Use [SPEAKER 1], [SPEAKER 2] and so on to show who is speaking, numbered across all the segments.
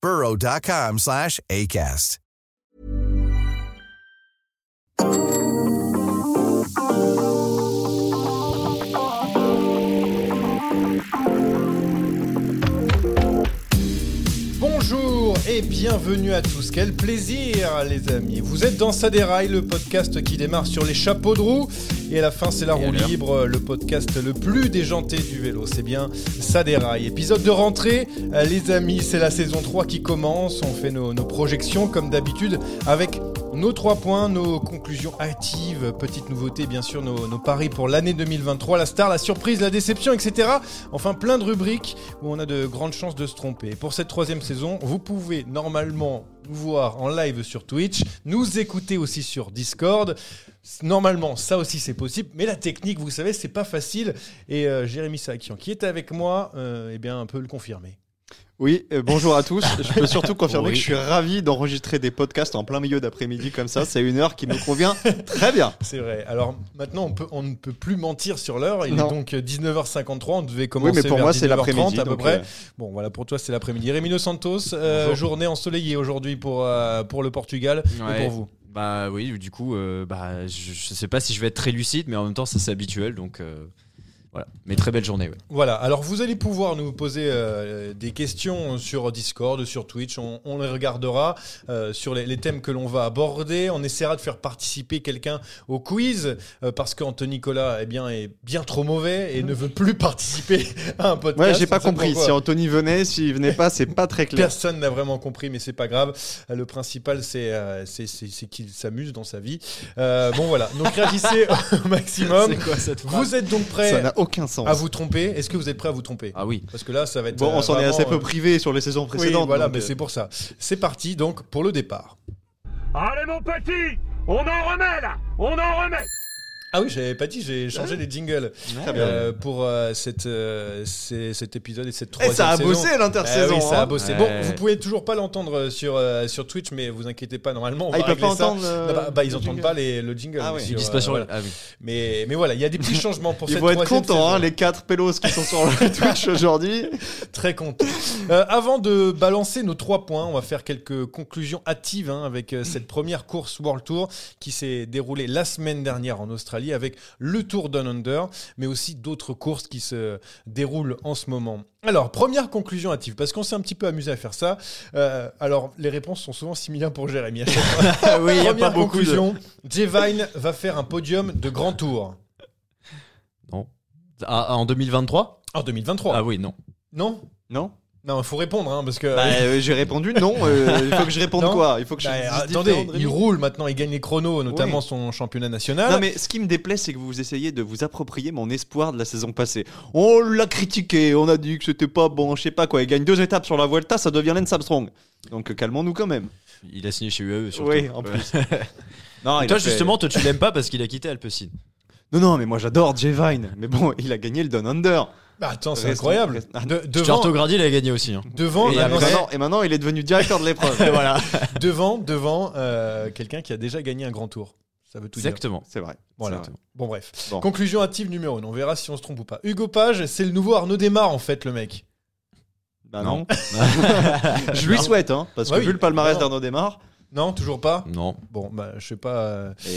[SPEAKER 1] burrow.com slash ACAST.
[SPEAKER 2] Bonjour et bienvenue à tous. Quel plaisir, les amis. Vous êtes dans Ça déraille, le podcast qui démarre sur les chapeaux de roue. Et à la fin, c'est la roue libre, le podcast le plus déjanté du vélo. C'est bien Ça déraille. Épisode de rentrée, euh, les amis. C'est la saison 3 qui commence. On fait nos, nos projections, comme d'habitude, avec nos trois points, nos conclusions hâtives, petite nouveauté, bien sûr, nos, nos paris pour l'année 2023, la star, la surprise, la déception, etc. Enfin, plein de rubriques où on a de grandes chances de se tromper. Pour cette troisième saison, vous pouvez normalement nous voir en live sur Twitch, nous écouter aussi sur Discord. Normalement, ça aussi c'est possible, mais la technique, vous savez, c'est pas facile. Et euh, Jérémy Sakian, qui était avec moi, euh, eh bien, peut le confirmer.
[SPEAKER 3] Oui, euh, bonjour à tous. Je peux surtout confirmer que je suis ravi d'enregistrer des podcasts en plein milieu d'après-midi comme ça. C'est une heure qui me convient très bien.
[SPEAKER 2] C'est vrai. Alors maintenant, on, peut, on ne peut plus mentir sur l'heure. Il
[SPEAKER 3] Non.
[SPEAKER 2] est donc 19h53. On devait commencer
[SPEAKER 3] mais pour
[SPEAKER 2] vers
[SPEAKER 3] moi, c'est
[SPEAKER 2] 19h30
[SPEAKER 3] l'après-midi,
[SPEAKER 2] à peu
[SPEAKER 3] donc,
[SPEAKER 2] près.
[SPEAKER 3] euh,
[SPEAKER 2] Bon, voilà, pour toi, c'est l'après-midi. Rémino Santos, euh,
[SPEAKER 3] Bonjour.
[SPEAKER 2] journée ensoleillée aujourd'hui pour, euh, pour le Portugal et
[SPEAKER 4] Ouais.
[SPEAKER 2] pour vous.
[SPEAKER 4] Bah oui, du coup, euh, bah, je, je sais pas si je vais être très lucide, mais en même temps, ça c'est habituel, donc euh, voilà. Mais très belle journée, ouais.
[SPEAKER 2] Voilà, alors vous allez pouvoir nous poser euh, des questions sur Discord, sur Twitch, on, on les regardera euh, sur les, les thèmes que l'on va aborder. On essaiera de faire participer quelqu'un au quiz euh, parce qu'Anthony Nicolas eh bien, est bien trop mauvais et ne veut plus participer à un podcast.
[SPEAKER 3] Ouais, j'ai pas
[SPEAKER 2] On sait
[SPEAKER 3] compris.
[SPEAKER 2] pourquoi.
[SPEAKER 3] Si Anthony venait, s'il venait pas, c'est pas très clair.
[SPEAKER 2] Personne n'a vraiment compris, mais c'est pas grave. Euh, Le principal, c'est euh, c'est- c'est- c'est qu'il s'amuse dans sa vie. Euh, bon, voilà. Donc réagissez au maximum.
[SPEAKER 4] quoi cette
[SPEAKER 2] Vous êtes donc
[SPEAKER 3] Ça
[SPEAKER 2] prêts
[SPEAKER 3] n'a aucun sens.
[SPEAKER 2] à vous tromper Est-ce que vous êtes prêts à vous tromper
[SPEAKER 4] Ah oui.
[SPEAKER 2] Parce que là, ça va être.
[SPEAKER 3] Bon,
[SPEAKER 2] euh,
[SPEAKER 3] on s'en est
[SPEAKER 2] vraiment,
[SPEAKER 3] assez peu
[SPEAKER 2] euh,
[SPEAKER 3] privé sur les saisons
[SPEAKER 2] Oui,
[SPEAKER 3] précédentes.
[SPEAKER 2] voilà,
[SPEAKER 3] donc,
[SPEAKER 2] mais
[SPEAKER 3] euh,
[SPEAKER 2] c'est pour ça. C'est parti donc pour le départ.
[SPEAKER 5] Allez mon petit, on en remet là, on en remet.
[SPEAKER 2] Ah oui, j'avais pas dit, j'ai changé les jingles
[SPEAKER 3] Très bien.
[SPEAKER 2] euh, pour euh, cette, euh, ces- cet épisode et cette
[SPEAKER 3] Eh,
[SPEAKER 2] troisième
[SPEAKER 3] ça a
[SPEAKER 2] saison.
[SPEAKER 3] bossé
[SPEAKER 2] Ah
[SPEAKER 3] l'intersaison.
[SPEAKER 2] oui, ça a
[SPEAKER 3] hein.
[SPEAKER 2] bossé.
[SPEAKER 4] Ouais.
[SPEAKER 2] Bon, vous pouvez toujours pas l'entendre sur, euh, sur Twitch, mais vous inquiétez pas, normalement, on
[SPEAKER 3] Ah,
[SPEAKER 2] va
[SPEAKER 3] ils peuvent pas
[SPEAKER 2] régler ça.
[SPEAKER 3] entendre. euh,
[SPEAKER 2] Non, bah, bah, ils
[SPEAKER 3] le
[SPEAKER 2] entendent
[SPEAKER 3] jingle.
[SPEAKER 2] pas les- le jingle.
[SPEAKER 3] Ah ouais.
[SPEAKER 2] sur,
[SPEAKER 4] Ils disent
[SPEAKER 2] euh,
[SPEAKER 4] pas sur
[SPEAKER 2] voilà.
[SPEAKER 4] ah oui.
[SPEAKER 2] Mais, mais voilà, il y a des petits changements pour
[SPEAKER 3] Ils
[SPEAKER 2] cette
[SPEAKER 3] vont être
[SPEAKER 2] troisième
[SPEAKER 3] contents, hein,
[SPEAKER 2] saison.
[SPEAKER 3] les quatre pélos qui sont sur le Twitch aujourd'hui.
[SPEAKER 2] Très contents. Euh, avant de balancer nos trois points, on va faire quelques conclusions hâtives hein, avec euh, cette première course World Tour qui s'est déroulée la semaine dernière en Australie avec le Tour Down Under, mais aussi d'autres courses qui se déroulent en ce moment. Alors, première conclusion hâtive, parce qu'on s'est un petit peu amusé à faire ça. Euh, alors, les réponses sont souvent similaires pour Jérémy. à chaque fois.
[SPEAKER 3] Ah oui, il
[SPEAKER 2] Première conclusion, Jevine va faire un podium de grand tour.
[SPEAKER 4] Non. Ah, ah, en 2023
[SPEAKER 2] En 2023.
[SPEAKER 4] Ah oui, non.
[SPEAKER 2] Non
[SPEAKER 3] Non
[SPEAKER 2] Non, il faut répondre, hein, parce que.
[SPEAKER 3] Bah, euh, j'ai répondu non. euh, il faut que je réponde
[SPEAKER 2] Non.
[SPEAKER 3] quoi Il faut que je
[SPEAKER 2] Bah,
[SPEAKER 3] dise
[SPEAKER 2] attendez,
[SPEAKER 3] différentes
[SPEAKER 2] il
[SPEAKER 3] réponses.
[SPEAKER 2] roule maintenant, il gagne les chronos, notamment son championnat national.
[SPEAKER 3] Ah Non mais ce qui me déplaît c'est que vous essayez de vous approprier mon espoir de la saison passée. On l'a critiqué, on a dit que c'était pas bon, je sais pas quoi. Il gagne deux étapes sur la Vuelta, ça devient Lance Armstrong. Donc euh, calmons-nous quand même.
[SPEAKER 4] Il a signé chez UAE surtout.
[SPEAKER 3] Oui, en plus. Non,
[SPEAKER 4] Et
[SPEAKER 3] il
[SPEAKER 4] toi
[SPEAKER 3] a fait-
[SPEAKER 4] justement, toi tu l'aimes pas parce qu'il a quitté Alpecin.
[SPEAKER 3] Non non, mais moi j'adore Jay Vine. Mais bon, il a gagné le Down Under.
[SPEAKER 2] Bah, attends, c'est
[SPEAKER 3] Restons-
[SPEAKER 2] incroyable.
[SPEAKER 3] restons- Ah,
[SPEAKER 2] De-
[SPEAKER 4] Stuart
[SPEAKER 2] devant,
[SPEAKER 4] O'Grady, il a gagné aussi. hein.
[SPEAKER 2] devant,
[SPEAKER 3] et,
[SPEAKER 2] un ancien-
[SPEAKER 3] maintenant, et maintenant, il est devenu directeur de l'épreuve.
[SPEAKER 4] voilà.
[SPEAKER 2] devant, devant euh, quelqu'un qui a déjà gagné un grand tour. Ça veut tout dire.
[SPEAKER 4] Exactement.
[SPEAKER 3] C'est vrai.
[SPEAKER 2] Voilà.
[SPEAKER 3] C'est vrai.
[SPEAKER 2] Bon, bref.
[SPEAKER 3] Bon.
[SPEAKER 2] Conclusion hâtive numéro 1. On verra si on se trompe ou pas. Hugo Page, c'est le nouveau Arnaud Desmar, en fait, le mec.
[SPEAKER 3] Bah non. je lui souhaite, hein, parce que
[SPEAKER 2] Ouais, oui.
[SPEAKER 3] vu le palmarès
[SPEAKER 2] Non.
[SPEAKER 3] d'Arnaud Desmar,
[SPEAKER 2] Non, toujours pas
[SPEAKER 4] Non.
[SPEAKER 2] Bon, bah, je sais pas. euh,
[SPEAKER 3] et...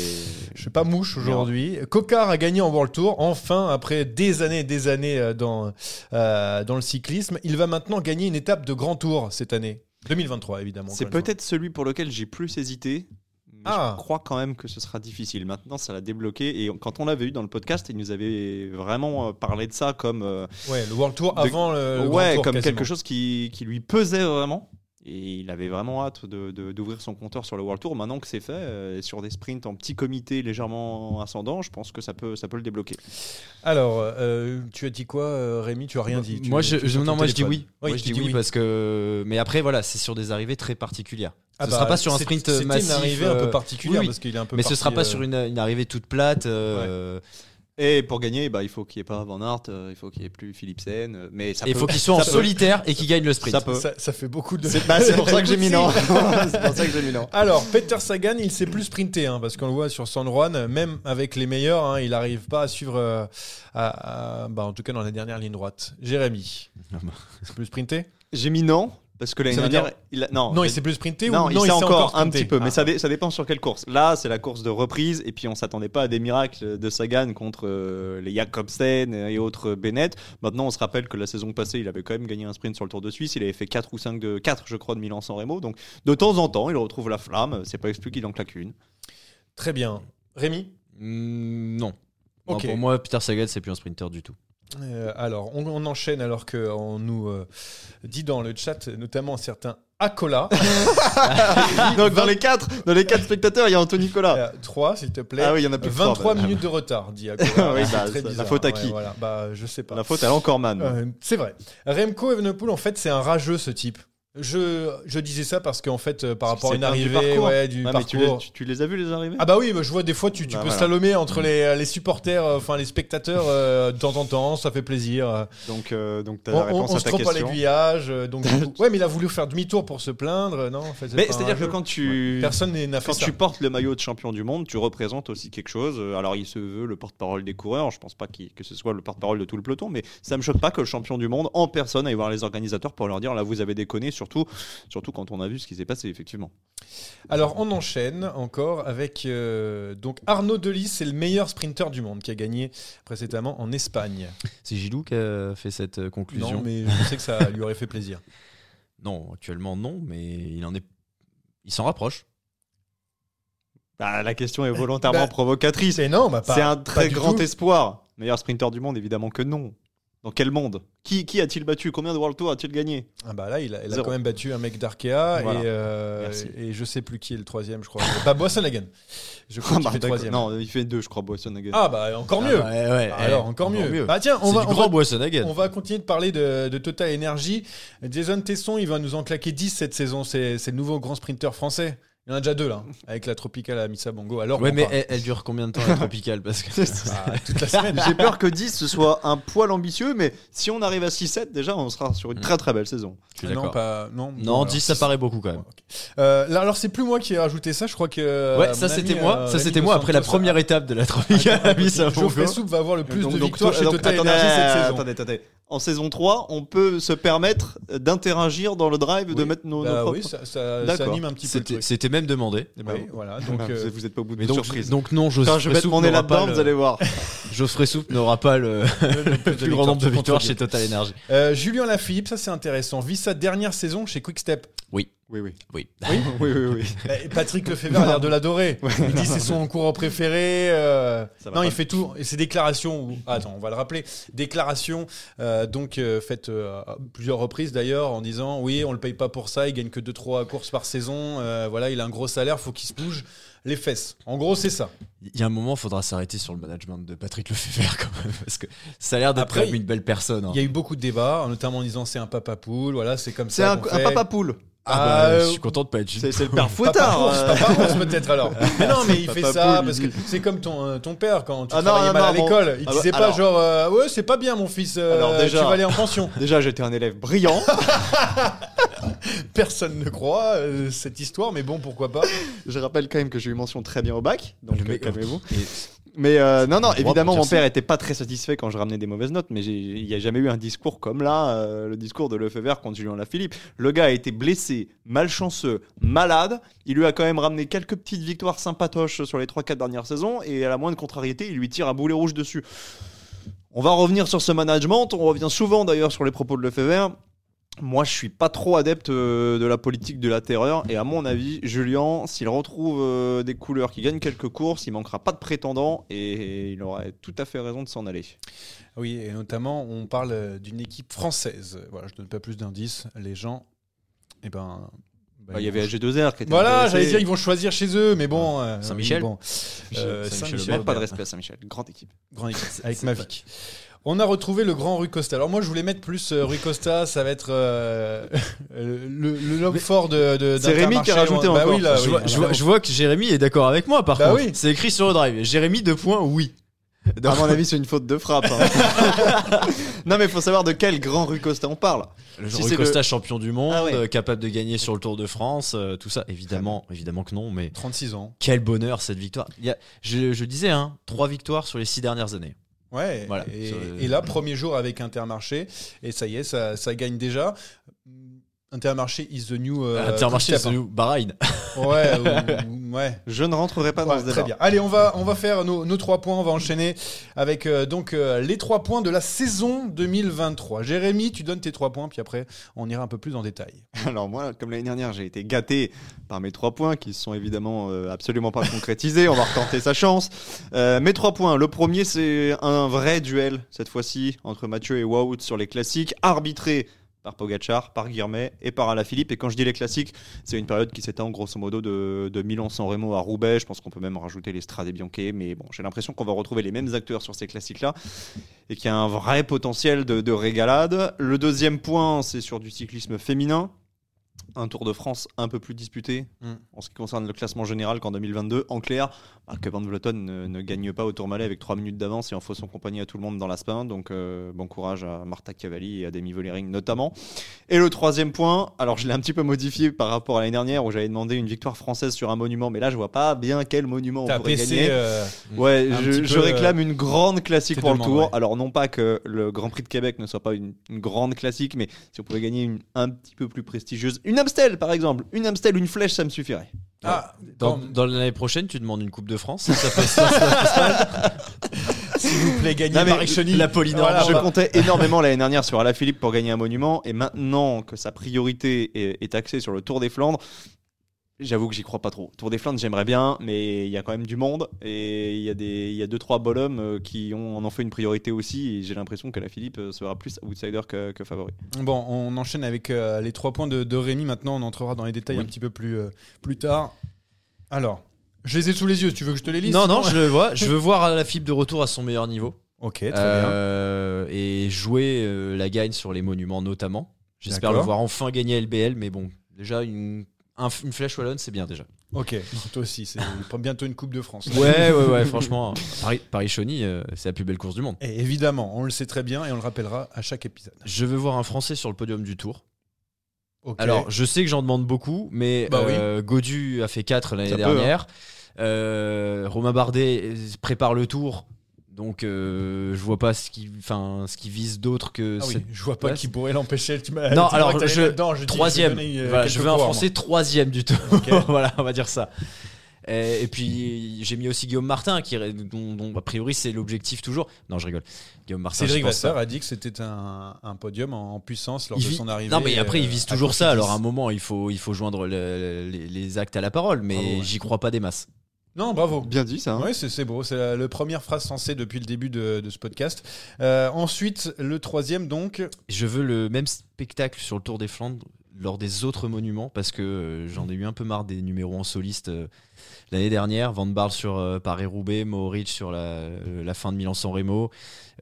[SPEAKER 2] Je sais pas mouche aujourd'hui. Cocard a gagné en World Tour, enfin, après des années et des années euh, dans, euh, dans le cyclisme. Il va maintenant gagner une étape de Grand Tour cette année. 2023, évidemment.
[SPEAKER 3] c'est
[SPEAKER 2] encore une
[SPEAKER 3] peut-être celui pour lequel j'ai plus hésité. mais
[SPEAKER 2] Ah.
[SPEAKER 3] Je crois quand même que ce sera difficile. Maintenant, ça l'a débloqué. Et quand on l'avait eu dans le podcast, il nous avait vraiment euh, parlé de ça comme, euh,
[SPEAKER 2] fois. Ouais, le World Tour
[SPEAKER 3] De-
[SPEAKER 2] avant le,
[SPEAKER 4] Euh,
[SPEAKER 2] le Grand
[SPEAKER 3] ouais,
[SPEAKER 2] Tour,
[SPEAKER 3] comme
[SPEAKER 2] quasiment.
[SPEAKER 3] quelque chose qui, qui lui pesait vraiment. Et il avait vraiment hâte de- de- d'ouvrir son compteur sur le World Tour. Maintenant que c'est fait, euh, et sur des sprints en petit comité légèrement ascendant, je pense que ça peut, ça peut le débloquer.
[SPEAKER 2] Alors, euh, tu as dit quoi, euh, Rémi Tu as rien dit. Tu-
[SPEAKER 4] moi, je,
[SPEAKER 2] tu
[SPEAKER 4] je-
[SPEAKER 2] fais ton
[SPEAKER 4] non, moi je dis
[SPEAKER 2] téléphone.
[SPEAKER 4] oui.
[SPEAKER 2] Oui,
[SPEAKER 4] moi, je
[SPEAKER 2] tu
[SPEAKER 4] dis
[SPEAKER 2] dis
[SPEAKER 4] oui,
[SPEAKER 2] oui.
[SPEAKER 4] parce que. Mais après, voilà, c'est sur des arrivées très particulières.
[SPEAKER 2] Ah
[SPEAKER 4] ce
[SPEAKER 2] bah,
[SPEAKER 4] sera pas sur un
[SPEAKER 2] c'est-
[SPEAKER 4] sprint
[SPEAKER 2] c'était
[SPEAKER 4] massif.
[SPEAKER 2] une arrivée un
[SPEAKER 4] euh,
[SPEAKER 2] peu particulière
[SPEAKER 4] oui, oui.
[SPEAKER 2] parce qu'il est un peu.
[SPEAKER 4] mais ce sera pas
[SPEAKER 2] parti,
[SPEAKER 4] sur
[SPEAKER 2] euh,
[SPEAKER 4] une, une arrivée toute plate. euh,
[SPEAKER 3] Et pour gagner, bah, il faut qu'il n'y ait pas Van Aert, euh, il faut qu'il n'y ait plus Philipsen. euh, Mais ça
[SPEAKER 4] et il
[SPEAKER 3] peut-
[SPEAKER 4] faut qu'il soit en
[SPEAKER 3] ça peut.
[SPEAKER 4] solitaire et qu'il gagne le sprint.
[SPEAKER 3] Ça peut.
[SPEAKER 2] Ça, ça fait beaucoup de.
[SPEAKER 3] C'est bah, c'est pour ça que j'ai mis non. c'est pour ça que j'ai mis non.
[SPEAKER 2] Alors, Peter Sagan, il sait plus sprinter, hein, parce qu'on le voit sur San Juan, même avec les meilleurs, hein, il n'arrive pas à suivre, euh, à- à- bah, en tout cas dans la dernière ligne droite. Jérémy,
[SPEAKER 4] Ah bah.
[SPEAKER 2] c'est plus sprinter
[SPEAKER 3] J'ai mis non parce que l'année
[SPEAKER 2] Ça veut dire-
[SPEAKER 3] dernière, il a... non,
[SPEAKER 2] Non,
[SPEAKER 3] j'ai-
[SPEAKER 2] il sait plus sprinter
[SPEAKER 3] non,
[SPEAKER 2] ou
[SPEAKER 3] il sait encore, un
[SPEAKER 2] sprinter
[SPEAKER 3] petit peu, mais
[SPEAKER 2] Ah.
[SPEAKER 3] ça, dé- ça dépend sur quelle course. Là, c'est la course de reprise, et puis on s'attendait pas à des miracles de Sagan contre euh, les Jacobsen et autres Bennett. Maintenant, on se rappelle que la saison passée, il avait quand même gagné un sprint sur le Tour de Suisse. Il avait fait 4 ou 5 de 4, je crois, de Milan-San Remo. Donc, de temps en temps, il retrouve la flamme. C'est pas exclu qu'il en claque une.
[SPEAKER 2] Ah, Très bien. Rémi
[SPEAKER 4] Mm, non. Non,
[SPEAKER 2] Ok.
[SPEAKER 4] pour moi, Peter Sagan, c'est plus un sprinter du tout.
[SPEAKER 2] Euh, alors, on, on enchaîne alors qu'on nous euh, dit dans le chat, notamment un certain Acola,
[SPEAKER 3] Donc, dans les 4 dans les quatre spectateurs, il y a Anthony Nicolas.
[SPEAKER 2] 3 s'il te plaît.
[SPEAKER 3] Ah oui, il y en a plus que trois,
[SPEAKER 2] 23
[SPEAKER 3] bah.
[SPEAKER 2] Euh, minutes de retard, dit Acola.
[SPEAKER 3] Oui,
[SPEAKER 2] C'est
[SPEAKER 3] bah,
[SPEAKER 2] très
[SPEAKER 3] ça- la
[SPEAKER 2] bizarre.
[SPEAKER 3] faute à
[SPEAKER 2] Ouais,
[SPEAKER 3] qui
[SPEAKER 2] voilà. Bah, je sais pas.
[SPEAKER 3] La faute à l'encoreman.
[SPEAKER 2] Euh, c'est vrai. Remco Evenepoel, en fait, c'est un rageux, ce type. Je, je disais ça parce qu'en fait, euh, par
[SPEAKER 3] C'est-
[SPEAKER 2] rapport à
[SPEAKER 3] c'est
[SPEAKER 2] une
[SPEAKER 3] pas du
[SPEAKER 2] arrivée,
[SPEAKER 3] parcours.
[SPEAKER 2] ouais, du
[SPEAKER 3] Ouais, mais tu les,
[SPEAKER 2] parcours.
[SPEAKER 3] tu- tu les as vus les arrivées
[SPEAKER 2] Ah bah oui, mais je vois des fois tu, tu
[SPEAKER 3] Bah
[SPEAKER 2] peux
[SPEAKER 3] voilà.
[SPEAKER 2] slalomer entre les, les supporters, euh, enfin les spectateurs euh, de temps en temps, ça fait plaisir. Euh,
[SPEAKER 3] Donc, euh, donc t'as
[SPEAKER 2] On,
[SPEAKER 3] la
[SPEAKER 2] on-
[SPEAKER 3] réponse
[SPEAKER 2] on
[SPEAKER 3] à
[SPEAKER 2] se
[SPEAKER 3] ta
[SPEAKER 2] trompe à
[SPEAKER 3] question.
[SPEAKER 2] l'aiguillage, euh, donc du coup- ouais, mais il a voulu faire demi-tour pour se plaindre, euh, non en fait,
[SPEAKER 3] Mais
[SPEAKER 2] pas un
[SPEAKER 3] c'est-à-dire que
[SPEAKER 2] rageux.
[SPEAKER 3] quand tu
[SPEAKER 2] personne n'est- n'a fait
[SPEAKER 3] quand
[SPEAKER 2] ça.
[SPEAKER 3] tu portes le maillot de champion du monde, tu représentes aussi quelque chose. Euh, Alors il se veut le porte-parole des coureurs. Je pense pas qu'il- que ce soit le porte-parole de tout le peloton, mais ça me choque pas que le champion du monde en personne aille voir les organisateurs pour leur dire là vous avez déconné. Surtout, surtout quand on a vu ce qui s'est passé effectivement.
[SPEAKER 2] Alors on enchaîne encore avec euh, donc Arnaud Delis, c'est le meilleur sprinter du monde qui a gagné précédemment en Espagne.
[SPEAKER 4] C'est Gilou qui a fait cette euh, conclusion.
[SPEAKER 2] Non, mais je sais que ça lui aurait fait plaisir.
[SPEAKER 4] Non, actuellement non, mais il en est. Il s'en rapproche.
[SPEAKER 3] Bah, la question est volontairement
[SPEAKER 2] Bah,
[SPEAKER 3] provocatrice.
[SPEAKER 2] C'est non, bah, pas-
[SPEAKER 3] C'est un
[SPEAKER 2] pas
[SPEAKER 3] très
[SPEAKER 2] du
[SPEAKER 3] grand
[SPEAKER 2] tout.
[SPEAKER 3] espoir. Meilleur sprinter du monde évidemment que non. Dans quel monde Qui, qui a-t-il battu Combien de World Tour a-t-il gagné
[SPEAKER 2] Ah bah là, il a, il a
[SPEAKER 3] Zéro.
[SPEAKER 2] quand même battu un mec d'Arkea
[SPEAKER 3] Voilà.
[SPEAKER 2] et, euh,
[SPEAKER 3] Merci.
[SPEAKER 2] et je sais plus qui est le troisième, je crois. bah Boissanagan. Je crois
[SPEAKER 3] Ah,
[SPEAKER 2] qu'il
[SPEAKER 3] bah,
[SPEAKER 2] fait troisième.
[SPEAKER 3] Non, il fait deux, je crois, Boissonnegan.
[SPEAKER 2] Ah bah encore mieux.
[SPEAKER 4] Ah bah, ouais, ouais,
[SPEAKER 2] Alors
[SPEAKER 4] ouais,
[SPEAKER 2] encore mieux. Bah tiens, on
[SPEAKER 4] c'est
[SPEAKER 2] va,
[SPEAKER 4] du
[SPEAKER 2] on,
[SPEAKER 4] grand
[SPEAKER 2] va,
[SPEAKER 4] Boissonnegan.
[SPEAKER 2] on va continuer de parler de, de Total Energy. Jason Tesson, il va nous en claquer 10 cette saison. C'est c'est le nouveau grand sprinter français. Il y en a déjà deux là, avec la Tropicale à Missa Bongo. Alors,
[SPEAKER 4] Ouais,
[SPEAKER 2] bon,
[SPEAKER 4] mais eh,
[SPEAKER 2] bah,
[SPEAKER 4] elle, elle dure combien de temps la tropicale Parce que
[SPEAKER 2] bah, toute la semaine.
[SPEAKER 3] J'ai peur que 10 ce soit un poil ambitieux, mais si on arrive à 6-7, déjà on sera sur une
[SPEAKER 2] Mm.
[SPEAKER 3] très très belle saison.
[SPEAKER 4] je suis
[SPEAKER 2] non,
[SPEAKER 4] d'accord.
[SPEAKER 2] pas, non, bon,
[SPEAKER 4] Non,
[SPEAKER 2] alors,
[SPEAKER 4] 10 ça paraît beaucoup quand même.
[SPEAKER 2] Ouais, ok. Euh, là, alors c'est plus moi qui ai rajouté ça, je crois que. euh,
[SPEAKER 4] Ouais,
[SPEAKER 2] mon
[SPEAKER 4] ça
[SPEAKER 2] ami,
[SPEAKER 4] c'était
[SPEAKER 2] euh,
[SPEAKER 4] moi, ça
[SPEAKER 2] Rémi
[SPEAKER 4] c'était
[SPEAKER 2] Dos
[SPEAKER 4] moi après la
[SPEAKER 2] Santos
[SPEAKER 4] première
[SPEAKER 2] a-
[SPEAKER 4] étape de la tropicale à
[SPEAKER 2] Geoffrey
[SPEAKER 4] Bissau-Bongo.
[SPEAKER 2] Soupe va avoir le plus
[SPEAKER 3] Donc-
[SPEAKER 2] de
[SPEAKER 3] donc,
[SPEAKER 2] victoires
[SPEAKER 3] toi-
[SPEAKER 2] chez
[SPEAKER 3] donc,
[SPEAKER 2] Total
[SPEAKER 3] attendez,
[SPEAKER 2] Energy cette
[SPEAKER 3] euh,
[SPEAKER 2] saison.
[SPEAKER 3] attendez, attendez. En saison 3, on peut se permettre d'interagir dans le drive, de
[SPEAKER 2] Oui.
[SPEAKER 3] mettre nos, nos
[SPEAKER 2] Bah
[SPEAKER 3] propres.
[SPEAKER 2] oui, ça, ça- ça
[SPEAKER 3] D'accord.
[SPEAKER 2] anime un petit peu le
[SPEAKER 4] C'était
[SPEAKER 2] truc. Bah
[SPEAKER 4] c'était même demandé.
[SPEAKER 3] Eh ben,
[SPEAKER 2] Oui, voilà. Donc,
[SPEAKER 3] vous-
[SPEAKER 2] euh,
[SPEAKER 3] vous êtes pas au bout de
[SPEAKER 4] Mais
[SPEAKER 3] vos
[SPEAKER 4] donc,
[SPEAKER 3] surprises.
[SPEAKER 4] donc non,
[SPEAKER 3] Quand je
[SPEAKER 4] Geoffrey
[SPEAKER 3] vais
[SPEAKER 4] Soupe
[SPEAKER 3] te demander
[SPEAKER 4] n'aura pas
[SPEAKER 3] là-dedans, vous allez
[SPEAKER 4] le...
[SPEAKER 3] voir.
[SPEAKER 2] euh,
[SPEAKER 4] Geoffrey Soupe n'aura pas le
[SPEAKER 2] le plus
[SPEAKER 4] plus grand nombre de
[SPEAKER 2] contre
[SPEAKER 4] victoires
[SPEAKER 2] Dieu.
[SPEAKER 4] chez Total Energy.
[SPEAKER 2] Euh, Julien Lafilippe, ça c'est intéressant, vit sa dernière saison chez Quickstep.
[SPEAKER 3] Oui, oui.
[SPEAKER 4] Oui.
[SPEAKER 3] Oui, oui, oui.
[SPEAKER 2] Bah, Et Patrick Lefebvre a l'air de l'adorer. Il dit c'est son coureur préféré. euh,
[SPEAKER 3] Ça va
[SPEAKER 2] Non,
[SPEAKER 3] pas.
[SPEAKER 2] il fait tout. Et ses déclarations, ou- ah, attends, on va le rappeler. Déclarations, euh, donc euh, faites euh, à plusieurs reprises d'ailleurs en disant oui, on le paye pas pour ça, il gagne que 2-3 courses par saison. euh, voilà, il a un gros salaire, faut qu'il se bouge les fesses. En gros, c'est ça.
[SPEAKER 4] Il y a un moment, il faudra s'arrêter sur le management de Patrick Lefebvre quand même, parce que ça a l'air d'être
[SPEAKER 2] Après,
[SPEAKER 4] quand même une belle personne. hein.
[SPEAKER 2] Il y a eu beaucoup de débats, notamment en disant c'est un papa poule, voilà, c'est comme
[SPEAKER 3] C'est
[SPEAKER 2] ça.
[SPEAKER 3] un,
[SPEAKER 2] qu'on
[SPEAKER 3] un
[SPEAKER 2] fait. euh,
[SPEAKER 3] papa poule.
[SPEAKER 4] Ah bah, je suis content de pas être Jules.
[SPEAKER 3] C'est c'est le
[SPEAKER 2] Pas
[SPEAKER 3] père
[SPEAKER 2] par
[SPEAKER 3] Fouettard.
[SPEAKER 2] course,
[SPEAKER 3] euh.
[SPEAKER 2] pas par course, peut-être alors. Mais non, mais il
[SPEAKER 3] Papa
[SPEAKER 2] fait ça
[SPEAKER 3] Paul,
[SPEAKER 2] parce que
[SPEAKER 3] il-
[SPEAKER 2] c'est comme ton, euh, ton père quand tu
[SPEAKER 3] Ah non,
[SPEAKER 2] travaillais
[SPEAKER 3] non,
[SPEAKER 2] mal à
[SPEAKER 3] non,
[SPEAKER 2] l'école.
[SPEAKER 3] bon.
[SPEAKER 2] Il
[SPEAKER 3] Ah
[SPEAKER 2] disait
[SPEAKER 3] bah,
[SPEAKER 2] pas
[SPEAKER 3] alors.
[SPEAKER 2] genre euh, ouais c'est pas bien mon fils, euh,
[SPEAKER 3] Alors, déjà-
[SPEAKER 2] tu vas aller en pension.
[SPEAKER 3] Déjà, j'étais un élève brillant.
[SPEAKER 2] Personne ne croit euh, cette histoire, mais bon pourquoi pas.
[SPEAKER 3] Je rappelle quand même que j'ai eu mention très bien au bac, donc
[SPEAKER 4] Le
[SPEAKER 3] euh,
[SPEAKER 4] mec-
[SPEAKER 3] calmez-vous.
[SPEAKER 4] Et-
[SPEAKER 3] Mais euh, non, non,
[SPEAKER 4] droit
[SPEAKER 3] évidemment,
[SPEAKER 4] pour dire
[SPEAKER 3] mon père était pas très satisfait quand je ramenais des mauvaises notes, mais j'ai- il n'y a jamais eu un discours comme là, euh, le discours de Lefebvre contre Julien Lafilippe. Le gars a été blessé, malchanceux, malade. Il lui a quand même ramené quelques petites victoires sympatoches sur les 3-4 dernières saisons, et à la moindre contrariété, il lui tire un boulet rouge dessus. On va revenir sur ce management, on revient souvent d'ailleurs sur les propos de Lefebvre. Moi, je suis pas trop adepte euh, de la politique de la terreur. Et à mon avis, Julien, s'il retrouve euh, des couleurs qui gagnent quelques courses, il manquera pas de prétendants et il aura tout à fait raison de s'en aller.
[SPEAKER 2] Oui, et notamment on parle euh, d'une équipe française. Voilà, je donne pas plus d'indices. Les gens, eh ben. bah,
[SPEAKER 3] Bah, il y
[SPEAKER 2] ils
[SPEAKER 3] avait
[SPEAKER 2] vont-
[SPEAKER 3] AG2R qui était.
[SPEAKER 2] Voilà,
[SPEAKER 3] intéressé.
[SPEAKER 2] j'allais dire ils vont choisir chez eux, mais bon. euh,
[SPEAKER 4] Saint-Michel
[SPEAKER 2] oui, bon. Euh,
[SPEAKER 4] Saint-Michel,
[SPEAKER 3] Je
[SPEAKER 2] Saint-Michel,
[SPEAKER 3] manque pas de respect à Saint-Michel, grande équipe.
[SPEAKER 2] Grand équipe, avec
[SPEAKER 4] c'est
[SPEAKER 2] Mavic. On a retrouvé le grand Rui Costa. Alors moi je voulais mettre plus euh, Rui Costa, ça va être euh, euh, le, le l'homme fort de, de
[SPEAKER 3] C'est Rémi qui a
[SPEAKER 2] d'Intermarché.
[SPEAKER 3] rajouté
[SPEAKER 2] bah
[SPEAKER 3] encore.
[SPEAKER 2] Oui, là, oui,
[SPEAKER 3] Je
[SPEAKER 4] Je vois, je vois- je vois que Jérémy est d'accord avec moi par
[SPEAKER 2] Bah
[SPEAKER 4] contre.
[SPEAKER 2] oui.
[SPEAKER 4] C'est écrit sur le drive. Jérémy, deux points, oui.
[SPEAKER 3] À mon avis, c'est une faute de frappe. hein. non, mais il faut savoir de quel grand Rue Costa on parle.
[SPEAKER 4] Le
[SPEAKER 3] Si
[SPEAKER 4] Rui
[SPEAKER 3] c'est le-
[SPEAKER 4] Costa, champion du monde,
[SPEAKER 3] Ah ouais.
[SPEAKER 4] euh, capable de gagner sur le Tour de France, euh, tout ça. Évidemment, évidemment que non, mais
[SPEAKER 2] 36 ans.
[SPEAKER 4] quel bonheur cette victoire. Il y a- je, je disais, hein, trois victoires sur les six dernières années.
[SPEAKER 2] Ouais.
[SPEAKER 4] Voilà.
[SPEAKER 2] et,
[SPEAKER 4] Ça-
[SPEAKER 2] et là, premier jour avec Intermarché, et ça y est, ça, ça gagne déjà. Intermarché is the new. euh,
[SPEAKER 4] Intermarché,
[SPEAKER 2] Quick
[SPEAKER 4] Ah, c'est
[SPEAKER 2] Step,
[SPEAKER 4] nous, Bahreïn.
[SPEAKER 2] hein. Ouais, ou- ouais.
[SPEAKER 3] Je ne rentrerai pas dans
[SPEAKER 2] Ouais,
[SPEAKER 3] ce débat.
[SPEAKER 2] très bien. Allez, on va, on va faire nos, nos trois points. On va enchaîner avec euh, donc euh, les trois points de la saison 2023. Jérémy, tu donnes tes trois points, puis après, on ira un peu plus en détail.
[SPEAKER 3] Alors moi, comme l'année dernière, j'ai été gâté par mes trois points qui se sont évidemment euh, absolument pas concrétisés. On va retenter sa chance. Euh, mes trois points. Le premier, c'est un vrai duel cette fois-ci entre Mathieu et Wout sur les classiques, arbitré par Pogachar, par Guirmet et par Alaphilippe. Et quand je dis les classiques, c'est une période qui s'étend grosso modo de, de Milan-San Remo à Roubaix. Je pense qu'on peut même rajouter les Strade et Bianche. Mais bon, j'ai l'impression qu'on va retrouver les mêmes acteurs sur ces classiques-là et qu'il y a un vrai potentiel de, de régalade. Le deuxième point, c'est sur du cyclisme féminin. Un Tour de France un peu plus disputé
[SPEAKER 2] Mm.
[SPEAKER 3] en ce qui concerne le classement général qu'en 2022. En clair, bah, que Van Vleuten ne, ne gagne pas au Tourmalet avec 3 minutes d'avance et en fausse son compagnie à tout le monde dans la sprint. Donc euh, bon courage à Marta Cavalli et à Demi Vollering notamment. Et le troisième point, alors je l'ai un petit peu modifié par rapport à l'année dernière où j'avais demandé une victoire française sur un monument, mais là je vois pas bien quel monument on
[SPEAKER 2] T'as
[SPEAKER 3] pourrait
[SPEAKER 2] baissé,
[SPEAKER 3] gagner.
[SPEAKER 2] euh,
[SPEAKER 3] Mmh. Ouais,
[SPEAKER 2] un petit
[SPEAKER 3] je,
[SPEAKER 2] peu,
[SPEAKER 3] je réclame une grande classique
[SPEAKER 2] tes
[SPEAKER 3] pour le
[SPEAKER 2] demandes,
[SPEAKER 3] tour.
[SPEAKER 2] ouais.
[SPEAKER 3] Alors non pas que le Grand Prix de Québec ne soit pas une, une grande classique, mais si on pouvait gagner une un petit peu plus prestigieuse, une Amstel par exemple, une Amstel, une flèche, ça me suffirait.
[SPEAKER 2] Ah,
[SPEAKER 4] Dans,
[SPEAKER 2] bon,
[SPEAKER 4] dans l'année prochaine, tu demandes une Coupe de France. Ça peut
[SPEAKER 2] s'il vous plaît, gagnez
[SPEAKER 3] Non, mais
[SPEAKER 2] Paris-Chenille.
[SPEAKER 4] la Pauline
[SPEAKER 2] Voilà,
[SPEAKER 4] Orange.
[SPEAKER 3] je
[SPEAKER 2] on va-
[SPEAKER 3] comptais énormément l'année dernière sur Alaphilippe pour gagner un monument, et maintenant que sa priorité est, est axée sur le Tour des Flandres, j'avoue que j'y crois pas trop. Tour des Flandres, j'aimerais bien, mais il y a quand même du monde, et il y a des, il y a deux trois bonhommes euh, qui ont, en ont fait une priorité aussi, et j'ai l'impression qu'Alaphilippe euh, sera plus outsider que, que favori.
[SPEAKER 2] Bon, on enchaîne avec euh, les trois points de, de Rémi. Maintenant, on entrera dans les détails un petit peu plus, euh, plus tard. Alors, je les ai sous les yeux. Tu veux que je te les lise
[SPEAKER 4] non,
[SPEAKER 2] sinon
[SPEAKER 4] non, je le vois. Je veux voir la fibre de retour à son meilleur niveau.
[SPEAKER 2] Ok, très
[SPEAKER 4] Eh,
[SPEAKER 2] bien.
[SPEAKER 4] Euh, et jouer euh, la gagne sur les monuments notamment. J'espère le
[SPEAKER 2] D'accord.
[SPEAKER 4] voir enfin gagner LBL, mais bon, déjà une, un- une flèche wallonne, c'est bien déjà.
[SPEAKER 2] Ok, toi aussi. C'est bientôt une Coupe de France.
[SPEAKER 4] Ouais, ouais, ouais, franchement, hein. Paris- Paris-Chauny, euh, c'est la plus belle course du monde.
[SPEAKER 2] Et évidemment, on le sait très bien et on le rappellera à chaque épisode.
[SPEAKER 4] Je veux voir un Français sur le podium du Tour.
[SPEAKER 2] Ok.
[SPEAKER 4] Alors, je sais que j'en demande beaucoup, mais
[SPEAKER 2] Bah oui.
[SPEAKER 4] euh, Godu a fait 4 l'année
[SPEAKER 3] Ça peut,
[SPEAKER 4] dernière. Euh, Romain Bardet euh, prépare le Tour. Donc, euh, je vois pas ce qui, enfin, ce qui vise d'autre que
[SPEAKER 2] Ah oui,
[SPEAKER 4] cette-
[SPEAKER 2] je vois pas
[SPEAKER 4] Ouais,
[SPEAKER 2] qui pourrait l'empêcher. Tu m'as-
[SPEAKER 4] Non,
[SPEAKER 2] tu
[SPEAKER 4] alors,
[SPEAKER 2] m'as dit que t'allais
[SPEAKER 4] je-
[SPEAKER 2] là-dedans, je dis que je vais
[SPEAKER 4] troisième.
[SPEAKER 2] donner, euh,
[SPEAKER 4] Voilà,
[SPEAKER 2] quelques
[SPEAKER 4] je veux un
[SPEAKER 2] coureurs,
[SPEAKER 4] Français troisième du tour.
[SPEAKER 2] Ok.
[SPEAKER 4] voilà, on va dire ça. Et, et puis j'ai mis aussi Guillaume Martin, qui, dont, dont, a priori c'est l'objectif toujours. Non, je rigole. Guillaume
[SPEAKER 2] moi.
[SPEAKER 4] Martin.
[SPEAKER 2] Cédric
[SPEAKER 4] je pense
[SPEAKER 2] Vasseur a dit que c'était un, un podium en, en puissance
[SPEAKER 4] pas.
[SPEAKER 2] lors
[SPEAKER 4] Il
[SPEAKER 2] de
[SPEAKER 4] vit-
[SPEAKER 2] son arrivée.
[SPEAKER 4] Non, mais après, il vise
[SPEAKER 2] euh,
[SPEAKER 4] toujours
[SPEAKER 2] à
[SPEAKER 4] ça.
[SPEAKER 2] Cofidis.
[SPEAKER 4] Alors, à un moment, il faut, il faut joindre le- les, les actes à la parole, mais
[SPEAKER 2] Bravo, Ah ouais.
[SPEAKER 4] j'y crois pas des masses.
[SPEAKER 2] Non, bravo.
[SPEAKER 3] Bien dit ça. hein.
[SPEAKER 2] Oui, c'est c'est beau. C'est la, la première phrase censée depuis le début de, de ce podcast. Euh, ensuite, le troisième, donc.
[SPEAKER 4] Je veux le même spectacle sur le Tour des Flandres lors des autres monuments parce que euh, j'en ai eu un peu marre des numéros en soliste euh, l'année dernière. Van Barl sur euh, Paris-Roubaix, Mohoric sur la, euh, la fin de Milan-San Remo,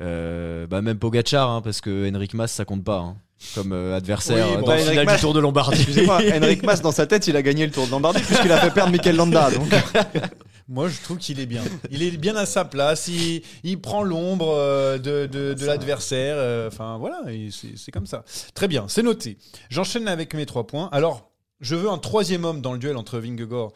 [SPEAKER 4] euh, bah même Pogachar parce que Henrik Mas ça compte pas. hein. comme euh, adversaire
[SPEAKER 2] Oui,
[SPEAKER 4] euh,
[SPEAKER 2] bon,
[SPEAKER 4] dans le
[SPEAKER 3] Henrik
[SPEAKER 4] final
[SPEAKER 3] Mas-
[SPEAKER 4] du Tour de Lombardie.
[SPEAKER 3] Excusez-moi, Henrik Mas dans sa tête, il a gagné le Tour de Lombardie puisqu'il a fait perdre Mikel Landa. Donc
[SPEAKER 2] Moi, je trouve qu'il est bien. Il est bien à sa place. Il, il prend l'ombre euh, de, de- de l'adversaire. euh, Enfin, voilà, et c'est c'est comme ça. Très bien, c'est noté. J'enchaîne avec mes trois points. Alors, je veux un troisième homme dans le duel entre Vingegaard,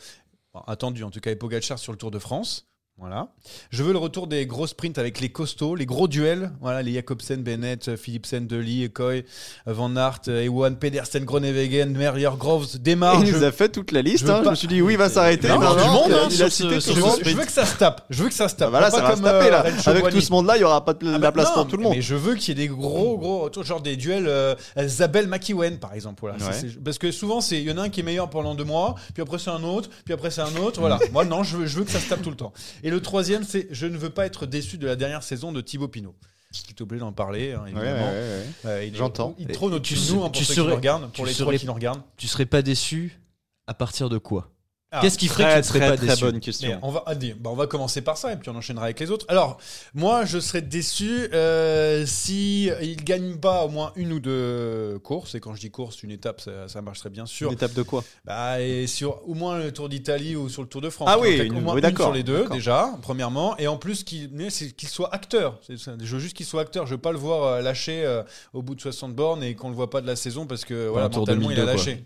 [SPEAKER 2] bon, attendu en tout cas, et Pogacar sur le Tour de France. Voilà. Je veux le retour des gros sprints avec les costauds, les gros duels. Voilà, les Jacobsen, Bennett, Philipsen, Dely, Ekoy, Van Aert, Ewan, Pedersen, Groenewegen, Merrier, Groves, démarre.
[SPEAKER 3] il
[SPEAKER 2] Ah, Je-
[SPEAKER 3] nous a fait toute la liste.
[SPEAKER 2] je veux
[SPEAKER 3] hein.
[SPEAKER 2] pas-
[SPEAKER 3] Je me suis dit, oui, il va s'arrêter.
[SPEAKER 2] Non,
[SPEAKER 3] Ben,
[SPEAKER 2] non,
[SPEAKER 3] il a-
[SPEAKER 2] non,
[SPEAKER 3] il a
[SPEAKER 2] non,
[SPEAKER 3] cité
[SPEAKER 4] sur
[SPEAKER 3] tout
[SPEAKER 4] ce-
[SPEAKER 2] je
[SPEAKER 3] le
[SPEAKER 2] veux,
[SPEAKER 4] sur
[SPEAKER 3] monde.
[SPEAKER 4] ce-
[SPEAKER 2] je veux que ça se tape. Je veux que ça se tape.
[SPEAKER 3] Ah, Voilà,
[SPEAKER 2] pas
[SPEAKER 3] ça va se
[SPEAKER 2] comme,
[SPEAKER 3] taper
[SPEAKER 2] euh,
[SPEAKER 3] là.
[SPEAKER 2] Rennes
[SPEAKER 3] Avec
[SPEAKER 2] Chobani.
[SPEAKER 3] tout ce monde-là, il n'y aura pas de
[SPEAKER 2] Ah
[SPEAKER 3] la
[SPEAKER 2] bah
[SPEAKER 3] place
[SPEAKER 2] non,
[SPEAKER 3] pour tout le
[SPEAKER 2] mais
[SPEAKER 3] monde.
[SPEAKER 2] je veux qu'il y ait des gros, gros retours, genre des duels euh, Zabel McEwen, par exemple. Voilà. Ça,
[SPEAKER 3] Ouais.
[SPEAKER 2] c'est- parce que souvent, c'est- il y en a un qui est meilleur pendant deux mois, puis après c'est un autre, puis après c'est un autre. Voilà. Moi, non, je veux, je veux que ça se tape tout le temps. Et le troisième, c'est je ne veux pas être déçu de la dernière saison de Thibaut Pinot. Je suis obligé d'en parler, hein,
[SPEAKER 3] Ouais,
[SPEAKER 2] évidemment.
[SPEAKER 3] ouais, ouais,
[SPEAKER 2] Euh, il est-
[SPEAKER 3] J'entends.
[SPEAKER 2] Il trône au-dessus
[SPEAKER 4] Tu
[SPEAKER 2] de
[SPEAKER 4] sais-
[SPEAKER 2] nous, hein, pour
[SPEAKER 4] tu
[SPEAKER 2] ceux qui
[SPEAKER 4] serais-
[SPEAKER 2] nous regardent, pour
[SPEAKER 4] tu
[SPEAKER 2] les
[SPEAKER 4] serais-
[SPEAKER 2] trois qui nous regardent.
[SPEAKER 4] Tu serais pas déçu à partir de quoi
[SPEAKER 2] Ah,
[SPEAKER 4] Qu'est-ce qui
[SPEAKER 3] ouais.
[SPEAKER 4] ferait que tu ne serais pas déçu
[SPEAKER 3] bonne
[SPEAKER 2] Mais
[SPEAKER 3] question.
[SPEAKER 2] on va, allez, bah, on va commencer par ça et puis on enchaînera avec les autres. Alors, moi, je serais déçu euh, si il gagne pas au moins une ou deux courses. Et quand je dis course, une étape, ça, ça marche très bien sûr.
[SPEAKER 3] Une étape de quoi
[SPEAKER 2] Bah, et sur au moins le Tour d'Italie ou sur le Tour de France.
[SPEAKER 3] Ah
[SPEAKER 2] Tu vois,
[SPEAKER 3] oui,
[SPEAKER 2] peut-être
[SPEAKER 3] une-
[SPEAKER 2] au moins
[SPEAKER 3] oui,
[SPEAKER 2] une
[SPEAKER 3] d'accord,
[SPEAKER 2] sur les deux
[SPEAKER 3] d'accord.
[SPEAKER 2] déjà, premièrement, et en plus qu'il mais c'est qu'il soit acteur. C'est- c'est- Je veux juste qu'il soit acteur. Je veux pas le voir euh, lâcher euh, au bout de 60 bornes et qu'on le voit pas de la saison parce que voilà,
[SPEAKER 4] un Tour
[SPEAKER 2] mentalement il a
[SPEAKER 4] 2002, quoi.
[SPEAKER 2] lâché.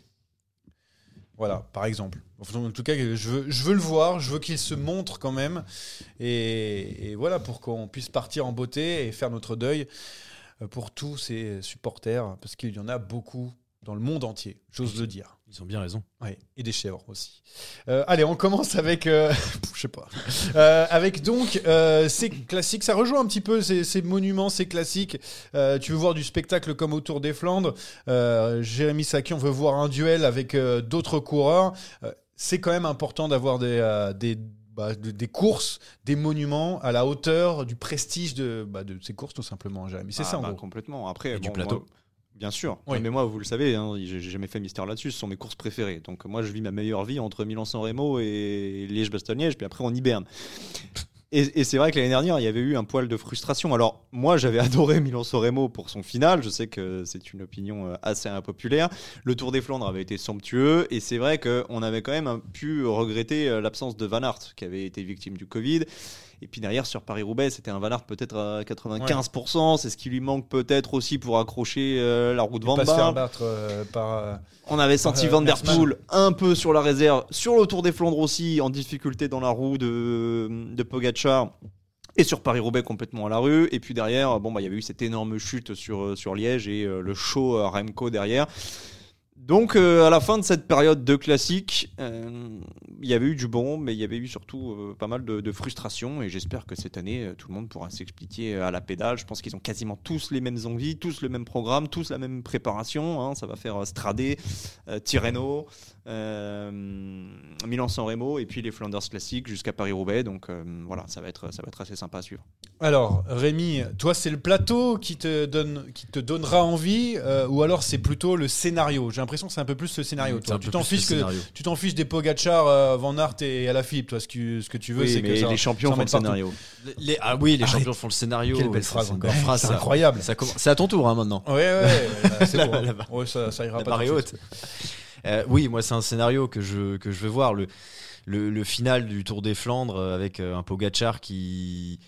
[SPEAKER 2] Voilà, par exemple. Enfin, en tout cas, je veux, je veux le voir, je veux qu'il se montre quand même, et, et voilà pour qu'on puisse partir en beauté et faire notre deuil euh, pour tous ces supporters, parce qu'il y en a beaucoup dans le monde entier, j'ose le dire.
[SPEAKER 4] Ils ont bien raison.
[SPEAKER 2] Ouais, et des chèvres aussi. Euh, allez, on commence avec, euh, je sais pas, Euh, avec donc euh, ces classiques. Ça rejoint un petit peu ces, ces monuments, ces classiques. Euh, tu veux voir du spectacle comme au Tour des Flandres. Euh, Jérémy Saki, on veut voir un duel avec euh, d'autres coureurs. Euh, c'est quand même important d'avoir des, euh, des, bah, de- des courses, des monuments à la hauteur du prestige de, bah, de ces courses tout simplement. hein, Jérémy, c'est
[SPEAKER 3] Ah,
[SPEAKER 2] ça en
[SPEAKER 3] bah,
[SPEAKER 2] gros.
[SPEAKER 3] Complètement. Après,
[SPEAKER 4] Et du
[SPEAKER 3] bon,
[SPEAKER 4] plateau.
[SPEAKER 3] moi, bien sûr.
[SPEAKER 2] Oui.
[SPEAKER 3] Mais moi, vous le savez, hein, j'ai j'ai jamais fait mystère là-dessus. Ce sont mes courses préférées. Donc moi, je vis ma meilleure vie entre Milan-San Remo et Liège-Bastogne-Liège. Puis après, on hiberne. Et, et c'est vrai que l'année dernière, il y avait eu un poil de frustration. Alors, moi, j'avais adoré Milan-San Remo pour son final. Je sais que c'est une opinion euh, assez impopulaire. Le Tour des Flandres avait été somptueux. Et c'est vrai qu'on avait quand même euh, pu regretter euh, l'absence de Van Aert, qui avait été victime du Covid. Et puis derrière, sur Paris-Roubaix, c'était un Van Aert peut-être à 95%. C'est ce qui lui manque peut-être aussi pour accrocher euh, la roue de Van
[SPEAKER 2] Pas se faire
[SPEAKER 3] Baarle.
[SPEAKER 2] battre euh, par. euh,
[SPEAKER 3] On avait senti
[SPEAKER 2] Euh,
[SPEAKER 3] Van Der
[SPEAKER 2] Merckx.
[SPEAKER 3] Poel un peu sur la réserve, sur le Tour des Flandres aussi, en difficulté dans la roue de, de Pogacar. Et sur Paris-Roubaix complètement à la rue. Et puis derrière, bon, bah, il y avait eu cette énorme chute sur, euh, sur Liège et euh, le show à Remco derrière. Donc euh, à la fin de cette période de classique, euh, il y avait eu du bon, mais il y avait eu surtout euh, pas mal de, de frustration. Et j'espère que cette année, euh, tout le monde pourra s'expliquer euh, à la pédale. Je pense qu'ils ont quasiment tous les mêmes envies, tous le même programme, tous la même préparation. hein. Ça va faire euh, Stradé, euh, Tirreno, euh, Milan-San Remo, et puis les Flanders classiques jusqu'à Paris-Roubaix. Donc euh, voilà, ça va, être, ça va être assez sympa à suivre.
[SPEAKER 2] Alors, Rémi, toi, c'est le plateau qui te, donne, qui te donnera envie, euh, ou alors c'est plutôt le scénario. J'ai l'impression que c'est un peu plus le scénario.
[SPEAKER 4] C'est
[SPEAKER 2] Toi.
[SPEAKER 4] un
[SPEAKER 2] Tu
[SPEAKER 4] peu
[SPEAKER 2] t'en
[SPEAKER 4] plus le
[SPEAKER 2] fiches, que-
[SPEAKER 4] scénario.
[SPEAKER 2] tu t'en fiches des Pogachar, Van Aert et Alaphilippe. Toi, ce que, ce que tu veux, c'est que ça, ça emmène partout.
[SPEAKER 4] Les- les- ah oui, les champions font le scénario.
[SPEAKER 2] Quelle belle
[SPEAKER 4] Ça,
[SPEAKER 2] phrase
[SPEAKER 4] c'est une
[SPEAKER 2] encore. Ah,
[SPEAKER 4] belle phrase,
[SPEAKER 2] C'est
[SPEAKER 4] ça.
[SPEAKER 2] incroyable.
[SPEAKER 4] Ça commence- C'est à ton tour hein, maintenant.
[SPEAKER 2] Ouais, ouais, ouais, bah, c'est
[SPEAKER 4] La-
[SPEAKER 2] bon.
[SPEAKER 4] la barre-
[SPEAKER 2] Ouais, ça, ça ira
[SPEAKER 4] La
[SPEAKER 2] pas.
[SPEAKER 4] barre
[SPEAKER 2] tout
[SPEAKER 4] est
[SPEAKER 2] de
[SPEAKER 4] haute.
[SPEAKER 2] suite.
[SPEAKER 4] Euh, oui, moi, c'est un scénario que je, que je veux voir. Le, le, le final du Tour des Flandres euh, avec euh, un Pogachar qui,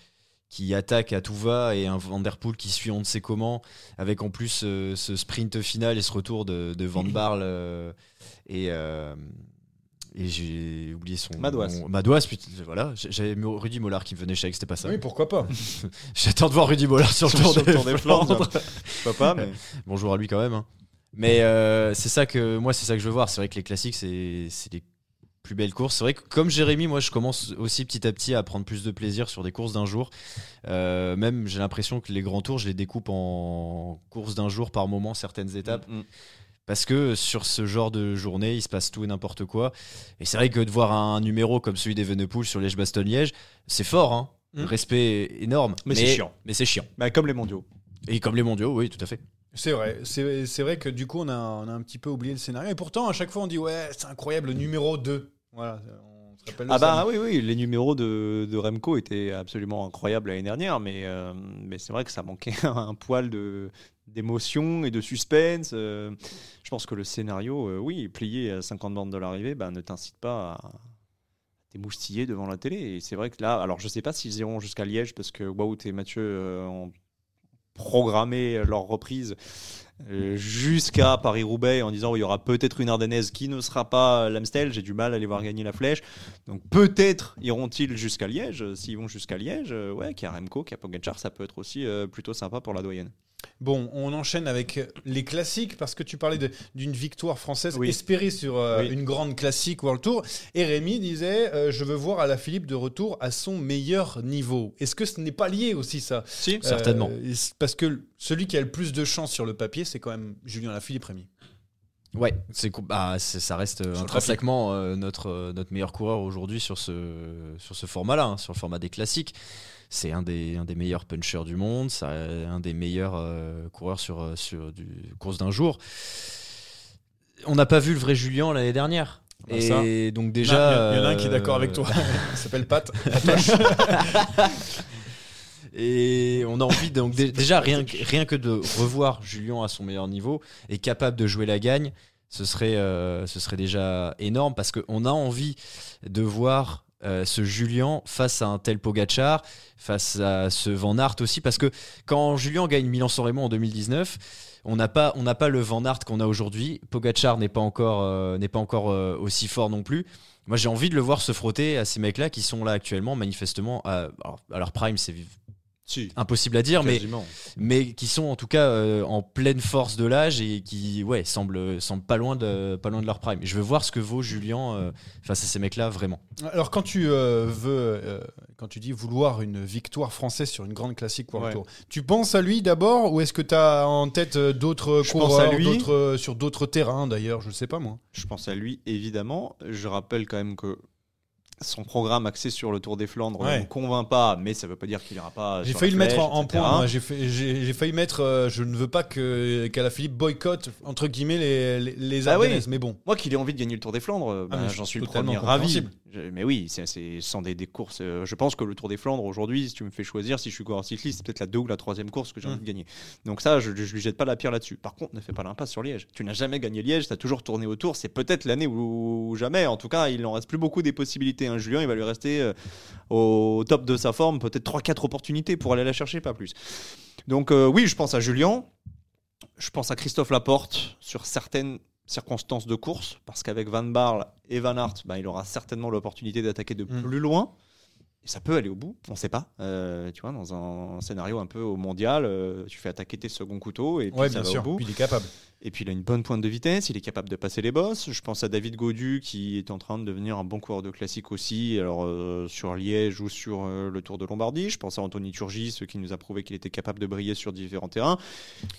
[SPEAKER 4] qui attaque à tout va et un Van Der Poel qui suit on ne sait comment, avec en plus euh, ce sprint final et ce retour de, de
[SPEAKER 3] Mhm.
[SPEAKER 4] Van Barle euh, et. euh, et j'ai oublié son
[SPEAKER 3] Madouas.
[SPEAKER 4] son- Madouas, putain, voilà. J'ai- J'avais Mo- Rudy Mollard qui me venait, je savais que c'était pas ça.
[SPEAKER 2] Oui, pourquoi pas.
[SPEAKER 4] J'attends de voir Rudy Mollard sur le Tour
[SPEAKER 3] Sur le
[SPEAKER 4] des,
[SPEAKER 3] Tour des Flandres.
[SPEAKER 4] Flandres.
[SPEAKER 3] Papa, mais...
[SPEAKER 4] Bonjour à lui quand même. hein. Mais euh, c'est ça que moi, c'est ça que je veux voir. C'est vrai que les classiques, c'est c'est les plus belles courses. C'est vrai que comme Jérémy, moi, je commence aussi petit à petit à prendre plus de plaisir sur des courses d'un jour. Euh, même, j'ai l'impression que les grands tours, je les découpe en courses d'un jour par moment, certaines étapes.
[SPEAKER 3] Mm, mm.
[SPEAKER 4] Parce que sur ce genre de journée, il se passe tout et n'importe quoi. Et c'est vrai que de voir un numéro comme celui des Venepool sur Liège-Bastogne-Liège, c'est fort, hein.
[SPEAKER 2] Mm.
[SPEAKER 4] Respect énorme.
[SPEAKER 3] Mmh. Mais c'est chiant.
[SPEAKER 4] Mais c'est chiant.
[SPEAKER 3] Bah, comme les mondiaux.
[SPEAKER 4] Et comme les mondiaux, oui, tout à fait.
[SPEAKER 2] C'est vrai, c'est c'est vrai que du coup on a, on a un petit peu oublié le scénario et pourtant à chaque fois on dit ouais c'est incroyable le numéro 2. Voilà, on- te rappelles
[SPEAKER 3] Ah bah oui, oui, les numéros de, de Remco étaient absolument incroyables l'année dernière, mais, euh, mais c'est vrai que ça manquait un poil de d'émotion et de suspense. euh, je pense que le scénario, euh, oui, plié à 50 bandes de l'arrivée, bah, ne t'incite pas à t'émoustiller devant la télé. Et c'est vrai que là, alors je sais pas s'ils iront jusqu'à Liège, parce que Wout et Mathieu euh, ont programmé leur reprise euh, jusqu'à Paris-Roubaix en disant il y aura peut-être une Ardennaise qui ne sera pas l'Amstel, j'ai du mal à les voir gagner la flèche. Donc peut-être iront-ils jusqu'à Liège. Euh, S'ils vont jusqu'à Liège, euh, ouais, qu'il y a Remco, qu'il y a Pogacar, ça peut être aussi euh, plutôt sympa pour la doyenne.
[SPEAKER 2] Bon, on enchaîne avec les classiques parce que tu parlais de- d'une victoire française
[SPEAKER 3] Oui.
[SPEAKER 2] espérée sur euh,
[SPEAKER 3] Oui.
[SPEAKER 2] une grande classique World Tour. Et Rémi disait euh, Je veux voir Alaphilippe de retour à son meilleur niveau. Est-ce que ce n'est pas lié aussi, ça
[SPEAKER 3] Si,
[SPEAKER 2] Euh,
[SPEAKER 4] Certainement.
[SPEAKER 2] c'est parce que celui qui a le plus de chance sur le papier, c'est quand même Julien Alaphilippe Rémi.
[SPEAKER 4] Ouais, c'est com- bah, c'est- ça reste euh,
[SPEAKER 2] le
[SPEAKER 4] intrinsèquement euh, notre, euh, notre meilleur coureur aujourd'hui sur ce, sur ce format-là, hein, sur le format des classiques. C'est un des, un des meilleurs punchers du monde, c'est un des meilleurs euh, coureurs sur, euh, sur du course d'un jour. On n'a pas vu le vrai Julien l'année dernière.
[SPEAKER 6] Bah, ça.
[SPEAKER 4] Et donc
[SPEAKER 6] Il y,
[SPEAKER 4] déjà.
[SPEAKER 6] en- il y en a un qui est
[SPEAKER 4] euh,
[SPEAKER 6] d'accord avec toi.
[SPEAKER 2] Il s'appelle Pat.
[SPEAKER 4] Et on a envie, donc dé- déjà, rien, que- rien que de revoir Julien à son meilleur niveau et capable de jouer la gagne, ce serait, euh, ce serait déjà énorme parce qu'on a envie de voir euh, ce Julien face à un tel Pogachar, face à ce Van Aert aussi, parce que quand Julien gagne Milan-San Remo en 2019, on n'a pas, on n'a pas le Van Aert qu'on a aujourd'hui. Pogachar n'est pas encore, euh, n'est pas encore euh, aussi fort non plus. Moi, j'ai envie de le voir se frotter à ces mecs-là qui sont là actuellement, manifestement. À, alors, à leur prime, c'est
[SPEAKER 3] si.
[SPEAKER 4] impossible à dire, mais,
[SPEAKER 3] Quasiment.
[SPEAKER 4] mais qui sont en tout cas euh, en pleine force de l'âge et qui ouais, semblent, semblent pas, loin de, pas loin de leur prime. Je veux voir ce que vaut Julien euh, face à ces mecs-là vraiment.
[SPEAKER 2] Alors quand tu euh, veux, euh, quand tu dis vouloir une victoire française sur une grande classique World
[SPEAKER 3] Ouais.
[SPEAKER 2] Tour, tu penses à lui d'abord ou est-ce que tu as en tête euh, d'autres
[SPEAKER 3] Je pense à
[SPEAKER 2] coureurs,
[SPEAKER 3] lui.
[SPEAKER 2] d'autres, euh, sur d'autres terrains d'ailleurs, je sais pas moi.
[SPEAKER 3] Je pense à lui, évidemment. Je rappelle quand même que son programme axé sur le Tour des Flandres
[SPEAKER 2] Ouais.
[SPEAKER 3] ne me convainc pas, mais ça ne veut pas dire qu'il n'ira pas.
[SPEAKER 2] J'ai
[SPEAKER 3] Ah, sur la
[SPEAKER 2] failli le mettre
[SPEAKER 3] flèche,
[SPEAKER 2] en, en
[SPEAKER 3] etc.
[SPEAKER 2] point. moi. J'ai fait- j'ai- j'ai failli mettre. euh, je ne veux pas que qu'Alaphilippe boycotte entre guillemets les les, les
[SPEAKER 3] Ah oui.
[SPEAKER 2] Ardennaises, mais bon.
[SPEAKER 3] Moi, qu'il ait envie de gagner le Tour des Flandres, euh,
[SPEAKER 2] Ah,
[SPEAKER 3] ben,
[SPEAKER 2] mais
[SPEAKER 3] j'en
[SPEAKER 2] c'est
[SPEAKER 3] suis le
[SPEAKER 2] totalement
[SPEAKER 3] premier ravi.
[SPEAKER 2] compréhensible.
[SPEAKER 3] Je- Mais oui, c'est- c'est sans des, des courses. euh, je pense que le Tour des Flandres, aujourd'hui, si tu me fais choisir, si je suis coureur cycliste, c'est peut-être la deux ou la troisième course que j'ai
[SPEAKER 2] Mm.
[SPEAKER 3] envie de gagner. Donc ça, je, je lui jette pas la pierre là-dessus. Par contre, ne fais pas l'impasse sur Liège. Tu n'as jamais gagné Liège, tu as toujours tourné autour. C'est peut-être l'année où, où jamais. En tout cas, il en reste plus beaucoup des possibilités. Hein. Julien, il va lui rester euh, au top de sa forme, peut-être 3-4 opportunités pour aller la chercher, pas plus. Donc euh, oui, je pense à Julien. Je pense à Christophe Laporte sur certaines circonstances de course, parce qu'avec Van Barl et Van Aert, ben, il aura certainement l'opportunité d'attaquer de
[SPEAKER 2] Mm.
[SPEAKER 3] plus loin. Et ça peut aller au bout, on ne sait pas. Euh, tu vois, dans un scénario un peu au mondial, euh, tu fais attaquer tes seconds couteaux et puis
[SPEAKER 2] Ouais,
[SPEAKER 3] ça
[SPEAKER 2] bien
[SPEAKER 3] va
[SPEAKER 2] sûr.
[SPEAKER 3] au bout.
[SPEAKER 2] Puis il est capable.
[SPEAKER 3] Et puis il a une bonne pointe de vitesse, il est capable de passer les bosses. Je pense à David Godu qui est en train de devenir un bon coureur de classique aussi, alors euh, sur Liège ou sur euh, le Tour de Lombardie. Je pense à Anthony Turgis euh, qui nous a prouvé qu'il était capable de briller sur différents terrains.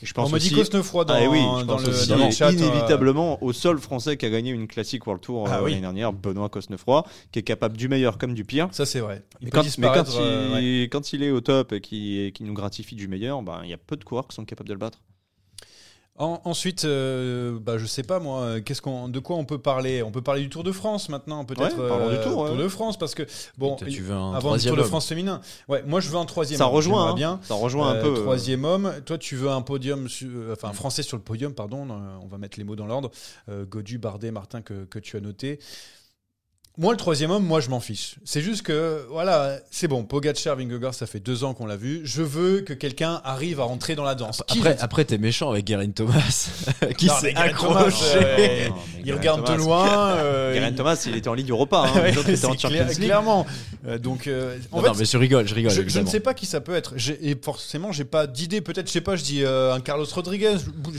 [SPEAKER 3] Et je pense
[SPEAKER 2] On m'a dit
[SPEAKER 3] aussi-
[SPEAKER 2] Cosnefroid dans,
[SPEAKER 3] ah, et oui,
[SPEAKER 2] dans
[SPEAKER 3] je pense
[SPEAKER 2] le,
[SPEAKER 3] aussi
[SPEAKER 2] dans le chat. euh,
[SPEAKER 3] inévitablement au seul français qui a gagné une classique World Tour
[SPEAKER 2] Ah
[SPEAKER 3] euh,
[SPEAKER 2] oui.
[SPEAKER 3] l'année dernière, Benoît Cosnefroid, qui est capable du meilleur comme du pire.
[SPEAKER 2] ça c'est vrai. Il
[SPEAKER 3] Mais
[SPEAKER 2] peut
[SPEAKER 3] quand, mais quand
[SPEAKER 2] disparaître,
[SPEAKER 3] il,
[SPEAKER 2] euh, ouais.
[SPEAKER 3] quand il est au top et qui nous gratifie du meilleur, ben, il y a peu de coureurs qui sont capables de le battre.
[SPEAKER 2] En- ensuite, euh, bah, je sais pas moi, euh, qu'est-ce qu'on, de quoi on peut parler On peut parler du Tour de France maintenant, peut-être. euh,
[SPEAKER 3] Ouais, parlons du Tour, ouais.
[SPEAKER 2] de France, parce que bon,
[SPEAKER 4] Peut-être tu veux un
[SPEAKER 2] avant le
[SPEAKER 4] troisième
[SPEAKER 2] Tour de
[SPEAKER 4] homme.
[SPEAKER 2] France féminin. Ouais, moi je veux un troisième.
[SPEAKER 3] Ça
[SPEAKER 2] homme,
[SPEAKER 3] rejoint,
[SPEAKER 2] j'aimerais bien.
[SPEAKER 3] hein. Ça rejoint un
[SPEAKER 2] Euh,
[SPEAKER 3] peu. euh,
[SPEAKER 2] Troisième homme. Toi, tu veux un podium, su- euh, enfin un français sur le podium, pardon. euh, on va mettre les mots dans l'ordre. Euh, Godu, Bardet, Martin, que, que tu as noté. Moi, le troisième homme, moi, je m'en fiche. C'est juste que, voilà, c'est bon. Pogacar, Vingegaard, ça fait deux ans qu'on l'a vu. Je veux que quelqu'un arrive à rentrer dans la danse. Qui
[SPEAKER 4] Après, après t'es méchant avec Guérin Thomas qui
[SPEAKER 2] Non, mais
[SPEAKER 4] s'est
[SPEAKER 2] Geraint Thomas,
[SPEAKER 4] accroché.
[SPEAKER 2] euh,
[SPEAKER 3] Non, mais
[SPEAKER 2] il
[SPEAKER 3] Geraint
[SPEAKER 2] regarde
[SPEAKER 3] Thomas,
[SPEAKER 2] de loin. euh,
[SPEAKER 3] Geraint
[SPEAKER 2] il- Ah
[SPEAKER 3] Thomas, il était en ligne Europa. Hein.
[SPEAKER 2] Ouais,
[SPEAKER 3] Les autres étaient en
[SPEAKER 2] c'est
[SPEAKER 3] Champions
[SPEAKER 2] clair-
[SPEAKER 3] League.
[SPEAKER 2] clairement. Euh, donc, euh, en
[SPEAKER 4] Non,
[SPEAKER 2] fait,
[SPEAKER 4] non, mais je rigole, je rigole.
[SPEAKER 2] je, je ne
[SPEAKER 4] évidemment.
[SPEAKER 2] sais pas qui ça peut être. J'ai- Et forcément, j'ai pas d'idée. Peut-être, je sais pas, je dis euh, un Carlos Rodriguez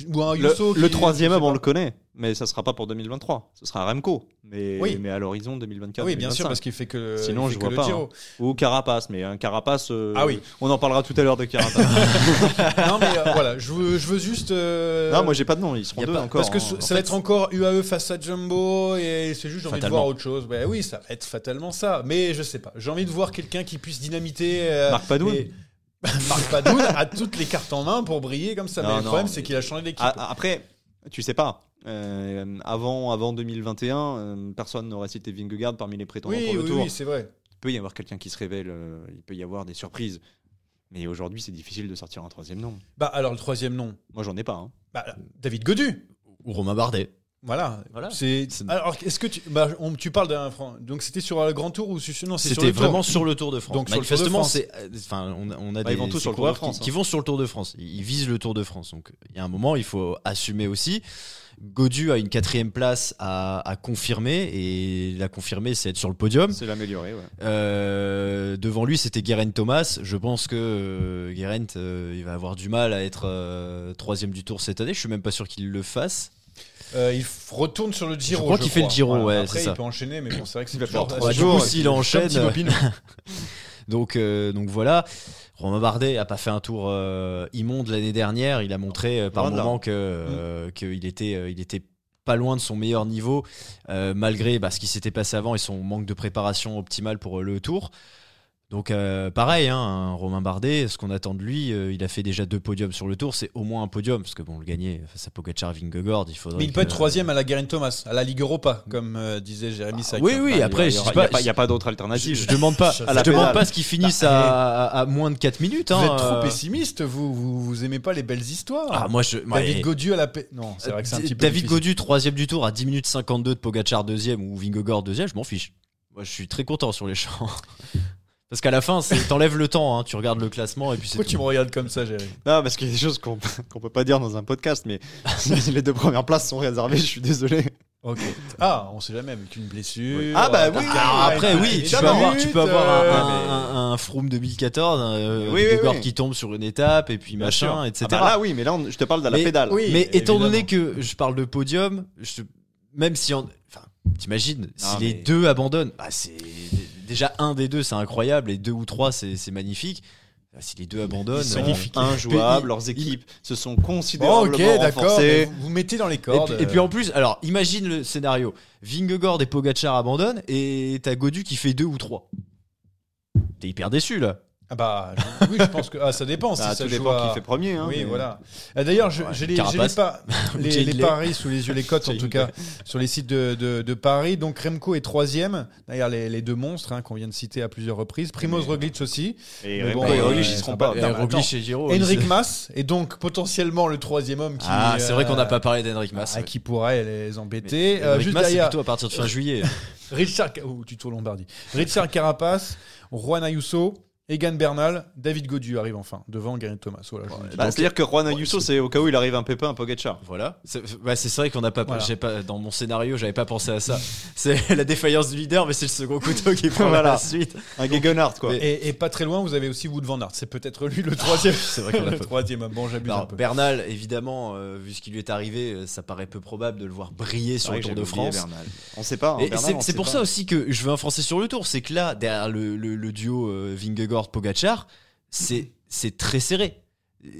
[SPEAKER 2] ou un Yusso.
[SPEAKER 3] Le, le
[SPEAKER 2] qui-
[SPEAKER 3] troisième
[SPEAKER 2] je sais
[SPEAKER 3] homme, on
[SPEAKER 2] pas.
[SPEAKER 3] le connaît, mais ça sera pas pour 2023. Ce sera Remco, mais,
[SPEAKER 2] Oui.
[SPEAKER 3] mais à l'horizon 2024.
[SPEAKER 2] Oui, bien sûr,
[SPEAKER 3] 2025.
[SPEAKER 2] parce qu'il fait que.
[SPEAKER 3] Sinon,
[SPEAKER 2] il fait
[SPEAKER 3] je
[SPEAKER 2] que
[SPEAKER 3] vois
[SPEAKER 2] le
[SPEAKER 3] pas,
[SPEAKER 2] Giro.
[SPEAKER 3] Ou Carapace, mais un Carapace. euh,
[SPEAKER 2] Ah oui.
[SPEAKER 3] On en parlera tout à l'heure de Carapace.
[SPEAKER 2] non, mais euh, voilà, je veux, je veux juste. euh,
[SPEAKER 3] hein. non, moi j'ai pas de nom. Ils seront
[SPEAKER 4] Y a
[SPEAKER 3] deux
[SPEAKER 4] pas-
[SPEAKER 3] encore.
[SPEAKER 2] Parce que
[SPEAKER 3] hein,
[SPEAKER 2] ce-
[SPEAKER 3] en
[SPEAKER 2] ça
[SPEAKER 3] fait.
[SPEAKER 2] va être encore UAE face à Jumbo et c'est juste j'ai envie de
[SPEAKER 4] Fatalement.
[SPEAKER 2] voir autre chose. Bah oui, ça va être fatalement ça. Mais je sais pas. J'ai envie de voir quelqu'un qui puisse dynamiter. euh,
[SPEAKER 3] Marc Padoun
[SPEAKER 2] et- Marc Padoun a toutes les cartes en main pour briller comme ça.
[SPEAKER 3] Non,
[SPEAKER 2] mais le
[SPEAKER 3] non,
[SPEAKER 2] problème,
[SPEAKER 3] mais-
[SPEAKER 2] c'est qu'il a changé d'équipe.
[SPEAKER 3] Ah, ah, Après, tu sais pas. Euh, avant, avant 2021, euh, personne n'aurait cité Vingegaard parmi les prétendants
[SPEAKER 2] Oui,
[SPEAKER 3] pour le
[SPEAKER 2] oui,
[SPEAKER 3] Tour.
[SPEAKER 2] oui, c'est vrai.
[SPEAKER 3] Il peut y avoir quelqu'un qui se révèle, euh, il peut y avoir des surprises. Mais aujourd'hui, c'est difficile de sortir un troisième nom.
[SPEAKER 2] Bah alors le troisième nom,
[SPEAKER 3] Moi, j'en ai pas. hein.
[SPEAKER 2] bah, David Godu.
[SPEAKER 4] Ou Romain Bardet.
[SPEAKER 2] Voilà.
[SPEAKER 4] Voilà.
[SPEAKER 2] C'est.
[SPEAKER 4] C'est-
[SPEAKER 2] Alors est-ce que tu, bah, on- tu parles d'un franc. Donc c'était sur le Grand Tour ou sur non c'est sur
[SPEAKER 4] C'était
[SPEAKER 2] le Tour.
[SPEAKER 4] vraiment sur le Tour de France.
[SPEAKER 2] Donc, sur le Tour de
[SPEAKER 4] Manifestement,
[SPEAKER 2] France.
[SPEAKER 4] c'est, euh, enfin, on a, on a
[SPEAKER 3] Bah,
[SPEAKER 4] des
[SPEAKER 3] ils vont tous
[SPEAKER 4] ces
[SPEAKER 3] sur le Tour de
[SPEAKER 4] coureurs qui-
[SPEAKER 3] France,
[SPEAKER 4] qui,
[SPEAKER 3] hein.
[SPEAKER 4] vont sur le Tour de France. Ils, ils visent le Tour de France. Donc, il y a un moment, il faut assumer aussi. Godu a une quatrième place à, à confirmer et la confirmer, c'est être sur le podium.
[SPEAKER 3] C'est l'améliorer, ouais.
[SPEAKER 4] Euh, devant lui, c'était Geraint Thomas. Je pense que euh, Geraint, euh, il va avoir du mal à être euh, troisième du Tour cette année. Je suis même pas sûr qu'il le fasse.
[SPEAKER 2] Euh, il f- retourne sur le Giro.
[SPEAKER 4] Je crois qu'il fait le Giro, ouais,
[SPEAKER 2] Après,
[SPEAKER 4] c'est
[SPEAKER 2] il
[SPEAKER 4] ça.
[SPEAKER 2] peut enchaîner, mais bon, c'est vrai que c'est
[SPEAKER 3] va
[SPEAKER 2] toujours
[SPEAKER 3] faire
[SPEAKER 4] Bah,
[SPEAKER 3] trois
[SPEAKER 2] assez
[SPEAKER 4] du
[SPEAKER 3] jours,
[SPEAKER 2] chaud,
[SPEAKER 4] coup,
[SPEAKER 2] et
[SPEAKER 4] s'il
[SPEAKER 2] puis,
[SPEAKER 4] enchaîne,
[SPEAKER 2] c'est un petit Bobino.
[SPEAKER 4] donc, euh, donc voilà. Romain Bardet a pas fait un tour euh, immonde l'année dernière. Il a montré euh, par
[SPEAKER 3] Loin de là. Mm.
[SPEAKER 4] moments que euh, qu'il était euh, il était pas loin de son meilleur niveau euh, malgré bah, ce qui s'était passé avant et son manque de préparation optimale pour euh, le tour. Donc euh, pareil, hein, un Romain Bardet, ce qu'on attend de lui, euh, il a fait déjà deux podiums sur le tour, c'est au moins un podium, parce que bon, le gagner face à Pogacar, Vingegaard, il faudrait.
[SPEAKER 2] Mais il peut
[SPEAKER 4] que-
[SPEAKER 2] être troisième à la Guerin Thomas, à la Ligue Europa, comme euh, disait Jérémy
[SPEAKER 4] Ah,
[SPEAKER 2] Sac.
[SPEAKER 4] oui, oui. après,
[SPEAKER 3] il
[SPEAKER 4] je
[SPEAKER 3] n'y
[SPEAKER 4] dis
[SPEAKER 3] a,
[SPEAKER 4] pas-
[SPEAKER 3] pas- il y a pas d'autre
[SPEAKER 4] Je,
[SPEAKER 3] alternative.
[SPEAKER 4] Ah, je demande pas,
[SPEAKER 2] Ça Bah,
[SPEAKER 4] je
[SPEAKER 3] fait
[SPEAKER 4] demande
[SPEAKER 3] mal.
[SPEAKER 4] pas ce qu'ils finissent à, à- à moins de 4 minutes.
[SPEAKER 2] Vous
[SPEAKER 4] hein,
[SPEAKER 2] êtes trop
[SPEAKER 4] euh.
[SPEAKER 2] pessimiste, vous, vous, vous aimez pas les belles histoires.
[SPEAKER 4] Ah, moi, je, moi,
[SPEAKER 2] David
[SPEAKER 4] eh,
[SPEAKER 2] Godieu à la paix. Non, c'est vrai que c'est un petit peu.
[SPEAKER 4] Euh, David
[SPEAKER 2] difficile.
[SPEAKER 4] Godu, troisième du tour, à 10 minutes 52 de Pogachar deuxième ou Vingegaard deuxième, je m'en fiche. Moi, je suis très content sur les champs. Parce qu'à la fin, c'est- t'enlèves le temps, hein, tu regardes le classement et puis c'est
[SPEAKER 2] Pourquoi tu me
[SPEAKER 4] tout.
[SPEAKER 2] regardes comme ça, Jérémy
[SPEAKER 3] Non, parce qu'il y a des choses qu'on qu'on peut pas dire dans un podcast, mais les deux premières places sont réservées, je suis désolé.
[SPEAKER 2] Ok. Ah, on sait jamais, avec une blessure.
[SPEAKER 3] Ah, bah oui.
[SPEAKER 4] Ah, après, oui, tu peux avoir, tu peux avoir un,
[SPEAKER 2] euh,
[SPEAKER 4] un- un- un Froome 2014, euh,
[SPEAKER 3] Oui, oui,
[SPEAKER 4] Vingegaard
[SPEAKER 3] oui.
[SPEAKER 4] qui tombe sur une étape et puis machin, etc.
[SPEAKER 3] Ah bah là, oui, mais là, on- je te parle de la
[SPEAKER 4] mais,
[SPEAKER 3] pédale.
[SPEAKER 2] oui.
[SPEAKER 4] mais étant
[SPEAKER 2] évidemment.
[SPEAKER 4] donné que je parle de podium, je- même si on. Enfin, t'imagines, si
[SPEAKER 3] Non,
[SPEAKER 4] les
[SPEAKER 3] mais-
[SPEAKER 4] deux abandonnent, bah, c'est. Déjà, un des deux, c'est incroyable, et deux ou trois, c'est c'est magnifique. Bah, si les deux abandonnent.
[SPEAKER 3] Ils sont
[SPEAKER 4] euh,
[SPEAKER 3] injouables,
[SPEAKER 4] Ils-
[SPEAKER 3] leurs équipes se sont
[SPEAKER 2] Bon,
[SPEAKER 4] Oh,
[SPEAKER 3] considérablement
[SPEAKER 2] ok, d'accord. mais
[SPEAKER 3] renforcées.
[SPEAKER 2] Vous, vous mettez dans les
[SPEAKER 4] Et
[SPEAKER 2] cordes.
[SPEAKER 4] puis, et puis en plus, alors imagine le scénario. Vingegaard et Pogachar abandonnent et t'as Godu qui fait deux ou trois. T'es hyper déçu là.
[SPEAKER 2] Ah bah je- oui, je pense que ah, ça
[SPEAKER 4] Bah,
[SPEAKER 2] dépend.
[SPEAKER 3] Ah,
[SPEAKER 2] si ça
[SPEAKER 3] tout
[SPEAKER 2] joue
[SPEAKER 3] dépend
[SPEAKER 2] à-
[SPEAKER 3] qui fait premier. hein,
[SPEAKER 2] oui,
[SPEAKER 3] mais-
[SPEAKER 2] voilà.
[SPEAKER 4] euh,
[SPEAKER 2] Ah, D'ailleurs, je- j'ai les, j'ai les,
[SPEAKER 4] Carapace.
[SPEAKER 2] pas- les-
[SPEAKER 4] Jay
[SPEAKER 2] les
[SPEAKER 4] Hindley.
[SPEAKER 2] paris sous les yeux, les cotes en
[SPEAKER 3] Jay
[SPEAKER 2] tout cas, sur les sites de, de- de Paris. Donc Remco est troisième, derrière les, les deux monstres hein, qu'on vient de citer à plusieurs reprises.
[SPEAKER 4] euh,
[SPEAKER 2] Primoz Roglic aussi.
[SPEAKER 3] Et
[SPEAKER 2] Mais bon,
[SPEAKER 3] Remco et
[SPEAKER 2] euh,
[SPEAKER 3] Roglic,
[SPEAKER 2] ouais,
[SPEAKER 3] ils seront
[SPEAKER 2] ça
[SPEAKER 3] pas.
[SPEAKER 2] va pas-
[SPEAKER 3] Putain,
[SPEAKER 2] mais attends.
[SPEAKER 4] Roglic et Giro, ils-
[SPEAKER 2] Henrik Mas est donc potentiellement le troisième homme qui.
[SPEAKER 4] Ah, c'est vrai qu'on n'a
[SPEAKER 2] euh,
[SPEAKER 4] pas parlé d'Henrik Mas.
[SPEAKER 2] ah,
[SPEAKER 4] ouais.
[SPEAKER 2] qui pourrait les embêter.
[SPEAKER 4] Mais
[SPEAKER 2] Euh,
[SPEAKER 4] Henrik
[SPEAKER 2] juste
[SPEAKER 4] Mas, c'est
[SPEAKER 2] derrière,
[SPEAKER 4] plutôt à partir de fin juillet.
[SPEAKER 2] Richard, Ca- oh, tuto Lombardi. Richard Carapace, Juan Ayuso, Egan Bernal, David Godu arrive enfin devant Gary Thomas. Voilà, je vous le dis.
[SPEAKER 3] Bah, C'est-à-dire que Juan Ayuso, c'est au cas où il arrive un pépin à Pogacar.
[SPEAKER 4] Voilà. C'est bah, c'est vrai qu'on n'a pas,
[SPEAKER 2] Voilà.
[SPEAKER 4] j'ai pas. Dans mon scénario, j'avais pas pensé à ça. C'est la défaillance du leader, mais c'est le second couteau qui prend
[SPEAKER 3] Voilà.
[SPEAKER 4] la suite.
[SPEAKER 3] Un Gegenhardt, quoi.
[SPEAKER 4] Mais-
[SPEAKER 2] Et, et pas très loin, vous avez aussi Wood Van Aert. C'est peut-être lui le troisième.
[SPEAKER 4] C'est vrai qu'on l'a
[SPEAKER 2] le
[SPEAKER 4] pas-
[SPEAKER 2] troisième. homme. Bon, j'abuse
[SPEAKER 4] Non,
[SPEAKER 2] un peu.
[SPEAKER 4] Bernal, évidemment, euh, vu ce qui lui est arrivé, euh, ça paraît peu probable de le voir briller sur
[SPEAKER 3] C'est vrai
[SPEAKER 4] le
[SPEAKER 3] que
[SPEAKER 4] Tour
[SPEAKER 3] j'avais
[SPEAKER 4] de
[SPEAKER 3] Ah, oublié
[SPEAKER 4] France.
[SPEAKER 3] Bernal. On sait pas. hein,
[SPEAKER 4] Et
[SPEAKER 3] Bernal,
[SPEAKER 4] c'est-
[SPEAKER 3] on
[SPEAKER 4] c'est
[SPEAKER 3] sait
[SPEAKER 4] pour
[SPEAKER 3] pas.
[SPEAKER 4] ça aussi que je veux un Français sur le tour. C'est que là, derrière le, le- le duo euh, Vingegaard-Pogachar, c'est c'est très serré.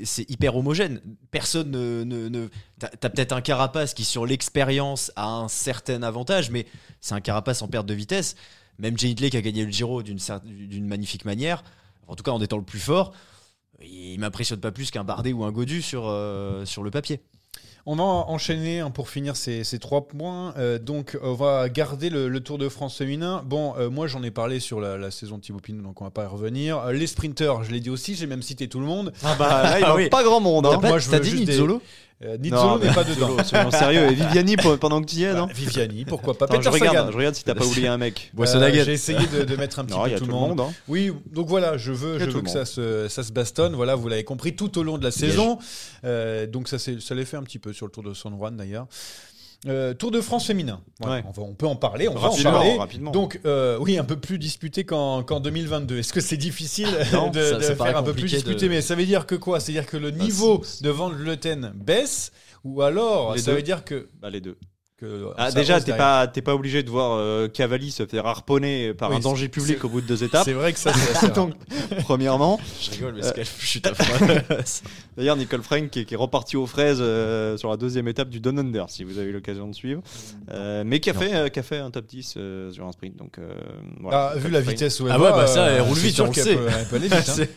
[SPEAKER 4] C'est hyper homogène. Personne ne. ne- ne- T'as t'as peut-être un carapace qui, sur l'expérience, a un certain avantage, mais c'est un carapace en perte de vitesse. Même Jay Hindley qui a gagné le Giro d'une cer- d'une magnifique manière, en tout cas en étant le plus fort, il m'impressionne pas plus qu'un Bardet ou un Godu sur, euh, sur le papier.
[SPEAKER 2] On va enchaîner hein, pour finir ces, ces trois points. Euh, donc, on va garder le, le Tour de France féminin. Bon, euh, moi, j'en ai parlé sur la, la saison Thibaut Pinot, donc on va pas y revenir. Euh, les sprinters, je l'ai dit aussi. J'ai même cité tout le monde.
[SPEAKER 3] Ah bah là, il
[SPEAKER 4] Ah
[SPEAKER 3] manque
[SPEAKER 4] oui.
[SPEAKER 3] pas grand monde.
[SPEAKER 2] T'as
[SPEAKER 3] Hein.
[SPEAKER 2] pas- moi, je
[SPEAKER 4] T'as
[SPEAKER 2] veux
[SPEAKER 4] dit
[SPEAKER 2] juste des-
[SPEAKER 4] Nizzolo
[SPEAKER 2] Euh, Nizzolo n'est
[SPEAKER 3] mais
[SPEAKER 2] pas dedans.
[SPEAKER 3] Soyons sérieux. Et Viviani pour- pendant que tu y es, non
[SPEAKER 2] Bah, Viviani, pourquoi pas
[SPEAKER 3] Attends, je,
[SPEAKER 2] Peter Sagan.
[SPEAKER 3] regarde, je regarde si t'as pas oublié un mec.
[SPEAKER 4] Boissonaguen.
[SPEAKER 2] Euh, J'ai essayé de, de mettre un petit
[SPEAKER 3] Non,
[SPEAKER 2] peu
[SPEAKER 3] il y a
[SPEAKER 2] tout le monde.
[SPEAKER 3] hein.
[SPEAKER 2] Oui, donc voilà, je veux,
[SPEAKER 3] Il y
[SPEAKER 2] je
[SPEAKER 3] a
[SPEAKER 2] veux
[SPEAKER 3] tout
[SPEAKER 2] que
[SPEAKER 3] le
[SPEAKER 2] ça
[SPEAKER 3] monde.
[SPEAKER 2] se, ça se bastonne. Voilà, vous l'avez compris tout au long de la saison. Euh, donc ça, c'est- ça l'est fait un petit peu sur le Tour de San Juan d'ailleurs. Euh, Tour de France féminin. Voilà,
[SPEAKER 3] Ouais.
[SPEAKER 2] on, va- on peut en parler, on
[SPEAKER 3] Rapidement,
[SPEAKER 2] va en parler.
[SPEAKER 3] rapidement.
[SPEAKER 2] Donc euh, oui, un peu plus disputé qu'en qu'en 2022. Est-ce que c'est difficile
[SPEAKER 4] Ah, Non,
[SPEAKER 2] de,
[SPEAKER 4] ça-
[SPEAKER 2] de
[SPEAKER 4] ça paraît
[SPEAKER 2] faire un peu plus
[SPEAKER 4] compliqué de- Bah,
[SPEAKER 2] disputé Mais ça veut dire que quoi C'est-à-dire que le niveau de Van Vleuten baisse ou alors
[SPEAKER 3] Les
[SPEAKER 2] ça
[SPEAKER 3] deux.
[SPEAKER 2] veut dire que...
[SPEAKER 3] Bah, les deux.
[SPEAKER 2] que
[SPEAKER 3] Ah,
[SPEAKER 2] ça
[SPEAKER 3] déjà,
[SPEAKER 2] hausse
[SPEAKER 3] t'es
[SPEAKER 2] derrière.
[SPEAKER 3] pas, t'es pas obligé de voir euh, Cavalli se faire harponner par
[SPEAKER 2] Oui,
[SPEAKER 3] un danger public au bout de deux étapes.
[SPEAKER 2] C'est vrai que ça, c'est assez rare.
[SPEAKER 3] Donc, premièrement.
[SPEAKER 4] Je rigole, mais
[SPEAKER 3] c'est
[SPEAKER 4] je suis affreux.
[SPEAKER 3] D'ailleurs, Nicole Frank qui est, qui est reparti aux fraises euh, sur la deuxième étape du Down Under, si vous avez eu l'occasion de suivre. Euh, mais qui a,
[SPEAKER 4] Non.
[SPEAKER 3] fait, euh, qui a fait un top 10 euh, sur un sprint. Donc, euh, voilà.
[SPEAKER 2] Ah, vu
[SPEAKER 3] Nicole
[SPEAKER 2] la
[SPEAKER 3] Frank.
[SPEAKER 2] vitesse où
[SPEAKER 4] Ah
[SPEAKER 2] elle
[SPEAKER 4] ouais,
[SPEAKER 2] va,
[SPEAKER 4] bah ça, elle
[SPEAKER 2] euh,
[SPEAKER 4] roule
[SPEAKER 2] c'est
[SPEAKER 4] vite,
[SPEAKER 2] sûr
[SPEAKER 4] on le
[SPEAKER 2] qu'elle
[SPEAKER 4] sait.
[SPEAKER 2] peut- elle peut aller vite, hein.
[SPEAKER 4] C'est-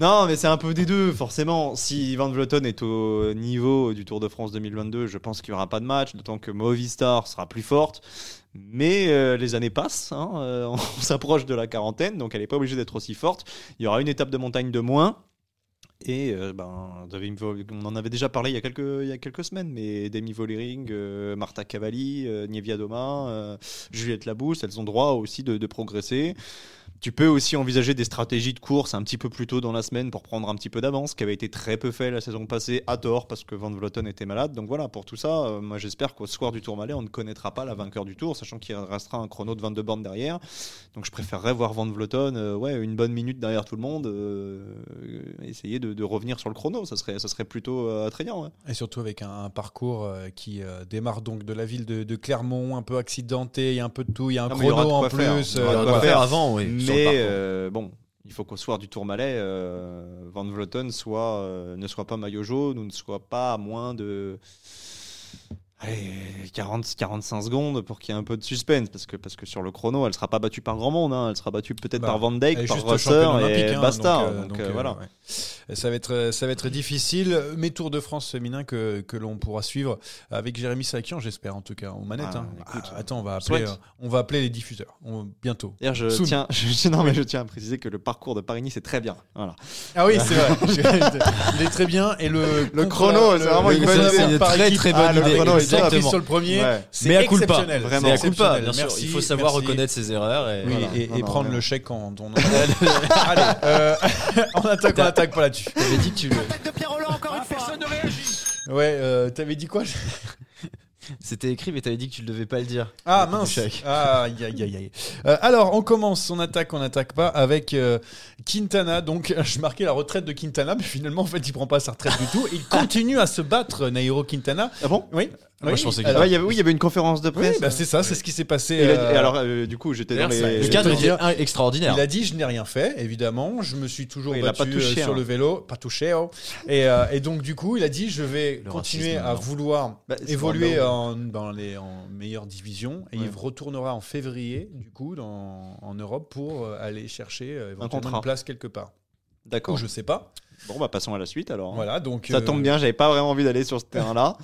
[SPEAKER 3] Non, mais c'est un peu des deux, forcément. Si Van Vleuten est au niveau du Tour de France 2022, je pense qu'il n'y aura pas de match, d'autant que Movistar sera plus forte. Mais euh, les années passent, hein, euh, on s'approche de la quarantaine, donc elle n'est pas obligée d'être aussi forte. Il y aura une étape de montagne de moins. Et euh, ben, Demi Vol- on en avait déjà parlé il y a quelques, il y a quelques semaines, mais Demi Vollering, euh, Marta Cavalli, euh, Nievia Doma, euh, Juliette Labousse, elles ont droit aussi de, de progresser. Tu peux aussi envisager des stratégies de course un petit peu plus tôt dans la semaine pour prendre un petit peu d'avance, qui avait été très peu fait la saison passée, à tort, parce que Van Vleuten était malade. Donc voilà, pour tout ça, euh, moi j'espère qu'au soir du Tourmalet, on ne connaîtra pas la vainqueur du Tour, sachant qu'il restera un chrono de 22 bornes derrière. Donc je préférerais voir Van Vleuten euh, ouais, une bonne minute derrière tout le monde, euh, euh, essayer de, de revenir sur le chrono, ça serait, ça serait plutôt euh, attrayant. ouais.
[SPEAKER 2] Et surtout avec un, un parcours euh, qui euh, démarre donc de la ville de, de Clermont, un peu accidenté, il y a un peu de tout, il y a un
[SPEAKER 3] Non, Ah, mais il y aura
[SPEAKER 2] chrono
[SPEAKER 3] de
[SPEAKER 2] en
[SPEAKER 3] quoi faire.
[SPEAKER 2] plus.
[SPEAKER 3] Il y aura de
[SPEAKER 2] euh,
[SPEAKER 3] quoi
[SPEAKER 4] va
[SPEAKER 2] voilà.
[SPEAKER 3] faire.
[SPEAKER 4] faire avant, oui. sur le
[SPEAKER 3] Mais
[SPEAKER 4] parcours.
[SPEAKER 3] euh, bon, il faut qu'au soir du Tourmalet, euh, Van Vleuten soit, euh, ne soit pas maillot jaune ou ne soit pas à moins de allez, 40, 45 secondes pour qu'il y ait un peu de suspense. Parce que, parce que sur le chrono, elle sera pas battue par grand monde. hein. elle sera battue peut-être
[SPEAKER 2] Bah,
[SPEAKER 3] par Van
[SPEAKER 2] Elle est
[SPEAKER 3] Dyke, par
[SPEAKER 2] juste championne
[SPEAKER 3] Rosser
[SPEAKER 2] olympique,
[SPEAKER 3] et
[SPEAKER 2] hein,
[SPEAKER 3] basta.
[SPEAKER 2] donc, euh,
[SPEAKER 3] Donc,
[SPEAKER 2] donc,
[SPEAKER 3] euh,
[SPEAKER 2] euh,
[SPEAKER 3] voilà.
[SPEAKER 2] ouais. Ça va être, euh, ça va être difficile, mais Tour de France féminin que, que l'on pourra suivre avec Jérémy Sakian, j'espère en tout cas, aux manettes.
[SPEAKER 3] Ah,
[SPEAKER 2] hein.
[SPEAKER 3] écoute,
[SPEAKER 2] Ah, attends, on va
[SPEAKER 3] souhaite.
[SPEAKER 2] appeler, euh, on va appeler les diffuseurs on- bientôt.
[SPEAKER 3] D'ailleurs, je
[SPEAKER 2] Soum.
[SPEAKER 3] tiens, je- non, mais je tiens à préciser que le parcours de Paris-Nice est très bien. Voilà.
[SPEAKER 2] Ah oui, c'est vrai. Il est très bien et le, euh,
[SPEAKER 3] Le chrono, c'est vraiment une
[SPEAKER 2] le
[SPEAKER 3] bonne
[SPEAKER 2] chrono
[SPEAKER 3] idée.
[SPEAKER 4] C'est une
[SPEAKER 2] par
[SPEAKER 4] très,
[SPEAKER 2] équipe.
[SPEAKER 4] très bonne
[SPEAKER 2] Ah, le
[SPEAKER 4] idée,
[SPEAKER 2] chrono est sorti
[SPEAKER 4] exactement.
[SPEAKER 2] sur le premier.
[SPEAKER 3] Ouais.
[SPEAKER 2] C'est
[SPEAKER 4] Mais à culpa,
[SPEAKER 2] exceptionnel,
[SPEAKER 3] vraiment.
[SPEAKER 2] c'est
[SPEAKER 4] Mais à coup pas,
[SPEAKER 2] exceptionnel.
[SPEAKER 4] bien sûr.
[SPEAKER 2] Merci,
[SPEAKER 4] Il faut savoir
[SPEAKER 2] merci.
[SPEAKER 4] reconnaître ses erreurs. Et...
[SPEAKER 2] Oui,
[SPEAKER 3] Voilà.
[SPEAKER 2] et,
[SPEAKER 3] Non,
[SPEAKER 2] et
[SPEAKER 3] non,
[SPEAKER 2] prendre
[SPEAKER 3] vraiment.
[SPEAKER 2] le chèque quand on en a. Allez, euh, on attaque, on attaque pour là-dessus.
[SPEAKER 4] T'avais dit que tu le-
[SPEAKER 2] Ouais, euh, t'avais dit quoi
[SPEAKER 4] C'était écrit, mais t'avais dit que tu ne devais pas le dire.
[SPEAKER 2] Ah
[SPEAKER 4] Le
[SPEAKER 2] mince
[SPEAKER 4] chèque.
[SPEAKER 2] Ah, aïe, aïe, aïe, aïe. Euh, Alors, on commence, on attaque, on n'attaque pas avec euh, Quintana. Donc, je marquais la retraite de Quintana, mais finalement, en fait, il prend pas sa retraite du tout. Il continue à se battre, Nairo Quintana.
[SPEAKER 3] Ah bon Ah
[SPEAKER 2] Oui
[SPEAKER 4] Moi, je pensais que-
[SPEAKER 2] alors,
[SPEAKER 3] Ouais, il y avait- Oui, il y avait une conférence de
[SPEAKER 2] oui,
[SPEAKER 3] presse.
[SPEAKER 2] bah, c'est ça, c'est ce qui s'est passé.
[SPEAKER 3] Et il a dit-
[SPEAKER 2] euh,
[SPEAKER 3] et alors, euh, du coup, j'étais dans
[SPEAKER 4] D'ailleurs, ça-
[SPEAKER 3] les.
[SPEAKER 4] Le
[SPEAKER 2] je
[SPEAKER 4] cadre
[SPEAKER 2] peux
[SPEAKER 4] était
[SPEAKER 2] dire-
[SPEAKER 4] un- extraordinaire.
[SPEAKER 2] Il a dit je n'ai rien fait, évidemment. Je me suis toujours
[SPEAKER 3] Oui, il a
[SPEAKER 2] battu
[SPEAKER 3] pas touché,
[SPEAKER 2] euh, sur
[SPEAKER 3] hein.
[SPEAKER 2] le vélo, pas touché. oh. Et, euh, et donc du coup, il a dit je vais
[SPEAKER 4] Le
[SPEAKER 2] continuer
[SPEAKER 4] racisme,
[SPEAKER 2] à
[SPEAKER 4] non.
[SPEAKER 2] vouloir
[SPEAKER 3] Bah, c'est
[SPEAKER 2] évoluer
[SPEAKER 3] Brandon.
[SPEAKER 2] en, dans les en meilleures divisions et il
[SPEAKER 3] Ouais.
[SPEAKER 2] retournera en février du coup dans- en Europe pour euh, aller chercher euh, éventuellement
[SPEAKER 3] contrat.
[SPEAKER 2] une place quelque part. Ou
[SPEAKER 3] D'accord.
[SPEAKER 2] je sais pas.
[SPEAKER 3] Bon, bah passons à la suite alors.
[SPEAKER 2] Voilà donc
[SPEAKER 3] Ça
[SPEAKER 2] euh,
[SPEAKER 3] tombe bien, j'avais pas vraiment envie d'aller sur ce terrain-là.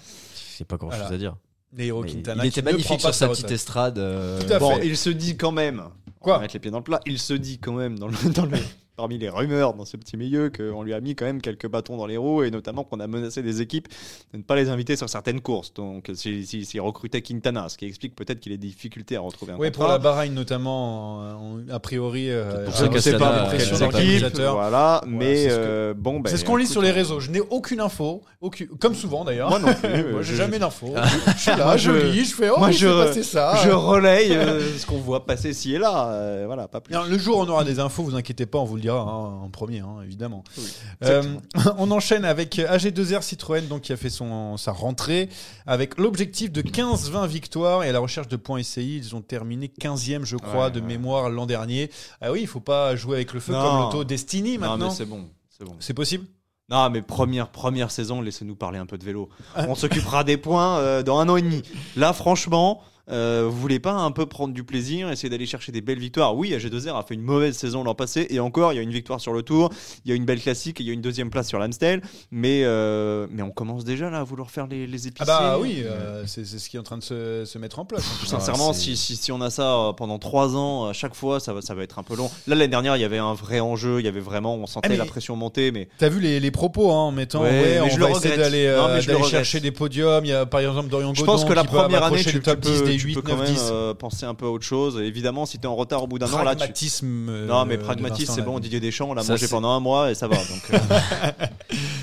[SPEAKER 4] C'est pas grand chose
[SPEAKER 2] Voilà.
[SPEAKER 4] à dire.
[SPEAKER 2] Nairo
[SPEAKER 4] Mais
[SPEAKER 2] Quintana.
[SPEAKER 4] il
[SPEAKER 2] qui
[SPEAKER 4] était
[SPEAKER 2] ne prend
[SPEAKER 4] magnifique
[SPEAKER 2] pas
[SPEAKER 4] sur sa
[SPEAKER 2] retraite.
[SPEAKER 4] petite estrade. euh,
[SPEAKER 2] Tout à
[SPEAKER 3] Bon,
[SPEAKER 2] fait.
[SPEAKER 3] il se dit quand même. on va
[SPEAKER 2] Quoi
[SPEAKER 3] mettre les pieds dans le plat. Il se dit quand même dans le, dans le- parmi les rumeurs dans ce petit milieu qu'on lui a mis quand même quelques bâtons dans les roues et notamment qu'on a menacé des équipes de ne pas les inviter sur certaines courses. Donc s'il si, s'il recrutait Quintana, ce qui explique peut-être qu'il ait des difficultés à retrouver un
[SPEAKER 2] Oui, pour
[SPEAKER 3] contrat.
[SPEAKER 2] la Bahreïn notamment, euh, on- a priori. euh,
[SPEAKER 4] pour
[SPEAKER 2] euh,
[SPEAKER 4] ça
[SPEAKER 2] on
[SPEAKER 4] que
[SPEAKER 2] sait
[SPEAKER 4] Astana,
[SPEAKER 2] pas
[SPEAKER 4] euh,
[SPEAKER 2] les pressions
[SPEAKER 4] c'est
[SPEAKER 2] de
[SPEAKER 4] pas
[SPEAKER 2] l'organisateur.
[SPEAKER 3] Voilà, mais
[SPEAKER 2] c'est ce que-
[SPEAKER 3] euh, bon, ben,
[SPEAKER 2] C'est ce qu'on lit
[SPEAKER 3] écoute,
[SPEAKER 2] sur les réseaux. Je n'ai aucune info, aucune- comme souvent d'ailleurs.
[SPEAKER 3] Moi non plus. euh,
[SPEAKER 2] Moi, j'ai
[SPEAKER 3] je-
[SPEAKER 2] jamais d'infos. Je suis là,
[SPEAKER 3] Moi,
[SPEAKER 2] je
[SPEAKER 3] je-
[SPEAKER 2] lis, je fais oh,
[SPEAKER 3] moi,
[SPEAKER 2] il
[SPEAKER 3] je-
[SPEAKER 2] s'est passé ça.
[SPEAKER 3] Je relaye euh, ce qu'on voit passer ci et là. euh, voilà, pas plus.
[SPEAKER 2] Non, le jour où on aura des infos, vous inquiétez pas, on vous le dira hein, en premier, hein, évidemment.
[SPEAKER 3] Oui,
[SPEAKER 2] Euh, on enchaîne avec euh, AG2R Citroën, donc qui a fait son, sa rentrée avec l'objectif de 15-20 victoires et à la recherche de points SCI. Ils ont terminé 15e, je crois,
[SPEAKER 3] Ouais,
[SPEAKER 2] de
[SPEAKER 3] ouais.
[SPEAKER 2] mémoire l'an dernier. Ah oui, il faut pas jouer avec le feu
[SPEAKER 3] Non.
[SPEAKER 2] comme l'auto Destiny
[SPEAKER 3] Non, mais
[SPEAKER 2] maintenant.
[SPEAKER 3] c'est bon. C'est bon.
[SPEAKER 2] C'est possible
[SPEAKER 3] Non, mais première, première saison, laissez-nous parler un peu de vélo.
[SPEAKER 2] Ah.
[SPEAKER 3] On s'occupera des points euh, dans un an et demi. Là, franchement, euh, vous voulez pas un peu prendre du plaisir, essayer d'aller chercher des belles victoires Oui, AG2R a fait une mauvaise saison l'an passé, et encore, il y a une victoire sur le tour, il y a une belle classique, et il y a une deuxième place sur l'Amstel, mais, euh, mais on commence déjà là à vouloir faire les, les
[SPEAKER 2] Ah
[SPEAKER 3] épiciers.
[SPEAKER 2] bah oui, euh, c'est c'est ce qui est en train de se, se mettre en place.
[SPEAKER 3] Pff, Sincèrement,
[SPEAKER 2] Ah,
[SPEAKER 4] c'est-
[SPEAKER 3] si, si, si on a ça euh, pendant trois ans, à chaque fois, ça va, ça va être un peu long. Là, l'année dernière, il y avait un vrai enjeu, il y avait vraiment, on sentait
[SPEAKER 2] Ah, mais-
[SPEAKER 3] la pression monter, mais
[SPEAKER 2] T'as vu les, les propos hein, en mettant
[SPEAKER 3] Ouais,
[SPEAKER 2] ouais,
[SPEAKER 3] mais
[SPEAKER 2] on
[SPEAKER 3] je
[SPEAKER 2] va
[SPEAKER 3] le
[SPEAKER 2] essayer
[SPEAKER 3] regrette.
[SPEAKER 2] d'aller euh,
[SPEAKER 3] Non, mais je le
[SPEAKER 2] d'aller
[SPEAKER 3] regrette.
[SPEAKER 2] chercher des podiums. Il y a par exemple Dorian Godon
[SPEAKER 3] Je pense que la
[SPEAKER 2] qui peut
[SPEAKER 3] première année,
[SPEAKER 2] approcher
[SPEAKER 3] tu,
[SPEAKER 2] du top
[SPEAKER 3] tu
[SPEAKER 2] 10
[SPEAKER 3] peux,
[SPEAKER 2] des
[SPEAKER 3] tu
[SPEAKER 2] 8,
[SPEAKER 3] peux quand
[SPEAKER 2] 9,
[SPEAKER 3] même
[SPEAKER 2] 10.
[SPEAKER 3] euh, penser un peu à autre chose. Évidemment, si tu es en retard au bout d'un an, là, tu...
[SPEAKER 2] pragmatisme. euh,
[SPEAKER 3] Non, mais
[SPEAKER 2] de
[SPEAKER 3] pragmatisme,
[SPEAKER 2] Vincent
[SPEAKER 3] c'est bon.
[SPEAKER 2] Lacour.
[SPEAKER 3] Didier Deschamps, on l'a
[SPEAKER 4] Ça,
[SPEAKER 3] mangé
[SPEAKER 4] c'est-
[SPEAKER 3] pendant un mois et ça va. Donc, euh,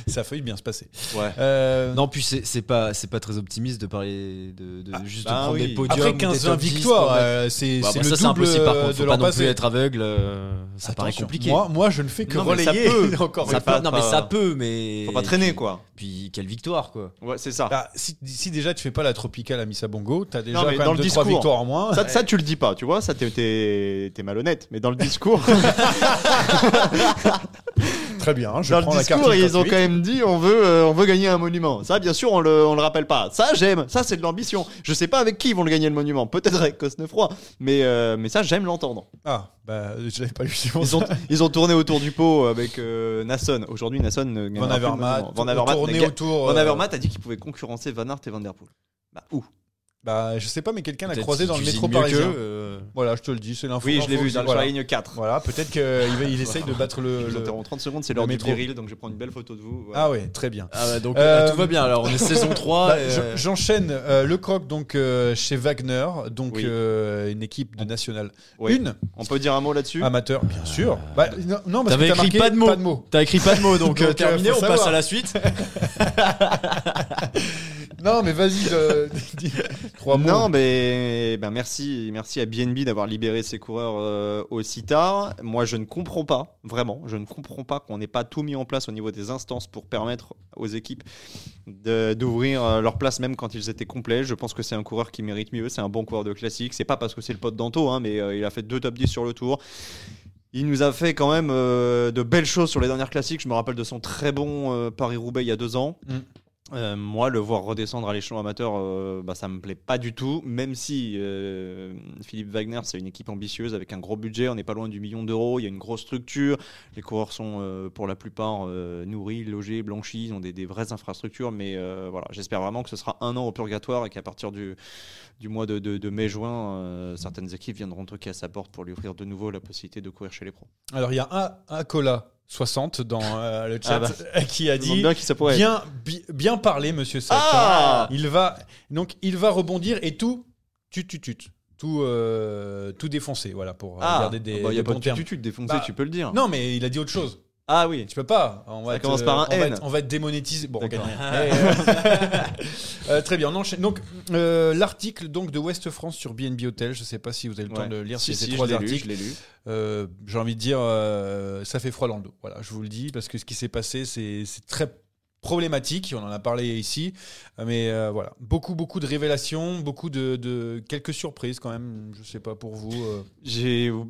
[SPEAKER 2] Ça a failli bien se passer.
[SPEAKER 3] ouais.
[SPEAKER 2] Euh,
[SPEAKER 4] Non, puis c'est c'est pas, c'est pas très optimiste de parler de, de- juste de
[SPEAKER 3] bah
[SPEAKER 4] prendre
[SPEAKER 3] oui.
[SPEAKER 4] des podiums.
[SPEAKER 2] Ah, après
[SPEAKER 4] ou des
[SPEAKER 2] 15-20
[SPEAKER 4] top 10
[SPEAKER 2] victoires,
[SPEAKER 4] pour mettre-
[SPEAKER 2] euh, c'est
[SPEAKER 4] Bah,
[SPEAKER 2] c'est
[SPEAKER 4] bah,
[SPEAKER 2] le
[SPEAKER 4] ça, c'est
[SPEAKER 2] double
[SPEAKER 4] impossible par
[SPEAKER 2] euh,
[SPEAKER 4] contre.
[SPEAKER 2] de
[SPEAKER 4] Faut pas
[SPEAKER 2] l'an
[SPEAKER 4] non plus
[SPEAKER 2] passé.
[SPEAKER 4] être aveugle. euh, ça paraît
[SPEAKER 2] Attention,
[SPEAKER 4] compliqué.
[SPEAKER 2] Moi, moi, je ne fais que
[SPEAKER 3] Non, mais ça
[SPEAKER 2] relayer.
[SPEAKER 3] peut.
[SPEAKER 2] encore
[SPEAKER 3] Ça
[SPEAKER 2] une
[SPEAKER 4] ça
[SPEAKER 2] fois.
[SPEAKER 4] peut,
[SPEAKER 3] pas-
[SPEAKER 4] non, mais
[SPEAKER 3] pas-
[SPEAKER 4] ça peut, mais.
[SPEAKER 3] Faut pas traîner, quoi.
[SPEAKER 4] Puis quelle victoire, quoi.
[SPEAKER 3] Ouais, c'est ça.
[SPEAKER 2] Bah, si, si déjà tu fais pas la tropicale à Missa Bongo, t'as déjà
[SPEAKER 3] Non, mais
[SPEAKER 2] quand
[SPEAKER 3] dans
[SPEAKER 2] même
[SPEAKER 3] le
[SPEAKER 2] 2-3
[SPEAKER 3] discours.
[SPEAKER 2] victoires en moins.
[SPEAKER 3] Ça, ça, tu le dis pas, tu vois, ça, t'es- t'es t'es malhonnête, mais dans le discours,
[SPEAKER 2] Très bien, je
[SPEAKER 3] Dans
[SPEAKER 2] prends
[SPEAKER 3] le
[SPEAKER 2] la
[SPEAKER 3] discours,
[SPEAKER 2] carte.
[SPEAKER 3] ils ont quand
[SPEAKER 2] 58.
[SPEAKER 3] même dit on veut, euh, on veut gagner un monument. Ça, bien sûr, on le, on le rappelle pas. Ça, j'aime. Ça, c'est de l'ambition. Je sais pas avec qui ils vont le gagner le monument. Peut-être avec Cosnefroy, mais euh, mais ça, j'aime l'entendre.
[SPEAKER 2] Ah, bah, je l'avais pas lu. c'est pour
[SPEAKER 3] Ils
[SPEAKER 2] ça.
[SPEAKER 3] ont, ils ont tourné autour du pot avec euh, Nasson. Aujourd'hui, Nasson
[SPEAKER 2] Van
[SPEAKER 3] ne gagnera plus le
[SPEAKER 2] Avermaet,
[SPEAKER 3] monument. Van Avermaet,
[SPEAKER 2] tourné
[SPEAKER 3] ne ga-
[SPEAKER 2] autour.
[SPEAKER 3] Van
[SPEAKER 2] euh,
[SPEAKER 3] Avermaet a dit qu'il pouvait concurrencer Van Aert et Van Der Poel. Bah, où
[SPEAKER 2] Bah, je sais pas, mais quelqu'un l'a
[SPEAKER 4] Peut-être
[SPEAKER 2] croisé
[SPEAKER 4] qu'il
[SPEAKER 2] dans le
[SPEAKER 4] cuisine
[SPEAKER 2] métro
[SPEAKER 4] mieux
[SPEAKER 2] parisien.
[SPEAKER 4] qu'eux, euh,
[SPEAKER 2] Voilà, je te le dis, c'est l'info.
[SPEAKER 3] Oui, je l'ai
[SPEAKER 2] l'info
[SPEAKER 3] vu
[SPEAKER 2] qui-
[SPEAKER 3] dans
[SPEAKER 2] voilà.
[SPEAKER 3] la ligne 4.
[SPEAKER 2] Voilà, peut-être qu'il va- il essaye de battre le.
[SPEAKER 3] Je vous
[SPEAKER 2] le-
[SPEAKER 3] interromps 30 secondes, c'est
[SPEAKER 2] le
[SPEAKER 3] l'heure du
[SPEAKER 2] métro.
[SPEAKER 3] viril, donc je vais prendre une belle photo de vous. Voilà.
[SPEAKER 2] Ah ouais, très bien.
[SPEAKER 4] Ah bah donc
[SPEAKER 2] Euh,
[SPEAKER 4] là, tout va bien alors on est saison
[SPEAKER 3] Ah,
[SPEAKER 4] 3
[SPEAKER 2] Bah,
[SPEAKER 4] et,
[SPEAKER 2] je- J'enchaîne euh, le croc donc euh, chez Wagner, donc
[SPEAKER 3] Oui.
[SPEAKER 2] euh, une équipe de nationale
[SPEAKER 3] Oui. Ah.
[SPEAKER 2] une Ah,
[SPEAKER 3] On peut dire un mot là-dessus
[SPEAKER 2] amateur, bien sûr. Bah, non, non, parce que
[SPEAKER 4] T'avais
[SPEAKER 2] t'as
[SPEAKER 4] écrit
[SPEAKER 2] marqué
[SPEAKER 4] pas de mots.
[SPEAKER 2] Pas de mots.
[SPEAKER 4] T'as écrit pas de mots donc,
[SPEAKER 2] Donc,
[SPEAKER 4] euh, terminé,
[SPEAKER 2] euh,
[SPEAKER 4] on
[SPEAKER 2] faut
[SPEAKER 4] passe
[SPEAKER 2] savoir.
[SPEAKER 4] à la suite.
[SPEAKER 2] Non, mais vas-y, euh, dis- trois mots.
[SPEAKER 3] Non, mais ben merci, merci à BNB d'avoir libéré ses coureurs euh, aussi tard. Moi, je ne comprends pas, vraiment, je ne comprends pas qu'on n'ait pas tout mis en place au niveau des instances pour permettre aux équipes de- d'ouvrir euh, leur place même quand ils étaient complets. Je pense que c'est un coureur qui mérite mieux, c'est un bon coureur de classique. C'est pas parce que c'est le pote d'Anto, hein, mais euh, il a fait deux top 10 sur le tour. Il nous a fait quand même euh, de belles choses sur les dernières classiques. Je me rappelle de son très bon euh, Paris-Roubaix il y a deux ans.
[SPEAKER 2] Mm.
[SPEAKER 3] Euh, moi, le voir redescendre à l'échelon amateur, euh, bah, ça me plaît pas du tout. Même si euh, Philippe Wagner, c'est une équipe ambitieuse avec un gros budget, on n'est pas loin du million d'euros, il y a une grosse structure, les coureurs sont euh, pour la plupart euh, nourris, logés, blanchis, ils ont des, des vraies infrastructures. Mais euh, voilà, j'espère vraiment que ce sera un an au purgatoire et qu'à partir du, du mois de, de- de mai-juin, euh, certaines équipes viendront toquer à sa porte pour lui offrir de nouveau la possibilité de courir chez les pros.
[SPEAKER 2] Alors il y a un, un cola 60 dans euh, le chat
[SPEAKER 3] Ah bah.
[SPEAKER 2] euh, qui a
[SPEAKER 3] Je me demande
[SPEAKER 2] dit
[SPEAKER 3] bien qui ça pourrait être.
[SPEAKER 2] bien, bi- bien parlé Monsieur Sacha.
[SPEAKER 3] Ah
[SPEAKER 2] il va donc il va rebondir et tout tut tut tut tout euh, tout défoncer voilà pour
[SPEAKER 3] Ah,
[SPEAKER 2] regarder des,
[SPEAKER 3] bah, y
[SPEAKER 2] des
[SPEAKER 3] a pas
[SPEAKER 2] bons
[SPEAKER 3] de
[SPEAKER 2] termes.
[SPEAKER 3] tutu défoncé,
[SPEAKER 2] Bah,
[SPEAKER 3] tu peux le dire.
[SPEAKER 2] Non mais il a dit autre chose.
[SPEAKER 3] Ah oui.
[SPEAKER 2] Tu peux pas. On va
[SPEAKER 3] Ça
[SPEAKER 2] être,
[SPEAKER 3] commence par un
[SPEAKER 2] on va
[SPEAKER 3] N.
[SPEAKER 2] être- on va être démonétisé. Bon, on
[SPEAKER 3] D'accord.
[SPEAKER 2] gagne rien. Euh, très bien. On enchaîne. Donc euh, l'article donc de West France sur BNB Hotel. Je sais pas si vous avez le temps
[SPEAKER 3] Ouais.
[SPEAKER 2] de lire
[SPEAKER 3] Si,
[SPEAKER 2] ces
[SPEAKER 3] si,
[SPEAKER 2] trois
[SPEAKER 3] je l'ai lu,
[SPEAKER 2] articles.
[SPEAKER 3] je l'ai lu.
[SPEAKER 2] Euh, J'ai envie de dire, euh, ça fait froid dans le dos. Voilà, je vous le dis parce que ce qui s'est passé, c'est c'est très problématique. On en a parlé ici, Euh, mais euh, voilà, beaucoup beaucoup de révélations, beaucoup de, de- quelques surprises quand même. Je sais pas pour vous. euh.
[SPEAKER 3] J'ai- bon,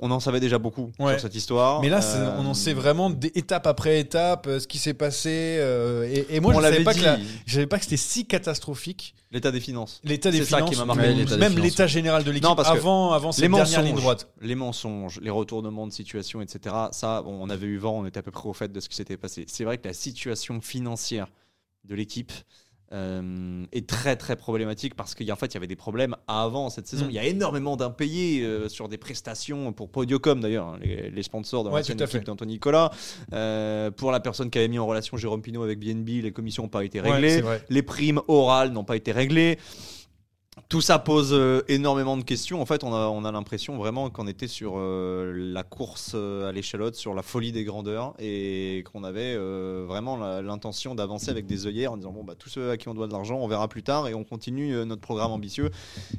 [SPEAKER 3] on en savait déjà beaucoup
[SPEAKER 2] Ouais.
[SPEAKER 3] sur cette histoire.
[SPEAKER 2] Mais là, c'est-
[SPEAKER 3] Euh,
[SPEAKER 2] on en sait vraiment des- étape après étape euh, ce qui s'est passé. euh, et, et moi,
[SPEAKER 3] on
[SPEAKER 2] je savais
[SPEAKER 3] l'avait
[SPEAKER 2] pas
[SPEAKER 3] dit.
[SPEAKER 2] que la- je savais pas que c'était si catastrophique.
[SPEAKER 3] L'état des finances,
[SPEAKER 2] L'état des
[SPEAKER 3] C'est ça
[SPEAKER 2] finances,
[SPEAKER 3] qui m'a marqué,
[SPEAKER 2] même-
[SPEAKER 4] l'état des
[SPEAKER 2] même
[SPEAKER 4] finances.
[SPEAKER 2] l'état général de l'équipe
[SPEAKER 3] Non, parce que
[SPEAKER 2] avant, avant
[SPEAKER 3] les
[SPEAKER 2] cette dernière ligne
[SPEAKER 3] mensonges,
[SPEAKER 2] droite.
[SPEAKER 3] les mensonges, les retournements de situation, etc. Ça, bon, on avait eu vent, on était à peu près au fait de ce qui s'était passé. C'est vrai que la situation financière de l'équipe euh, est très très problématique parce qu'il y a en fait il y avait des problèmes avant cette saison.
[SPEAKER 2] Mm.
[SPEAKER 3] Il y a énormément d'impayés euh, sur des prestations pour Podiocom d'ailleurs, hein, les, les sponsors de
[SPEAKER 2] Ouais,
[SPEAKER 3] l'ancienne
[SPEAKER 2] tout à fait.
[SPEAKER 3] équipe d'Anthony Nicolas. Euh, pour la personne qui avait mis en relation Jérôme Pinault avec BNB, les commissions n'ont pas été
[SPEAKER 2] Ouais,
[SPEAKER 3] réglées
[SPEAKER 2] c'est vrai.
[SPEAKER 3] les primes orales n'ont pas été réglées. Tout ça pose euh, énormément de questions. En fait, on a, on a l'impression vraiment qu'on était sur euh, la course euh, à l'échalote, sur la folie des grandeurs, et qu'on avait euh, vraiment la- l'intention d'avancer avec des œillères en disant bon bah tous ceux à qui on doit de l'argent, on verra plus tard et on continue euh, notre programme ambitieux.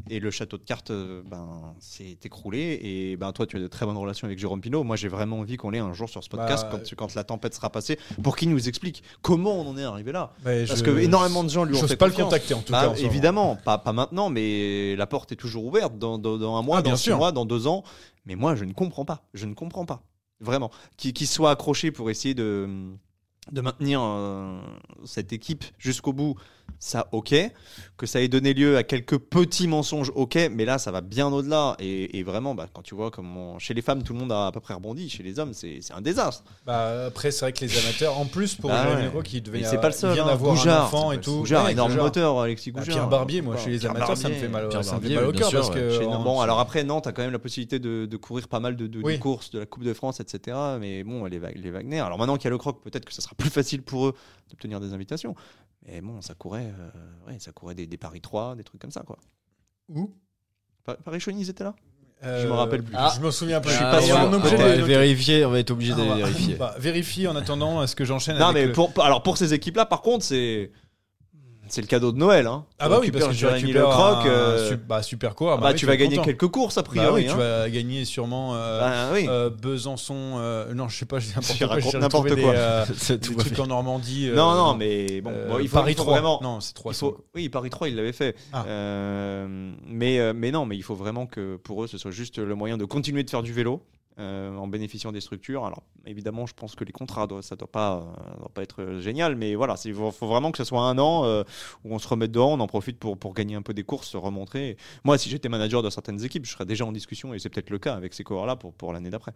[SPEAKER 3] Et le château de cartes, euh, ben s'est écroulé. Et ben toi, tu as de très bonnes relations avec Jérôme Pinault. Moi, j'ai vraiment envie qu'on l'ait un jour sur ce podcast
[SPEAKER 2] Bah,
[SPEAKER 3] quand, quand la tempête sera passée, pour qu'il nous explique comment on en est arrivé là.
[SPEAKER 2] Mais
[SPEAKER 3] Parce
[SPEAKER 2] je-
[SPEAKER 3] que énormément de gens lui ont
[SPEAKER 2] j'ose
[SPEAKER 3] fait
[SPEAKER 2] pas le
[SPEAKER 3] confiance.
[SPEAKER 2] contacter en tout
[SPEAKER 3] Bah,
[SPEAKER 2] cas. en ce moment.
[SPEAKER 3] évidemment, pas, pas maintenant, mais la porte est toujours ouverte dans, dans- dans un mois,
[SPEAKER 2] Ah,
[SPEAKER 3] dans
[SPEAKER 2] bien
[SPEAKER 3] six
[SPEAKER 2] sûr.
[SPEAKER 3] mois, dans deux ans. Mais moi, je ne comprends pas. Je ne comprends pas. Vraiment. Qui, qui soit accroché pour essayer de, de maintenir euh, cette équipe jusqu'au bout, ça, ok. Que ça ait donné lieu à quelques petits mensonges, ok. Mais là, ça va bien au-delà. Et, et vraiment, bah, quand tu vois comment. Chez les femmes, tout le monde a à peu près rebondi. Chez les hommes, c'est c'est un désastre.
[SPEAKER 2] Bah, après, c'est vrai que les amateurs, en plus pour
[SPEAKER 3] Ah
[SPEAKER 2] Jérémy
[SPEAKER 3] ouais.
[SPEAKER 2] Leroy, qui devait
[SPEAKER 3] Et c'est pas le seul.
[SPEAKER 2] bien
[SPEAKER 3] hein.
[SPEAKER 2] avoir un
[SPEAKER 3] Goujard,
[SPEAKER 2] enfant
[SPEAKER 3] c'est
[SPEAKER 2] et
[SPEAKER 3] pas-
[SPEAKER 2] tout.
[SPEAKER 3] Goujard,
[SPEAKER 2] Ouais,
[SPEAKER 3] énorme
[SPEAKER 2] Goujard.
[SPEAKER 3] moteur, Alexis
[SPEAKER 2] Bah,
[SPEAKER 3] Goujard.
[SPEAKER 2] Pierre Barbier, bah, moi,
[SPEAKER 3] Voilà.
[SPEAKER 2] chez les
[SPEAKER 3] Pierre
[SPEAKER 2] amateurs, ça me fait
[SPEAKER 3] Barbier.
[SPEAKER 2] mal,
[SPEAKER 4] Pierre
[SPEAKER 2] ça me fait
[SPEAKER 4] Barbier,
[SPEAKER 2] mal au
[SPEAKER 4] bien
[SPEAKER 2] cœur
[SPEAKER 4] sûr,
[SPEAKER 2] parce que.
[SPEAKER 3] Chez-
[SPEAKER 2] en-
[SPEAKER 3] bon, alors après Nantes a quand même la possibilité de, de courir pas mal de, de- de
[SPEAKER 2] Oui.
[SPEAKER 3] courses de la Coupe de France, etc. Mais bon, les, Va- les Wagner. Alors maintenant qu'il y a le croc, peut-être que ça sera plus facile pour eux d'obtenir des invitations. Mais bon, ça courait, euh, ouais, ça courait des, des Paris 3, des trucs comme ça, quoi.
[SPEAKER 2] Où
[SPEAKER 3] Pa- Paris Chouin, ils étaient là
[SPEAKER 2] Euh,
[SPEAKER 3] me rappelle plus.
[SPEAKER 2] Je me souviens plus.
[SPEAKER 3] Je suis pas
[SPEAKER 2] Et
[SPEAKER 3] sûr.
[SPEAKER 2] on est
[SPEAKER 4] On
[SPEAKER 2] obligé
[SPEAKER 3] Ah,
[SPEAKER 4] va
[SPEAKER 2] de-
[SPEAKER 4] aller vérifier, on va être obligé
[SPEAKER 2] Ah,
[SPEAKER 4] d'aller
[SPEAKER 2] bah,
[SPEAKER 4] vérifier.
[SPEAKER 2] bah, vérifier en attendant à ce que j'enchaîne.
[SPEAKER 3] Non,
[SPEAKER 2] avec
[SPEAKER 3] mais
[SPEAKER 2] le-
[SPEAKER 3] pour, alors pour ces équipes-là, par contre, c'est c'est le cadeau de Noël. Hein.
[SPEAKER 2] Ah bah oui,
[SPEAKER 3] Tu
[SPEAKER 2] parce que tu
[SPEAKER 3] récupères Jérémy
[SPEAKER 2] récupères
[SPEAKER 3] Le Croc,
[SPEAKER 2] un
[SPEAKER 3] euh,
[SPEAKER 2] su- bah, super quoi.
[SPEAKER 3] bah, tu vas gagner quelques courses a
[SPEAKER 2] Bah
[SPEAKER 3] priori.
[SPEAKER 2] oui,
[SPEAKER 3] hein.
[SPEAKER 2] tu vas gagner sûrement euh,
[SPEAKER 3] Bah oui.
[SPEAKER 2] euh, Besançon. euh, Non, je sais pas, je dis n'importe
[SPEAKER 3] Tu
[SPEAKER 2] quoi.
[SPEAKER 3] racontes
[SPEAKER 2] j'ai
[SPEAKER 3] n'importe
[SPEAKER 2] retrouvé des,
[SPEAKER 3] quoi.
[SPEAKER 2] euh,
[SPEAKER 4] C'est tout
[SPEAKER 2] Des
[SPEAKER 4] va
[SPEAKER 2] trucs
[SPEAKER 4] bien.
[SPEAKER 2] en Normandie. euh,
[SPEAKER 3] non, non, mais bon,
[SPEAKER 2] euh,
[SPEAKER 3] bon, il faut,
[SPEAKER 2] Paris
[SPEAKER 3] il faut
[SPEAKER 2] 3.
[SPEAKER 3] vraiment.
[SPEAKER 2] Non, c'est
[SPEAKER 3] Il
[SPEAKER 2] 300.
[SPEAKER 3] faut- Oui, Paris 3, il l'avait fait.
[SPEAKER 2] Ah.
[SPEAKER 3] Euh, mais, euh, mais non, mais il faut vraiment que pour eux, ce soit juste le moyen de continuer de faire du vélo. euh, en bénéficiant des structures. Alors évidemment, je pense que les contrats, doivent- ça ne doit, pas, euh, doit pas être euh, génial, mais voilà, il faut faut vraiment que ce soit un an euh, où on se remette dedans, on en profite pour, pour gagner un peu des courses, se remontrer. Moi, si j'étais manager de certaines équipes, je serais déjà en discussion, et c'est peut-être le cas avec ces coureurs-là pour, pour l'année d'après.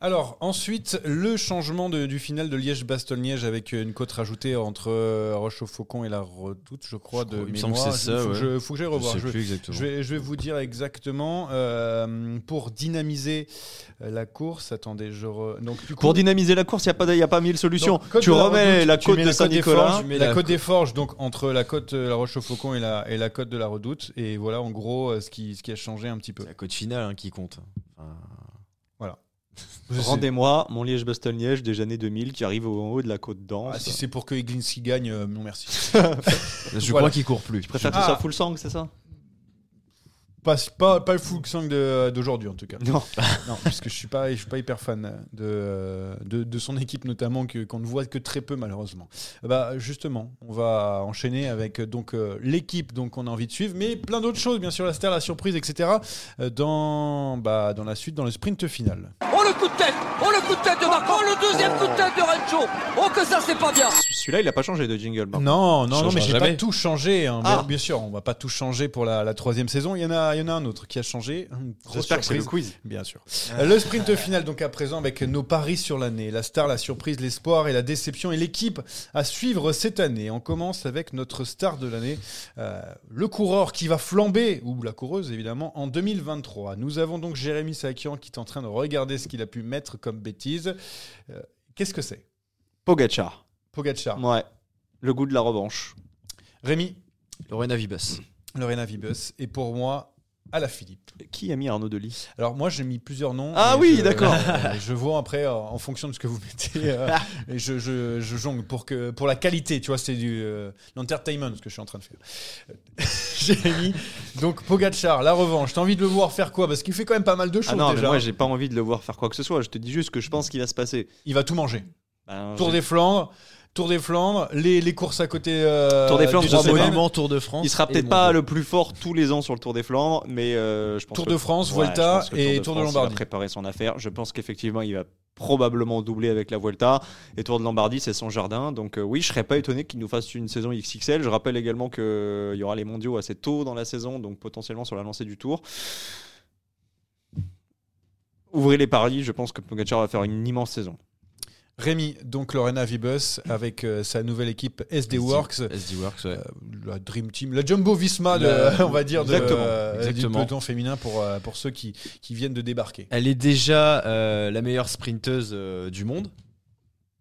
[SPEAKER 2] Alors ensuite, le changement de- du final de Liège-Bastogne-Liège avec euh, une côte rajoutée entre euh, Roche-au-Faucon et la Redoute, je crois,
[SPEAKER 4] Je
[SPEAKER 2] de
[SPEAKER 4] crois- il me semble
[SPEAKER 2] mémoire.
[SPEAKER 4] que c'est
[SPEAKER 2] Je-
[SPEAKER 4] ça,
[SPEAKER 2] faut, que
[SPEAKER 4] ouais.
[SPEAKER 2] je, faut que j'aille
[SPEAKER 4] Je
[SPEAKER 2] revoir.
[SPEAKER 4] sais
[SPEAKER 2] Je-
[SPEAKER 4] plus exactement.
[SPEAKER 2] Je vais, je vais vous dire exactement euh, pour dynamiser euh, la course. Attendez, je re- donc du coup-
[SPEAKER 3] Pour dynamiser la course, il n'y a, pas- y a pas mille solutions.
[SPEAKER 2] donc, côte
[SPEAKER 3] tu
[SPEAKER 2] de la
[SPEAKER 3] remets
[SPEAKER 2] Redoute,
[SPEAKER 3] la
[SPEAKER 2] tu
[SPEAKER 3] côte
[SPEAKER 2] mets
[SPEAKER 3] de
[SPEAKER 2] la côte des Forges,
[SPEAKER 3] Saint-Nicolas.
[SPEAKER 2] tu mets
[SPEAKER 4] la
[SPEAKER 2] la côte
[SPEAKER 4] côte-
[SPEAKER 2] des Forges, donc entre la côte euh, la Roche-au-Faucon et la, et la côte de la Redoute. Et voilà en gros euh, ce qui, ce qui a changé un petit peu.
[SPEAKER 4] C'est la cote finale hein, qui compte. Enfin,
[SPEAKER 2] Je sais.
[SPEAKER 3] Rendez-moi mon Liège-Bastogne-Liège des années 2000 qui arrive au en haut de la côte d'Anse.
[SPEAKER 2] Ah, si c'est pour que Iglinski gagne, euh, non merci.
[SPEAKER 4] je
[SPEAKER 2] Voilà.
[SPEAKER 4] crois qu'il court plus.
[SPEAKER 3] tu préfères
[SPEAKER 2] Ah.
[SPEAKER 3] que ce soit full sang, c'est ça
[SPEAKER 2] Pas, pas, pas le full sang de- d'aujourd'hui en tout cas.
[SPEAKER 3] Non.
[SPEAKER 2] Non, parce que je suis pas, je suis pas hyper fan de, de, de son équipe notamment que qu'on ne voit que très peu malheureusement. Bah justement, on va enchaîner avec euh, donc euh, l'équipe donc qu'on a envie de suivre, mais plein d'autres choses bien sûr la star, la surprise, etc. euh, Dans bah dans la suite, dans le sprint final.
[SPEAKER 6] Oh le coup de tête Oh le coup de tête de Marco Oh le deuxième coup de tête de Rancho Oh que ça c'est pas bien
[SPEAKER 3] Celui-là, il n'a pas changé de jingle. par contre.
[SPEAKER 2] Non, non, non,
[SPEAKER 4] changera
[SPEAKER 2] mais j'ai pas
[SPEAKER 4] jamais.
[SPEAKER 2] tout changé. hein.
[SPEAKER 3] Ah.
[SPEAKER 2] Bien- Bien sûr, on va pas tout changer pour la, la troisième saison. Il y en a, il y en a un autre qui a changé. Une grosse
[SPEAKER 3] J'espère que c'est le
[SPEAKER 2] surprise.
[SPEAKER 3] quiz.
[SPEAKER 2] Bien sûr. Euh, Le sprint final, donc à présent, avec nos paris sur l'année, la star, la surprise, l'espoir et la déception, et l'équipe à suivre cette année. On commence avec notre star de l'année, euh, le coureur qui va flamber, ou la coureuse évidemment, en 2023. Nous avons donc Jérémy Sakian qui est en train de regarder ce qu'il a pu mettre comme bêtise. Euh, Qu'est-ce que c'est
[SPEAKER 3] Pogachar.
[SPEAKER 2] Pogacar.
[SPEAKER 3] Ouais. Le goût de la revanche.
[SPEAKER 2] Rémi,
[SPEAKER 4] Lorena Vibas.
[SPEAKER 2] Lorena Vibus, et pour moi, à la Philippe.
[SPEAKER 3] Qui a mis Arnaud Delis
[SPEAKER 2] Alors moi j'ai mis plusieurs noms.
[SPEAKER 3] Ah
[SPEAKER 2] et
[SPEAKER 3] oui,
[SPEAKER 2] je-
[SPEAKER 3] d'accord.
[SPEAKER 2] euh, je vois après euh, en fonction de ce que vous mettez. euh, et je, je, je jongle pour que pour la qualité, tu vois, c'est du euh, l'entertainment ce que je suis en train de faire. j'ai mis donc Pogachar, la revanche. T'as envie de le voir faire quoi Parce qu'il fait quand même pas mal de choses
[SPEAKER 3] Ah non, mais
[SPEAKER 2] déjà.
[SPEAKER 3] moi, j'ai pas envie de le voir faire quoi que ce soit. Je te dis juste que je pense qu'il va se passer.
[SPEAKER 2] Il va tout manger.
[SPEAKER 3] Ben,
[SPEAKER 2] Tour
[SPEAKER 3] j'ai-
[SPEAKER 2] des Flandres, Tour des Flandres, les, les courses à côté. euh,
[SPEAKER 3] Tour des Flandres,
[SPEAKER 2] du
[SPEAKER 3] je
[SPEAKER 4] Trois
[SPEAKER 3] sais
[SPEAKER 2] Semaine,
[SPEAKER 3] pas.
[SPEAKER 4] monuments, Tour de France.
[SPEAKER 3] Il sera
[SPEAKER 4] et
[SPEAKER 3] peut-être
[SPEAKER 4] Mont
[SPEAKER 3] pas
[SPEAKER 4] Blanc.
[SPEAKER 3] le plus fort tous les ans sur le Tour des Flandres, mais euh, je pense
[SPEAKER 2] Tour
[SPEAKER 3] que-
[SPEAKER 2] de France,
[SPEAKER 3] Ouais,
[SPEAKER 2] Vuelta
[SPEAKER 3] je pense que
[SPEAKER 2] et
[SPEAKER 3] de
[SPEAKER 2] Tour de
[SPEAKER 3] France, Il
[SPEAKER 2] Lombardie.
[SPEAKER 3] va préparer son affaire. Je pense qu'effectivement, il va probablement doubler avec la Vuelta. Et Tour de Lombardie, c'est son jardin. Donc euh, oui, je serais pas étonné qu'il nous fasse une saison XXL. Je rappelle également qu'il y aura les mondiaux assez tôt dans la saison, donc potentiellement sur la lancée du Tour. Ouvrez les paris, je pense que Pogacar va faire une immense saison.
[SPEAKER 2] Rémi, donc Lorena Vibus avec euh, sa nouvelle équipe SD
[SPEAKER 4] SD
[SPEAKER 2] Works.
[SPEAKER 4] SD Works,
[SPEAKER 2] euh,
[SPEAKER 4] ouais.
[SPEAKER 2] la Dream Team, la Jumbo Visma, de-
[SPEAKER 4] La-
[SPEAKER 2] on va dire, de,
[SPEAKER 4] Exactement,
[SPEAKER 2] euh, du
[SPEAKER 4] exactement.
[SPEAKER 2] peloton féminin pour, euh, pour ceux qui, qui viennent de débarquer.
[SPEAKER 4] Elle est déjà euh, la meilleure sprinteuse euh, du monde.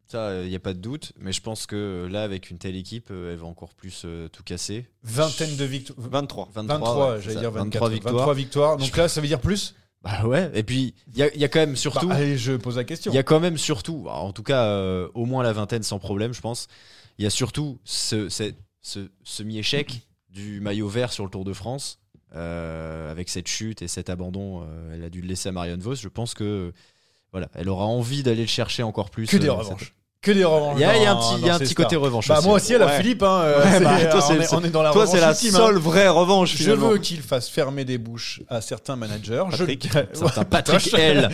[SPEAKER 4] Ça, il n'y a pas de doute. Mais je pense que euh, là, avec une telle équipe, euh, elle va encore plus euh, tout casser.
[SPEAKER 2] Vingtaine de victoires.
[SPEAKER 3] 23.
[SPEAKER 2] 23,
[SPEAKER 4] 23, ouais, c'est
[SPEAKER 2] j'allais
[SPEAKER 4] ça,
[SPEAKER 2] dire 24.
[SPEAKER 4] 23 victoires.
[SPEAKER 2] Donc là, ça veut dire plus
[SPEAKER 4] Bah ouais. Et puis, il y a, il y a quand même surtout.
[SPEAKER 2] Bah, Allez, je pose la question.
[SPEAKER 4] Il y a quand même surtout, alors, en tout cas euh, au moins la vingtaine sans problème, je pense. Il y a surtout ce, ce- ce- semi-échec du maillot vert sur le Tour de France, euh, avec cette chute et cet abandon. euh, elle a dû le laisser à Marianne Vos. Je pense que voilà, elle aura envie d'aller le chercher encore plus.
[SPEAKER 2] que des
[SPEAKER 4] euh,
[SPEAKER 2] revanches. Que des revanches.
[SPEAKER 4] cette- Il y a, il y a un
[SPEAKER 2] dans-
[SPEAKER 4] petit, il y
[SPEAKER 2] dans
[SPEAKER 4] a un
[SPEAKER 2] ces
[SPEAKER 4] petit
[SPEAKER 2] stars.
[SPEAKER 4] côté revanche.
[SPEAKER 2] Bah,
[SPEAKER 4] aussi.
[SPEAKER 2] moi aussi, à la
[SPEAKER 3] Ouais.
[SPEAKER 2] Philippe, hein, euh,
[SPEAKER 3] Ouais,
[SPEAKER 2] c'est-
[SPEAKER 3] bah, toi,
[SPEAKER 2] on,
[SPEAKER 3] c'est-
[SPEAKER 2] est, on est dans la
[SPEAKER 3] Toi,
[SPEAKER 2] revanche
[SPEAKER 3] c'est la
[SPEAKER 2] ultime, hein.
[SPEAKER 3] seule vraie revanche.
[SPEAKER 2] Je
[SPEAKER 3] finalement.
[SPEAKER 2] veux qu'il fasse fermer des bouches à certains managers. Je-
[SPEAKER 3] Patrick.
[SPEAKER 4] Certain Patrick L.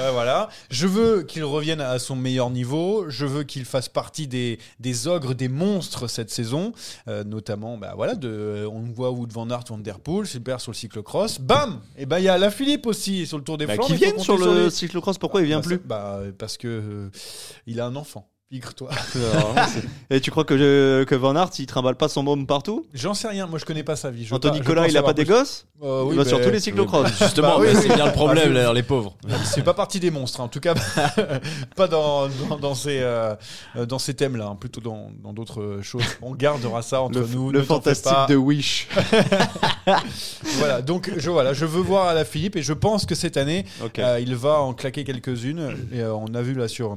[SPEAKER 2] Euh, voilà. Je veux qu'il revienne à son meilleur niveau. Je veux qu'il fasse partie des, des ogres, des monstres cette saison. Euh, notamment, bah, voilà, de, on voit Wood Van Aert, Van Der Poel, super sur le cyclocross. Bam Et bah, il y a la Philippe aussi sur le Tour des
[SPEAKER 3] Bah,
[SPEAKER 2] Flandres.
[SPEAKER 3] qu'il
[SPEAKER 2] il faut
[SPEAKER 3] vienne
[SPEAKER 2] compter
[SPEAKER 3] sur
[SPEAKER 2] les-
[SPEAKER 3] le cyclocross, pourquoi il vient
[SPEAKER 2] Bah,
[SPEAKER 3] plus
[SPEAKER 2] ça- bah, euh, Parce que euh, il a un enfant. Figure-toi.
[SPEAKER 3] Alors, c'est- Et tu crois que, je- que Van Aert, il trimballe pas son môme partout
[SPEAKER 2] J'en sais rien. Moi, je connais pas sa vie. Je veux pas-
[SPEAKER 3] Anthony
[SPEAKER 2] je veux
[SPEAKER 3] Collat,
[SPEAKER 2] en
[SPEAKER 3] il a
[SPEAKER 2] savoir
[SPEAKER 3] pas des
[SPEAKER 2] plus.
[SPEAKER 3] gosses
[SPEAKER 2] Euh, oui,
[SPEAKER 3] Il va Bah, sur
[SPEAKER 2] mais-
[SPEAKER 3] tous les cyclocross.
[SPEAKER 4] Justement,
[SPEAKER 2] Bah oui,
[SPEAKER 4] mais
[SPEAKER 2] oui.
[SPEAKER 4] c'est bien le problème, là, les pauvres.
[SPEAKER 2] C'est pas partie des monstres, hein. en tout cas, pas dans, dans, dans ces, euh, dans ces thèmes-là, hein. plutôt dans dans d'autres choses. On gardera ça entre
[SPEAKER 3] Le,
[SPEAKER 2] nous.
[SPEAKER 3] le
[SPEAKER 2] ne t'en fais
[SPEAKER 3] fantastique
[SPEAKER 2] pas.
[SPEAKER 3] de Wish.
[SPEAKER 2] Voilà, donc je, voilà, je veux voir à la Philippe et je pense que cette année,
[SPEAKER 3] Ok.
[SPEAKER 2] euh, il va en claquer quelques-unes. Et, euh, on a vu là sur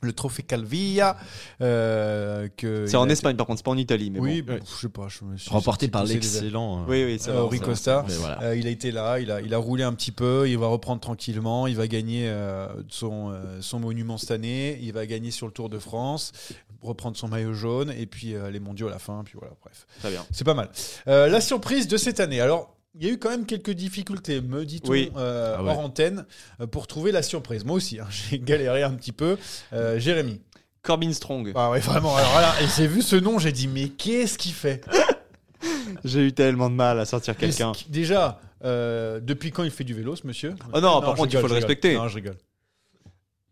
[SPEAKER 2] le trophée Calvilla. euh, que
[SPEAKER 3] c'est
[SPEAKER 2] il
[SPEAKER 3] en
[SPEAKER 2] a-
[SPEAKER 3] Espagne, par contre, c'est pas en Italie. Mais
[SPEAKER 2] oui,
[SPEAKER 3] bon.
[SPEAKER 2] bon, je sais pas. Je me suis
[SPEAKER 4] Remporté
[SPEAKER 2] senti
[SPEAKER 4] par
[SPEAKER 2] pousser des-
[SPEAKER 4] l'excellent. euh,
[SPEAKER 3] oui, oui, c'est
[SPEAKER 2] Euh,
[SPEAKER 3] vrai,
[SPEAKER 2] Rui
[SPEAKER 3] c'est vrai.
[SPEAKER 2] Costa.
[SPEAKER 4] Mais voilà.
[SPEAKER 2] Euh, il a été là, il a, il a roulé un petit peu, il va reprendre tranquillement, il va gagner euh, son, euh, son monument cette année, il va gagner sur le Tour de France, reprendre son maillot jaune, et puis euh, les mondiaux à la fin, puis voilà, bref.
[SPEAKER 3] Très bien.
[SPEAKER 2] C'est pas mal. Euh, la surprise de cette année, alors il y a eu quand même quelques difficultés, me dit-on,
[SPEAKER 3] Oui.
[SPEAKER 2] euh,
[SPEAKER 4] Ah ouais.
[SPEAKER 2] hors antenne, euh, pour trouver la surprise. Moi aussi, hein, j'ai galéré un petit peu. Euh, Jérémy.
[SPEAKER 3] Corbin Strong.
[SPEAKER 2] Ah ouais, vraiment. Alors là, et j'ai vu ce nom, j'ai dit, mais qu'est-ce qu'il fait
[SPEAKER 3] J'ai eu tellement de mal à sortir quelqu'un.
[SPEAKER 2] Qu'est-ce qui- Déjà, euh, depuis quand il fait du vélo, ce monsieur
[SPEAKER 3] Oh non, par contre,
[SPEAKER 2] je
[SPEAKER 3] il faut
[SPEAKER 2] je
[SPEAKER 3] le respecter.
[SPEAKER 2] Non, je rigole.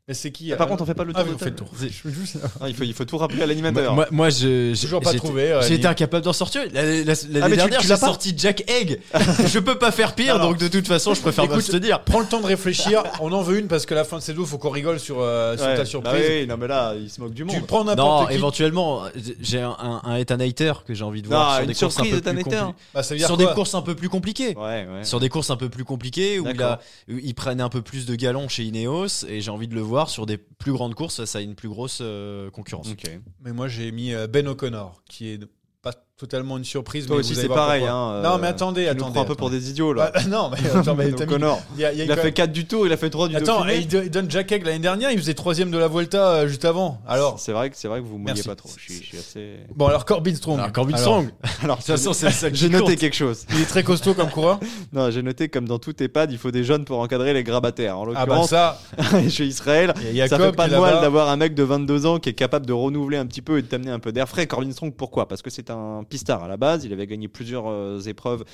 [SPEAKER 2] Et c'est qui
[SPEAKER 3] Ah, par contre, on fait pas le
[SPEAKER 2] Ah,
[SPEAKER 3] tour
[SPEAKER 2] oui,
[SPEAKER 3] de
[SPEAKER 2] on fait le
[SPEAKER 3] table.
[SPEAKER 2] tour. Je veux juste-
[SPEAKER 3] Ah, il, faut, il faut tout rappeler à l'animateur.
[SPEAKER 4] Moi, moi, je. j'ai-
[SPEAKER 2] Toujours pas
[SPEAKER 4] j'étais-
[SPEAKER 2] trouvé, euh,
[SPEAKER 4] J'ai été
[SPEAKER 2] ni-
[SPEAKER 4] incapable d'en sortir. La- la- la- L'année
[SPEAKER 3] Ah, mais tu-
[SPEAKER 4] dernière,
[SPEAKER 3] tu
[SPEAKER 4] j'ai
[SPEAKER 3] l'as pas
[SPEAKER 4] sorti Jack Egg. je peux pas faire pire,
[SPEAKER 2] Alors,
[SPEAKER 4] donc de toute façon, je préfère
[SPEAKER 2] écoute,
[SPEAKER 4] te dire.
[SPEAKER 2] Prends le temps de réfléchir. On en veut une parce que la fin de ces deux, faut qu'on rigole sur, euh, sur
[SPEAKER 3] Ouais.
[SPEAKER 2] ta
[SPEAKER 3] Bah
[SPEAKER 2] surprise.
[SPEAKER 3] oui, non, mais là, il se moque du monde.
[SPEAKER 2] tu prends
[SPEAKER 4] Non,
[SPEAKER 2] n'importe qui.
[SPEAKER 4] éventuellement, j'ai un, un, un Ethan Hater que j'ai envie de voir
[SPEAKER 3] Ah,
[SPEAKER 4] sur
[SPEAKER 3] une
[SPEAKER 4] des courses un
[SPEAKER 3] surprise,
[SPEAKER 4] peu plus
[SPEAKER 3] Ethan Hater.
[SPEAKER 4] compli-
[SPEAKER 2] Bah, ça veut dire
[SPEAKER 4] Sur des
[SPEAKER 2] quoi
[SPEAKER 4] courses un peu plus compliquées.
[SPEAKER 3] Ouais, ouais.
[SPEAKER 4] Sur des courses un peu plus compliquées où, il
[SPEAKER 3] D'accord.
[SPEAKER 4] a- où ils prennent un peu plus de galons chez Ineos et j'ai envie de le voir sur des plus grandes courses face à une plus grosse euh, concurrence.
[SPEAKER 3] Ok.
[SPEAKER 2] Mais moi, j'ai mis euh, Ben O'Connor, qui est pas totalement une surprise.
[SPEAKER 3] Toi
[SPEAKER 2] mais
[SPEAKER 3] aussi,
[SPEAKER 2] vous allez
[SPEAKER 3] c'est
[SPEAKER 2] voir
[SPEAKER 3] pareil,
[SPEAKER 2] pourquoi.
[SPEAKER 3] hein, euh,
[SPEAKER 2] non, mais attendez,
[SPEAKER 3] Tu nous
[SPEAKER 2] attendez.
[SPEAKER 3] prends un peu pour
[SPEAKER 2] attendez.
[SPEAKER 3] des idiots, là. Ben
[SPEAKER 2] Bah, non, mais attends, mais t'as mis-
[SPEAKER 3] O'Connor.
[SPEAKER 2] il y a- il y a
[SPEAKER 3] Il a
[SPEAKER 2] quand
[SPEAKER 3] fait
[SPEAKER 2] même-
[SPEAKER 3] 4 du tour, il a fait 3 du
[SPEAKER 2] Attends,
[SPEAKER 3] Dauphiné.
[SPEAKER 2] et il don- il donne Jack Egg l'année dernière, il faisait troisième de la Volta euh, juste avant. Alors,
[SPEAKER 3] c'est vrai que c'est vrai que vous mouillez
[SPEAKER 2] Merci.
[SPEAKER 3] pas trop. Je suis, je suis assez.
[SPEAKER 2] bon, alors Corbin Strong.
[SPEAKER 4] Alors, Corbin
[SPEAKER 2] Alors,
[SPEAKER 4] Strong,
[SPEAKER 3] Alors,
[SPEAKER 4] de toute façon, c'est le seul
[SPEAKER 3] j'ai
[SPEAKER 4] qui
[SPEAKER 3] noté
[SPEAKER 4] compte.
[SPEAKER 3] quelque chose.
[SPEAKER 2] Il est très costaud comme coureur.
[SPEAKER 3] Non, j'ai noté comme dans tout EHPAD, il faut des jeunes pour encadrer les grabataires. En
[SPEAKER 2] ah bah
[SPEAKER 3] l'occurrence,
[SPEAKER 2] ça,
[SPEAKER 3] chez Israël,
[SPEAKER 2] Il y a
[SPEAKER 3] ça
[SPEAKER 2] Jacob
[SPEAKER 3] fait pas
[SPEAKER 2] qui
[SPEAKER 3] de
[SPEAKER 2] est
[SPEAKER 3] mal
[SPEAKER 2] là-bas.
[SPEAKER 3] d'avoir un mec de 22 ans qui est capable de renouveler un petit peu et de t'amener un peu d'air frais. Corbin Strong, pourquoi Parce que c'est un pistard à la base. Il avait gagné plusieurs euh, épreuves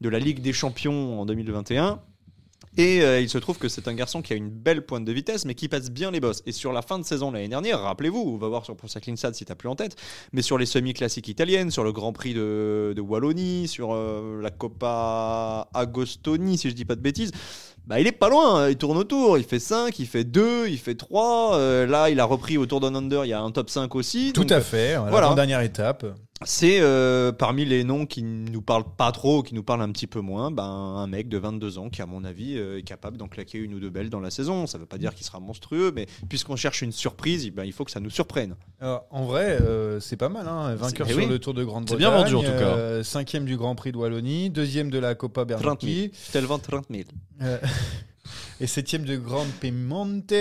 [SPEAKER 3] de la Ligue des Champions en 2021. Et euh, il se trouve que c'est un garçon qui a une belle pointe de vitesse, mais qui passe bien les bosses. Et sur la fin de saison l'année dernière, rappelez-vous, on va voir sur Pro Cycling Stats si t'as plus en tête, mais sur les semi-classiques italiennes, sur le Grand Prix de, de Wallonie, sur euh, la Coppa Agostoni, si je dis pas de bêtises, bah, il est pas loin, hein, il tourne autour, il fait 5, il fait 2, il fait 3, là il a repris au Tour d'un Under, il y a un top 5 aussi.
[SPEAKER 2] tout
[SPEAKER 3] Donc,
[SPEAKER 2] à fait. Voilà.
[SPEAKER 3] voilà.
[SPEAKER 2] La dernière étape.
[SPEAKER 3] c'est euh, parmi les noms qui nous parlent pas trop, qui nous parlent un petit peu moins, ben, un mec de 22 ans qui, à mon avis, euh, est capable d'en claquer une ou deux belles dans la saison. Ça veut pas dire qu'il sera monstrueux, mais puisqu'on cherche une surprise, eh ben, il faut que ça nous surprenne.
[SPEAKER 2] Alors, en vrai, euh, c'est pas mal. Hein. Vainqueur
[SPEAKER 3] C'est-
[SPEAKER 2] sur
[SPEAKER 3] eh oui.
[SPEAKER 2] le Tour de Grande-Bretagne.
[SPEAKER 4] C'est bien vendu, en tout cas.
[SPEAKER 2] euh, cinquième du Grand Prix de Wallonie, deuxième de la Coppa
[SPEAKER 3] 30 000.
[SPEAKER 2] Bernacchi
[SPEAKER 3] Tellement 30 000.
[SPEAKER 2] euh, et septième de Grande Piemonte.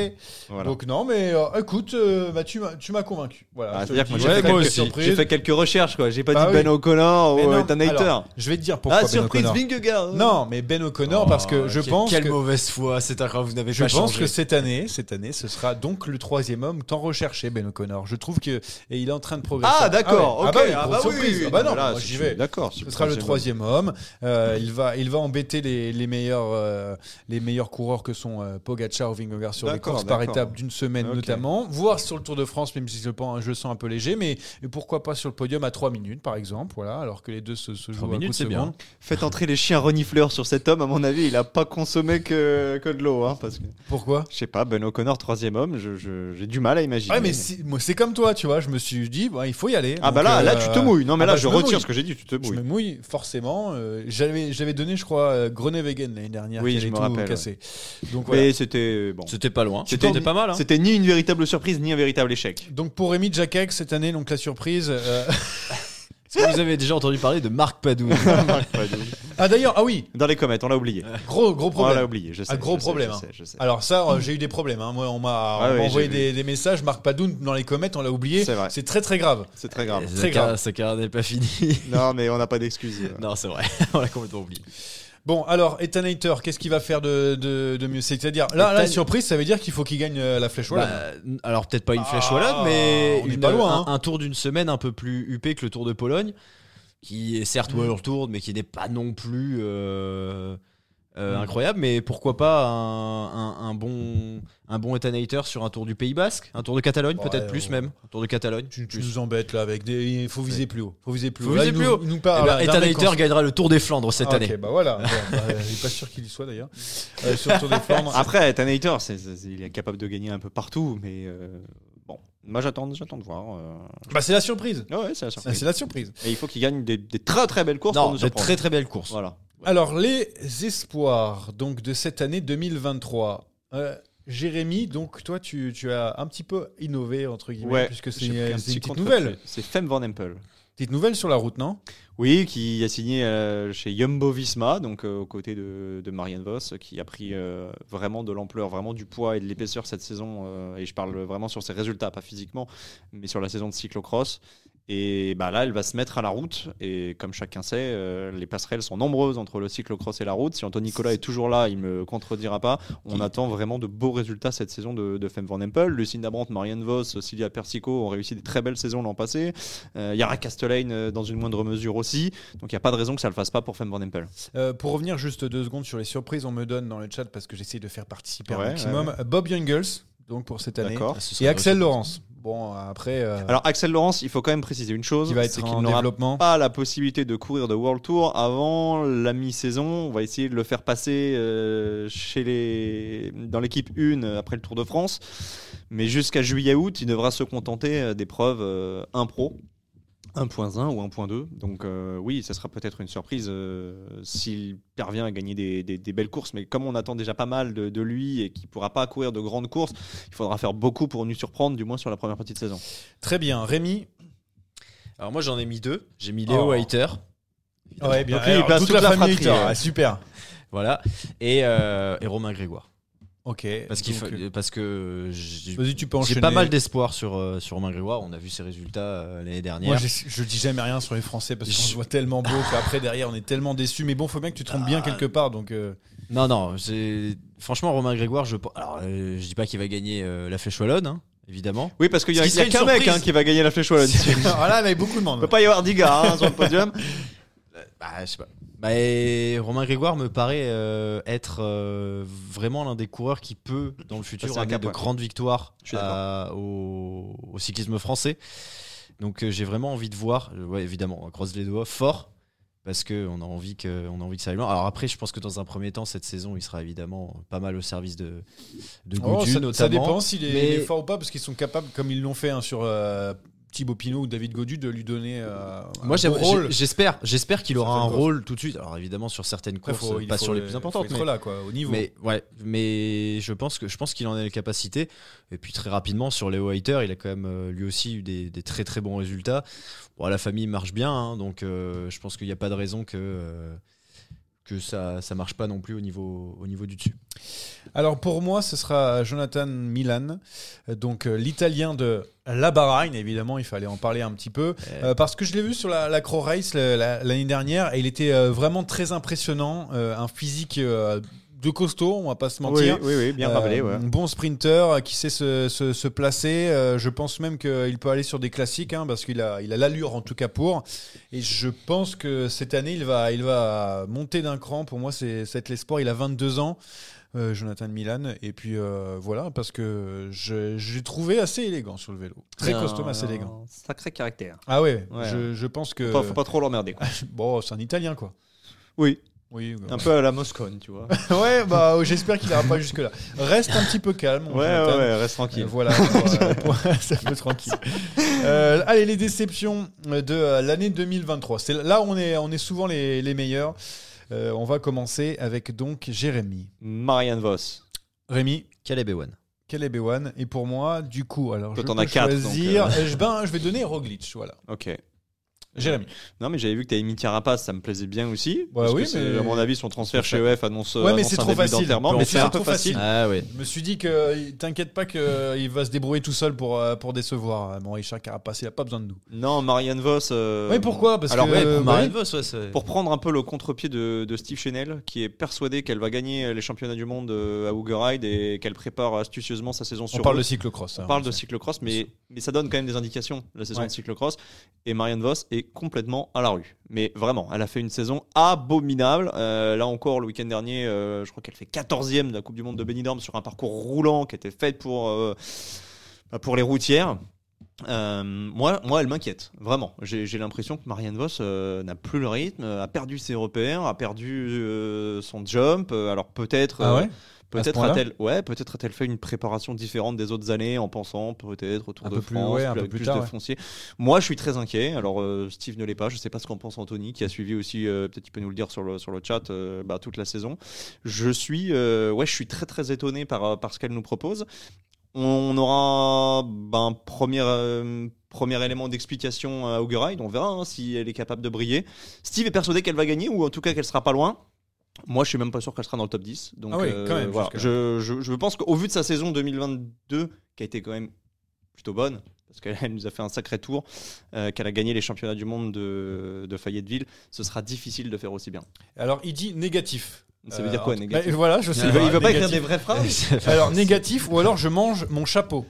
[SPEAKER 3] Voilà.
[SPEAKER 2] Donc non, mais euh, écoute, euh, bah, tu m'as tu m'as convaincu. Voilà.
[SPEAKER 3] Ah,
[SPEAKER 2] je te
[SPEAKER 3] c'est-à-dire
[SPEAKER 2] le
[SPEAKER 3] que moi,
[SPEAKER 2] dis.
[SPEAKER 3] j'ai fait
[SPEAKER 2] Ouais, moi
[SPEAKER 3] quelques-
[SPEAKER 2] aussi.
[SPEAKER 3] J'ai fait quelques recherches, quoi. J'ai pas
[SPEAKER 2] Bah
[SPEAKER 3] dit
[SPEAKER 2] oui.
[SPEAKER 3] Ben O'Connor
[SPEAKER 2] Mais
[SPEAKER 3] ou
[SPEAKER 2] non,
[SPEAKER 3] Ethan Hater.
[SPEAKER 2] alors, je vais te dire pourquoi.
[SPEAKER 3] ah,
[SPEAKER 2] Ben
[SPEAKER 3] surprise,
[SPEAKER 2] O'Connor.
[SPEAKER 3] Vingegaard.
[SPEAKER 2] Non, mais Ben O'Connor parce que
[SPEAKER 4] Oh,
[SPEAKER 2] je
[SPEAKER 4] quelle-
[SPEAKER 2] pense
[SPEAKER 4] Quelle
[SPEAKER 2] que
[SPEAKER 4] mauvaise foi, c'est incroyable, vous n'avez
[SPEAKER 2] Je
[SPEAKER 4] pas
[SPEAKER 2] pense
[SPEAKER 4] changé.
[SPEAKER 2] que cette année, cette année, ce sera donc le troisième homme tant recherché, Ben O'Connor. Je trouve que et il est en train de progresser.
[SPEAKER 3] Ah, d'accord.
[SPEAKER 2] ouais.
[SPEAKER 3] ok.
[SPEAKER 2] Ah bah oui, grosse surprise. Ah bah non, moi j'y vais.
[SPEAKER 3] D'accord.
[SPEAKER 2] Ce sera le troisième homme. Euh, il va, il va embêter les, les meilleurs, euh, les meilleurs coureurs que sont euh, Pogacar ou Vingegaard sur les
[SPEAKER 3] D'accord,
[SPEAKER 2] courses par
[SPEAKER 3] d'accord.
[SPEAKER 2] étape d'une semaine
[SPEAKER 3] Ok.
[SPEAKER 2] notamment, voire sur le Tour de France, même si je le pense, je le sens un peu léger, mais pourquoi pas sur le podium à 3 minutes par exemple, voilà, alors que les deux se, se jouent à coup
[SPEAKER 4] minutes,
[SPEAKER 2] de
[SPEAKER 4] c'est bien.
[SPEAKER 2] seconde.
[SPEAKER 3] Faites entrer les chiens renifleurs sur cet homme, à mon avis, il a pas consommé que, que de l'eau. Hein, parce que,
[SPEAKER 2] Pourquoi
[SPEAKER 3] je sais pas, Ben O'Connor, troisième homme, je- je- j'ai du mal à imaginer.
[SPEAKER 2] Ouais, mais c'est- moi, c'est comme toi, tu vois. Je me suis dit, bah, il faut y aller.
[SPEAKER 3] ah, bah
[SPEAKER 2] Donc,
[SPEAKER 3] là,
[SPEAKER 2] euh,
[SPEAKER 3] là, tu te mouilles. Non, mais
[SPEAKER 2] ah
[SPEAKER 3] là,
[SPEAKER 2] bah,
[SPEAKER 3] je
[SPEAKER 2] me
[SPEAKER 3] retire
[SPEAKER 2] mouille.
[SPEAKER 3] ce que j'ai dit, tu te
[SPEAKER 2] Je me
[SPEAKER 3] mouilles.
[SPEAKER 2] mouille, forcément. Euh, J'avais j'avais donné, je crois, euh, Groenewegen l'année dernière.
[SPEAKER 3] Oui,
[SPEAKER 2] qui
[SPEAKER 3] je
[SPEAKER 2] avait
[SPEAKER 3] me
[SPEAKER 2] tout
[SPEAKER 3] rappelle,
[SPEAKER 2] Cassé. Donc, voilà.
[SPEAKER 3] Mais c'était bon.
[SPEAKER 4] C'était pas loin.
[SPEAKER 3] C'était-
[SPEAKER 4] C'était pas mal. hein.
[SPEAKER 3] C'était ni une véritable surprise, ni un véritable échec.
[SPEAKER 2] Donc pour Rémi Jacquet, cette année, donc la surprise. euh,
[SPEAKER 4] Est-ce que vous avez déjà entendu parler de Marc Padoue
[SPEAKER 2] Ah d'ailleurs, ah oui,
[SPEAKER 3] Dans les comètes, on l'a oublié.
[SPEAKER 2] gros gros
[SPEAKER 3] On
[SPEAKER 2] problème.
[SPEAKER 3] l'a Oh, oublié, je sais.
[SPEAKER 2] Ah, gros
[SPEAKER 3] je sais,
[SPEAKER 2] problème,
[SPEAKER 3] je
[SPEAKER 2] hein.
[SPEAKER 3] sais, je sais.
[SPEAKER 2] Alors ça, euh, j'ai eu des problèmes. hein. Moi, on m'a
[SPEAKER 3] Ah
[SPEAKER 2] on m'a
[SPEAKER 3] oui,
[SPEAKER 2] envoyé
[SPEAKER 3] j'ai
[SPEAKER 2] des, des messages. Marc Padoun dans les comètes, on l'a oublié.
[SPEAKER 3] C'est vrai.
[SPEAKER 2] C'est très très grave.
[SPEAKER 3] C'est très grave.
[SPEAKER 2] Très grave.
[SPEAKER 4] Sa carrière n'est pas finie.
[SPEAKER 3] Non, mais on n'a pas d'excuses.
[SPEAKER 4] non, c'est vrai. On l'a complètement oublié.
[SPEAKER 2] Bon, alors Ethan Hater, qu'est-ce qu'il va faire de, de, de mieux C'est-à-dire là, là,
[SPEAKER 4] Ethan-
[SPEAKER 2] surprise, ça veut dire qu'il faut qu'il gagne euh, la flèche wallonne.
[SPEAKER 4] Bah, n- alors peut-être pas une flèche
[SPEAKER 2] Ah,
[SPEAKER 4] wallonne, mais
[SPEAKER 2] on est
[SPEAKER 4] une-
[SPEAKER 2] pas loin, hein.
[SPEAKER 4] un, un tour d'une semaine un peu plus huppé que le Tour de Pologne, qui est certes
[SPEAKER 2] Mm.
[SPEAKER 4] World Tour, mais qui n'est pas non plus euh, euh,
[SPEAKER 2] Mm.
[SPEAKER 4] incroyable. Mais pourquoi pas un, un- un bon un bon Ethan Hater sur un tour du Pays Basque, un tour de Catalogne
[SPEAKER 2] Ouais,
[SPEAKER 4] peut-être
[SPEAKER 2] ouais.
[SPEAKER 4] plus même, un tour de Catalogne.
[SPEAKER 2] Tu, tu
[SPEAKER 4] plus.
[SPEAKER 2] nous embêtes là avec des. Il faut viser plus haut. Faut viser plus
[SPEAKER 4] Faut
[SPEAKER 2] haut. Là,
[SPEAKER 4] viser
[SPEAKER 2] il
[SPEAKER 4] plus
[SPEAKER 2] nous-
[SPEAKER 4] haut.
[SPEAKER 2] il nous
[SPEAKER 4] Eh
[SPEAKER 2] parle.
[SPEAKER 4] ben,
[SPEAKER 2] d'un
[SPEAKER 4] Ethan
[SPEAKER 2] mec
[SPEAKER 4] Hater
[SPEAKER 2] en-
[SPEAKER 4] gagnera le Tour des Flandres cette
[SPEAKER 2] Ah,
[SPEAKER 4] année.
[SPEAKER 2] Ok, bah voilà. Bon, bah, je suis pas sûr qu'il y soit d'ailleurs. Euh, sur le Tour des Flandres.
[SPEAKER 4] Ah.
[SPEAKER 3] Après, Ethan Hater, c'est- c'est- il est capable de gagner un peu partout, mais euh, bon, moi j'attends, j'attends de voir. euh.
[SPEAKER 2] Bah, c'est la surprise.
[SPEAKER 3] Ah ouais, c'est la
[SPEAKER 2] Ah,
[SPEAKER 3] surprise.
[SPEAKER 2] C'est la surprise.
[SPEAKER 3] Et il faut qu'il gagne des, des très très belles courses pour
[SPEAKER 4] Non,
[SPEAKER 3] nous
[SPEAKER 4] de
[SPEAKER 3] surprendre.
[SPEAKER 4] très très belles courses.
[SPEAKER 3] Voilà.
[SPEAKER 2] Alors, les espoirs donc, de cette année 2023. Euh, Jérémy, donc toi, tu, tu as un petit peu innové, entre guillemets, puisque c'est euh, c'est
[SPEAKER 3] j'ai pris un
[SPEAKER 2] une
[SPEAKER 3] petit
[SPEAKER 2] petite
[SPEAKER 3] contre-
[SPEAKER 2] nouvelle.
[SPEAKER 3] C'est Femme Van Empel.
[SPEAKER 2] Petite nouvelle sur la route, non
[SPEAKER 3] Oui, qui a signé euh, chez Jumbo Visma, donc euh, aux côtés de, de Marianne Voss, qui a pris euh, vraiment de l'ampleur, vraiment du poids et de l'épaisseur cette saison. euh, et je parle vraiment sur ses résultats, pas physiquement, mais sur la saison de cyclocross. Et bah là, elle va se mettre à la route. Et comme chacun sait, euh, les passerelles sont nombreuses entre le cyclocross et la route. Si Anthony Nicolas est toujours là, il me contredira pas. On attend vraiment de beaux résultats cette saison de, de Femme Van Empel. Lucinda Brandt, Marianne Voss, Cilia Persico ont réussi des très belles saisons l'an passé. Euh, Yara Castellane, euh, dans une moindre mesure aussi. Donc il n'y a pas de raison que ça le fasse pas pour Femme Van Empel.
[SPEAKER 2] Euh, pour revenir juste deux secondes sur les surprises, on me donne dans le chat parce que j'essaie de faire participer un
[SPEAKER 3] Ouais,
[SPEAKER 2] maximum.
[SPEAKER 3] ouais,
[SPEAKER 2] Bob Youngles, donc pour cette année.
[SPEAKER 4] Ah,
[SPEAKER 3] D'accord.
[SPEAKER 2] Et Axel Laurence. Bon, après, euh,
[SPEAKER 3] Alors Axel Laurence, il faut quand même préciser une chose,
[SPEAKER 2] qui va
[SPEAKER 3] c'est
[SPEAKER 2] être
[SPEAKER 3] qu'il
[SPEAKER 2] en
[SPEAKER 3] n'aura
[SPEAKER 2] développement.
[SPEAKER 3] pas la possibilité de courir de World Tour avant la mi-saison. On va essayer de le faire passer euh, chez les... dans l'équipe 1 euh, après le Tour de France. Mais jusqu'à juillet-août, il devra se contenter euh, d'épreuves euh, 1 pro. 1.1 ou 1.2. Donc euh, oui, ça sera peut-être une surprise euh, s'il parvient à gagner des, des- des belles courses. Mais comme on attend déjà pas mal de, de lui et qu'il ne pourra pas courir de grandes courses, il faudra faire beaucoup pour nous surprendre, du moins sur la première partie de saison.
[SPEAKER 2] Très bien, Rémi.
[SPEAKER 4] Alors moi j'en ai mis deux. J'ai mis Léo
[SPEAKER 2] Oh.
[SPEAKER 4] Haïter.
[SPEAKER 2] Ouais, bien.
[SPEAKER 3] Donc lui, il
[SPEAKER 2] alors,
[SPEAKER 3] passe
[SPEAKER 2] toute
[SPEAKER 3] toute
[SPEAKER 2] la,
[SPEAKER 3] la
[SPEAKER 2] famille
[SPEAKER 3] fratrie,
[SPEAKER 2] Hector.
[SPEAKER 4] euh.
[SPEAKER 3] ouais.
[SPEAKER 2] Ah, Super.
[SPEAKER 4] Voilà. Et, euh, et Romain Grégoire.
[SPEAKER 2] Ok.
[SPEAKER 4] Parce, qu'il
[SPEAKER 2] donc, euh,
[SPEAKER 4] fa- parce que j'ai
[SPEAKER 2] Vas-y, tu peux
[SPEAKER 4] j'ai
[SPEAKER 2] enchaîner.
[SPEAKER 4] pas mal d'espoir sur, euh, sur Romain Grégoire. On a vu ses résultats euh, l'année dernière.
[SPEAKER 2] Moi, je, je dis jamais rien sur les Français parce qu'on
[SPEAKER 4] Je-
[SPEAKER 2] se voit tellement beau qu'après, derrière, on est tellement déçus. Mais bon, faut bien que tu te trompes
[SPEAKER 4] Ah.
[SPEAKER 2] bien quelque part. Donc, euh,
[SPEAKER 4] Non, non, c'est- franchement, Romain Grégoire, je, pe- alors, euh, je dis pas qu'il va gagner euh, la Flèche Wallonne, hein, évidemment.
[SPEAKER 3] Oui, parce qu'il y a,
[SPEAKER 4] Ce qui
[SPEAKER 3] il y a
[SPEAKER 4] serait
[SPEAKER 3] qu'un
[SPEAKER 4] une
[SPEAKER 3] mec
[SPEAKER 4] surprise.
[SPEAKER 3] hein, qui va gagner la flèche wallonne. Il
[SPEAKER 2] voilà, mais beaucoup de monde.
[SPEAKER 3] peut pas y avoir 10 gars hein, sur le podium.
[SPEAKER 4] Bah, je sais pas. Bah, et Romain Grégoire me paraît euh, être euh, vraiment l'un des coureurs qui peut, dans le
[SPEAKER 3] Ça,
[SPEAKER 4] futur,
[SPEAKER 3] c'est un
[SPEAKER 4] amener
[SPEAKER 3] cap,
[SPEAKER 4] de
[SPEAKER 3] ouais.
[SPEAKER 4] grandes victoires
[SPEAKER 3] Je suis d'accord.
[SPEAKER 4] à- au, au cyclisme français. Donc, euh, j'ai vraiment envie de voir, euh, ouais, évidemment, on croise les doigts, fort, parce qu'on a, envie que- on a envie que ça aille loin. Alors, après, je pense que dans un premier temps, cette saison, il sera évidemment pas mal au service de, de
[SPEAKER 2] Oh,
[SPEAKER 4] Goudu,
[SPEAKER 2] ça,
[SPEAKER 4] notamment.
[SPEAKER 2] ça dépend s'il est,
[SPEAKER 4] Mais-
[SPEAKER 2] il est fort ou pas parce qu'ils sont capables, comme ils l'ont fait hein, sur euh, Thibaut Pinot ou David Godu, de lui donner euh, un
[SPEAKER 4] Moi,
[SPEAKER 2] beau
[SPEAKER 4] j'aimerais-
[SPEAKER 2] rôle.
[SPEAKER 4] j'ai- j'espère, j'espère qu'il aura un
[SPEAKER 2] Certaines courses.
[SPEAKER 4] rôle tout de suite. Alors évidemment sur certaines
[SPEAKER 2] Après,
[SPEAKER 4] courses,
[SPEAKER 2] faut- il
[SPEAKER 4] pas
[SPEAKER 2] faut-
[SPEAKER 4] sur les plus
[SPEAKER 2] faut
[SPEAKER 4] importantes,
[SPEAKER 2] être
[SPEAKER 4] mais,
[SPEAKER 2] là, quoi, au niveau.
[SPEAKER 4] mais ouais, mais je pense que je pense qu'il en a les capacités. Et puis très rapidement sur Léo Haïter, il a quand même euh, lui aussi eu des, des très très bons résultats. Bon, la famille marche bien, hein, donc euh, je pense qu'il n'y a pas de raison que euh, que ça ça marche pas non plus au niveau au niveau du dessus.
[SPEAKER 2] Alors pour moi, ce sera Jonathan Milan, euh, donc euh, l'Italien de la Bahreïn. Évidemment, il fallait en parler un petit peu euh, parce que je l'ai vu sur la, la Crow Race le- la- l'année dernière et il était euh, vraiment très impressionnant, euh, un physique euh, de costaud, on va pas se mentir.
[SPEAKER 3] oui, oui, bien
[SPEAKER 2] Euh,
[SPEAKER 3] rappelé. Ouais.
[SPEAKER 2] un Bon sprinter euh, qui sait se, se- se placer. Euh, je pense même qu'il peut aller sur des classiques hein, parce qu'il a il a l'allure en tout cas pour. Et je pense que cette année il va il va monter d'un cran. Pour moi c'est c'est l'espoir. Il a 22 ans. euh, Jonathan Milan et puis euh, voilà parce que je, je l'ai trouvé assez élégant sur le vélo très costaud mais assez élégant Euh,
[SPEAKER 3] Sacré caractère.
[SPEAKER 2] ah ouais,
[SPEAKER 3] Ouais.
[SPEAKER 2] Je, je pense que
[SPEAKER 3] Faut, pas- faut pas trop l'emmerder. quoi.
[SPEAKER 2] bon c'est un italien quoi
[SPEAKER 3] Oui,
[SPEAKER 2] oui euh.
[SPEAKER 3] un peu à la Moscone, tu vois.
[SPEAKER 2] ouais bah j'espère qu'il n'ira pas jusque là reste un petit peu calme mon
[SPEAKER 3] ouais, ouais,
[SPEAKER 2] Jonathan.
[SPEAKER 3] ouais, reste tranquille.
[SPEAKER 2] Euh, voilà, pour, euh, pour- ça peut tranquille. Euh, allez, les déceptions de euh, l'année 2023. C'est là où on est, on est souvent les, les meilleurs. Euh, on va commencer avec donc Jérémy.
[SPEAKER 3] Marianne Voss.
[SPEAKER 2] Rémi,
[SPEAKER 4] Caleb Ewan.
[SPEAKER 2] quel est B1 Et pour moi, du coup, alors
[SPEAKER 3] Toi,
[SPEAKER 2] je
[SPEAKER 3] t'en
[SPEAKER 2] peux
[SPEAKER 3] as quatre, donc,
[SPEAKER 2] choisir.
[SPEAKER 3] euh.
[SPEAKER 2] Euh, je, ben, je vais donner Roglic, voilà.
[SPEAKER 3] Ok.
[SPEAKER 2] Jérémy.
[SPEAKER 3] Non, mais j'avais vu que t'avais mis Carapace, ça me plaisait bien aussi.
[SPEAKER 2] Bah
[SPEAKER 3] parce
[SPEAKER 2] oui,
[SPEAKER 3] que c'est,
[SPEAKER 2] mais-
[SPEAKER 3] à mon avis, son transfert chez EF annonce.
[SPEAKER 2] Ouais, mais
[SPEAKER 3] annonce
[SPEAKER 2] c'est
[SPEAKER 3] un
[SPEAKER 2] trop
[SPEAKER 3] début
[SPEAKER 2] facile.
[SPEAKER 3] d'enterrement,
[SPEAKER 2] Peut en
[SPEAKER 3] Mais c'est
[SPEAKER 2] faire.
[SPEAKER 3] un peu
[SPEAKER 2] Trop facile.
[SPEAKER 3] facile.
[SPEAKER 4] Ah ouais.
[SPEAKER 2] Je me suis dit que euh, t'inquiète pas qu'il va se débrouiller tout seul pour, euh, pour décevoir. Mon Richard Carapace, il a pas besoin de nous.
[SPEAKER 3] Non, Marianne Voss. euh,
[SPEAKER 2] Oui, pourquoi Parce
[SPEAKER 4] Alors
[SPEAKER 2] que
[SPEAKER 4] ouais,
[SPEAKER 2] euh,
[SPEAKER 4] pour Marianne
[SPEAKER 2] ouais.
[SPEAKER 4] Voss, ouais, c'est-
[SPEAKER 3] Pour prendre un peu le contre-pied de, de Steve Chenel, qui est persuadé qu'elle va gagner les championnats du monde euh, à Ougeride et qu'elle prépare astucieusement sa saison sur
[SPEAKER 2] on parle
[SPEAKER 3] route.
[SPEAKER 2] de cyclocross.
[SPEAKER 3] On
[SPEAKER 2] hein,
[SPEAKER 3] parle de
[SPEAKER 2] sait.
[SPEAKER 3] cyclocross, mais, mais ça donne quand même des indications, la saison
[SPEAKER 2] Ouais.
[SPEAKER 3] de cyclocross. Et Marianne Voss est complètement à la rue. Mais vraiment, elle a fait une saison abominable. Euh, là encore, le week-end dernier, euh, je crois qu'elle fait 14e de la Coupe du Monde de Benidorm sur un parcours roulant qui était fait pour, euh, bah, pour les routières. Euh, moi, moi, elle m'inquiète, vraiment. J'ai j'ai l'impression que Marianne Voss euh, n'a plus le rythme, a perdu ses repères, a perdu euh, son jump. Euh, Alors peut-être,
[SPEAKER 2] Ah
[SPEAKER 3] euh,
[SPEAKER 2] ouais À ce
[SPEAKER 3] Peut-être
[SPEAKER 2] point-là
[SPEAKER 3] a-t-elle, ouais, peut-être a-t-elle fait une préparation différente des autres années en pensant peut-être autour
[SPEAKER 2] Un
[SPEAKER 3] de
[SPEAKER 2] peu plus,
[SPEAKER 3] France,
[SPEAKER 2] ouais, un peu
[SPEAKER 3] avec
[SPEAKER 2] plus
[SPEAKER 3] plus,
[SPEAKER 2] tard,
[SPEAKER 3] de
[SPEAKER 2] ouais.
[SPEAKER 3] foncier. Moi, je suis très inquiet. Alors euh, Steve ne l'est pas. Je sais pas ce qu'en pense Anthony, qui a suivi aussi. euh, peut-être il peut nous le dire sur le sur le chat euh, bah, toute la saison. Je suis, euh, ouais, je suis très très étonné par euh, par ce qu'elle nous propose. On aura ben, un premier, euh, premier élément d'explication à Augeride. On verra hein, si elle est capable de briller. Steve est persuadé qu'elle va gagner ou en tout cas qu'elle sera pas loin. Moi, je suis même pas sûr qu'elle sera dans le top 10. Donc, euh,
[SPEAKER 2] Ah oui, quand même,
[SPEAKER 3] voilà.
[SPEAKER 2] jusque-là.
[SPEAKER 3] je, je, je pense qu'au vu de sa saison 2022, qui a été quand même plutôt bonne, parce qu'elle nous a fait un sacré tour, euh, qu'elle a gagné les championnats du monde de, de Fayetteville, ce sera difficile de faire aussi bien.
[SPEAKER 2] Alors, il dit négatif.
[SPEAKER 3] Ça veut dire quoi,
[SPEAKER 2] en tout-
[SPEAKER 3] négatif
[SPEAKER 2] Bah, Voilà, je sais
[SPEAKER 3] Il veut, il veut pas écrire
[SPEAKER 2] négatif.
[SPEAKER 3] des vraies phrases
[SPEAKER 2] Alors, négatif, ou alors je mange mon chapeau.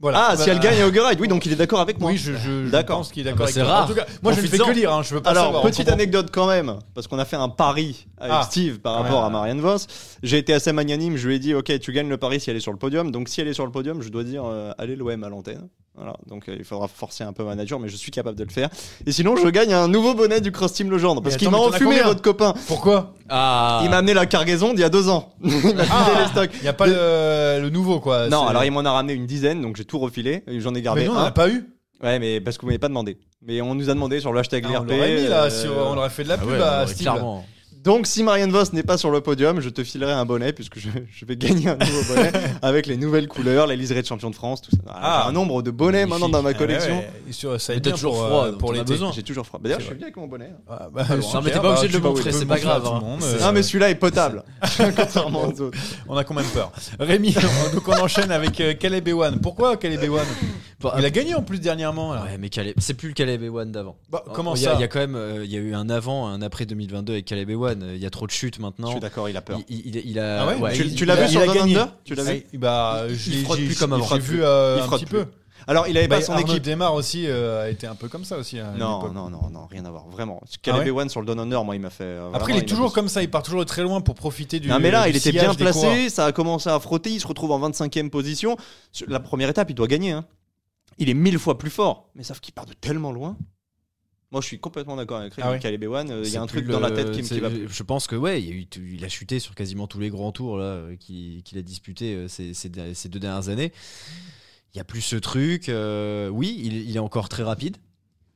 [SPEAKER 2] Voilà.
[SPEAKER 3] Ah, si elle gagne à Hoggeride, oui, donc il est d'accord avec moi.
[SPEAKER 2] Oui, je, je, je
[SPEAKER 3] D'accord.
[SPEAKER 2] pense qu'il est d'accord
[SPEAKER 4] Ah
[SPEAKER 2] avec
[SPEAKER 4] bah, c'est
[SPEAKER 2] toi.
[SPEAKER 4] rare.
[SPEAKER 2] En tout cas, moi, je ne fais que
[SPEAKER 4] Profites-en.
[SPEAKER 2] lire, hein, je veux pas
[SPEAKER 3] Alors,
[SPEAKER 2] savoir.
[SPEAKER 3] petite
[SPEAKER 2] on comprend-
[SPEAKER 3] anecdote quand même, parce qu'on a fait un pari avec
[SPEAKER 2] Ah,
[SPEAKER 3] Steve par
[SPEAKER 2] quand
[SPEAKER 3] rapport
[SPEAKER 2] même.
[SPEAKER 3] à Marianne Voss. J'ai été assez magnanime, je lui ai dit Ok, tu gagnes le pari si elle est sur le podium. Donc, si elle est sur le podium, je dois dire euh, Allez, l'OM à l'antenne. Voilà, donc euh, il faudra forcer un peu ma nature, mais je suis capable de le faire. Et sinon, je gagne un nouveau bonnet du Cross Team Legendre, parce
[SPEAKER 2] Mais
[SPEAKER 3] qu'il
[SPEAKER 2] attends, mais
[SPEAKER 3] m'a
[SPEAKER 2] t'en as
[SPEAKER 3] enfumé,
[SPEAKER 2] combien
[SPEAKER 3] votre copain.
[SPEAKER 2] Pourquoi
[SPEAKER 4] Ah.
[SPEAKER 3] Il m'a amené la cargaison d'il y a deux ans. il m'a filé les stocks.
[SPEAKER 2] Ah.
[SPEAKER 3] Euh,
[SPEAKER 2] Il n'y a pas le, le nouveau, quoi.
[SPEAKER 3] Non,
[SPEAKER 2] C'est-
[SPEAKER 3] alors il m'en a ramené une dizaine, donc j'ai tout refilé. et J'en ai
[SPEAKER 2] Mais
[SPEAKER 3] gardé
[SPEAKER 2] non, on
[SPEAKER 3] un.
[SPEAKER 2] n'a pas eu.
[SPEAKER 3] Ouais, mais parce que vous m'avez pas demandé. Mais on nous a demandé sur le hashtag
[SPEAKER 2] Ah, on
[SPEAKER 3] LRP,
[SPEAKER 2] l'aurait mis, là.
[SPEAKER 3] euh,
[SPEAKER 2] si on on aurait fait de la
[SPEAKER 4] Ah
[SPEAKER 2] pub
[SPEAKER 4] ouais,
[SPEAKER 2] à
[SPEAKER 4] ouais,
[SPEAKER 2] Steve.
[SPEAKER 4] clairement.
[SPEAKER 3] Donc, si Marianne Voss n'est pas sur le podium, je te filerai un bonnet puisque je, je vais gagner un nouveau bonnet avec les nouvelles couleurs, les liserés de champion de France, tout ça. Alors,
[SPEAKER 2] Ah.
[SPEAKER 3] j'ai un nombre de bonnets Eh, maintenant dans ma
[SPEAKER 2] Ah ouais,
[SPEAKER 3] collection.
[SPEAKER 2] ouais. Et sur- ça
[SPEAKER 4] Mais
[SPEAKER 2] aide
[SPEAKER 4] t'as
[SPEAKER 2] bien
[SPEAKER 4] toujours
[SPEAKER 2] pour,
[SPEAKER 4] froid,
[SPEAKER 2] euh,
[SPEAKER 4] donc
[SPEAKER 2] pour
[SPEAKER 4] t'en as
[SPEAKER 2] l'été.
[SPEAKER 4] besoin.
[SPEAKER 3] J'ai toujours froid. Bah, D'ailleurs,
[SPEAKER 2] C'est
[SPEAKER 3] je suis
[SPEAKER 2] vrai.
[SPEAKER 3] bien avec mon bonnet. hein.
[SPEAKER 2] Ah, bah,
[SPEAKER 4] Non,
[SPEAKER 2] super,
[SPEAKER 4] mais t'es pas
[SPEAKER 2] bah,
[SPEAKER 4] obligé de le
[SPEAKER 2] tu peux-
[SPEAKER 4] montrer,
[SPEAKER 2] tu peux
[SPEAKER 4] c'est pas
[SPEAKER 2] montrer à
[SPEAKER 4] grave,
[SPEAKER 2] tout le
[SPEAKER 4] hein.
[SPEAKER 2] monde,
[SPEAKER 4] C'est-
[SPEAKER 2] euh,
[SPEAKER 3] Ah, mais celui-là est potable, contrairement aux autres.
[SPEAKER 2] On a quand même peur. Rémi, on- donc on enchaîne avec euh, Caleb Ewan. Pourquoi Caleb Ewan
[SPEAKER 4] Bah,
[SPEAKER 2] Il a gagné en plus dernièrement. là.
[SPEAKER 4] Ouais, Oh, mais Caleb- c'est plus le Caleb Ewan d'avant.
[SPEAKER 2] Bah, comment
[SPEAKER 4] Il y a-
[SPEAKER 2] ça
[SPEAKER 4] Il y a quand même, euh, il y a eu un avant, un après 2022 avec Caleb Ewan. Il y a trop de chutes
[SPEAKER 3] Je
[SPEAKER 4] maintenant.
[SPEAKER 3] suis d'accord, il a peur.
[SPEAKER 4] Il, il- il a,
[SPEAKER 2] Ah ouais
[SPEAKER 4] ouais,
[SPEAKER 3] Tu-
[SPEAKER 4] il-
[SPEAKER 3] tu l'as
[SPEAKER 4] il
[SPEAKER 3] vu
[SPEAKER 4] a-
[SPEAKER 3] sur
[SPEAKER 4] il a
[SPEAKER 3] Down
[SPEAKER 4] gagné.
[SPEAKER 3] Under Tu l'as vu
[SPEAKER 2] Ah, bah,
[SPEAKER 4] Il-
[SPEAKER 2] je
[SPEAKER 4] il
[SPEAKER 2] l'ai-
[SPEAKER 4] frotte
[SPEAKER 2] j'ai-
[SPEAKER 4] plus comme
[SPEAKER 2] j'ai-
[SPEAKER 4] avant.
[SPEAKER 2] J'ai vu euh,
[SPEAKER 3] Il
[SPEAKER 2] un
[SPEAKER 3] frotte
[SPEAKER 2] petit
[SPEAKER 3] plus.
[SPEAKER 2] peu.
[SPEAKER 3] Alors, il avait
[SPEAKER 2] Bah,
[SPEAKER 3] pas son
[SPEAKER 2] Arnaud
[SPEAKER 3] équipe.
[SPEAKER 2] Demar aussi euh, a été un peu comme ça aussi. hein, à une
[SPEAKER 3] Non,
[SPEAKER 2] époque.
[SPEAKER 3] non, non, non, rien à voir, vraiment.
[SPEAKER 2] Ah
[SPEAKER 3] Caleb
[SPEAKER 2] ouais
[SPEAKER 3] Ewan sur le Down Under, moi, il m'a fait. euh,
[SPEAKER 2] Après,
[SPEAKER 3] vraiment,
[SPEAKER 2] il est
[SPEAKER 3] m'a
[SPEAKER 2] toujours
[SPEAKER 3] poussé.
[SPEAKER 2] comme ça. Il part toujours de très loin pour profiter du.
[SPEAKER 3] Non, mais là,
[SPEAKER 2] du
[SPEAKER 3] il était
[SPEAKER 2] sillage
[SPEAKER 3] bien
[SPEAKER 2] des coureurs.
[SPEAKER 3] placé, ça a commencé à frotter, il se retrouve en 25e position. Sur La première étape, il doit gagner. hein. Il est mille fois plus fort, mais sauf qu'il part de tellement loin. Moi, je suis complètement d'accord avec Craig
[SPEAKER 2] Ah ouais.
[SPEAKER 3] Caleb Ewan. euh, Il y
[SPEAKER 4] C'est
[SPEAKER 3] a un
[SPEAKER 4] plus
[SPEAKER 3] truc dans la
[SPEAKER 4] le-
[SPEAKER 3] tête qui me
[SPEAKER 4] c'est-
[SPEAKER 3] qui va.
[SPEAKER 4] Je pense que ouais, il, y a eu tout- il a chuté sur quasiment tous les grands tours là euh, qui- qu'il a disputé euh, ces, ces der- ces deux dernières années. Il y a plus ce truc. euh, oui, il, il est encore très rapide,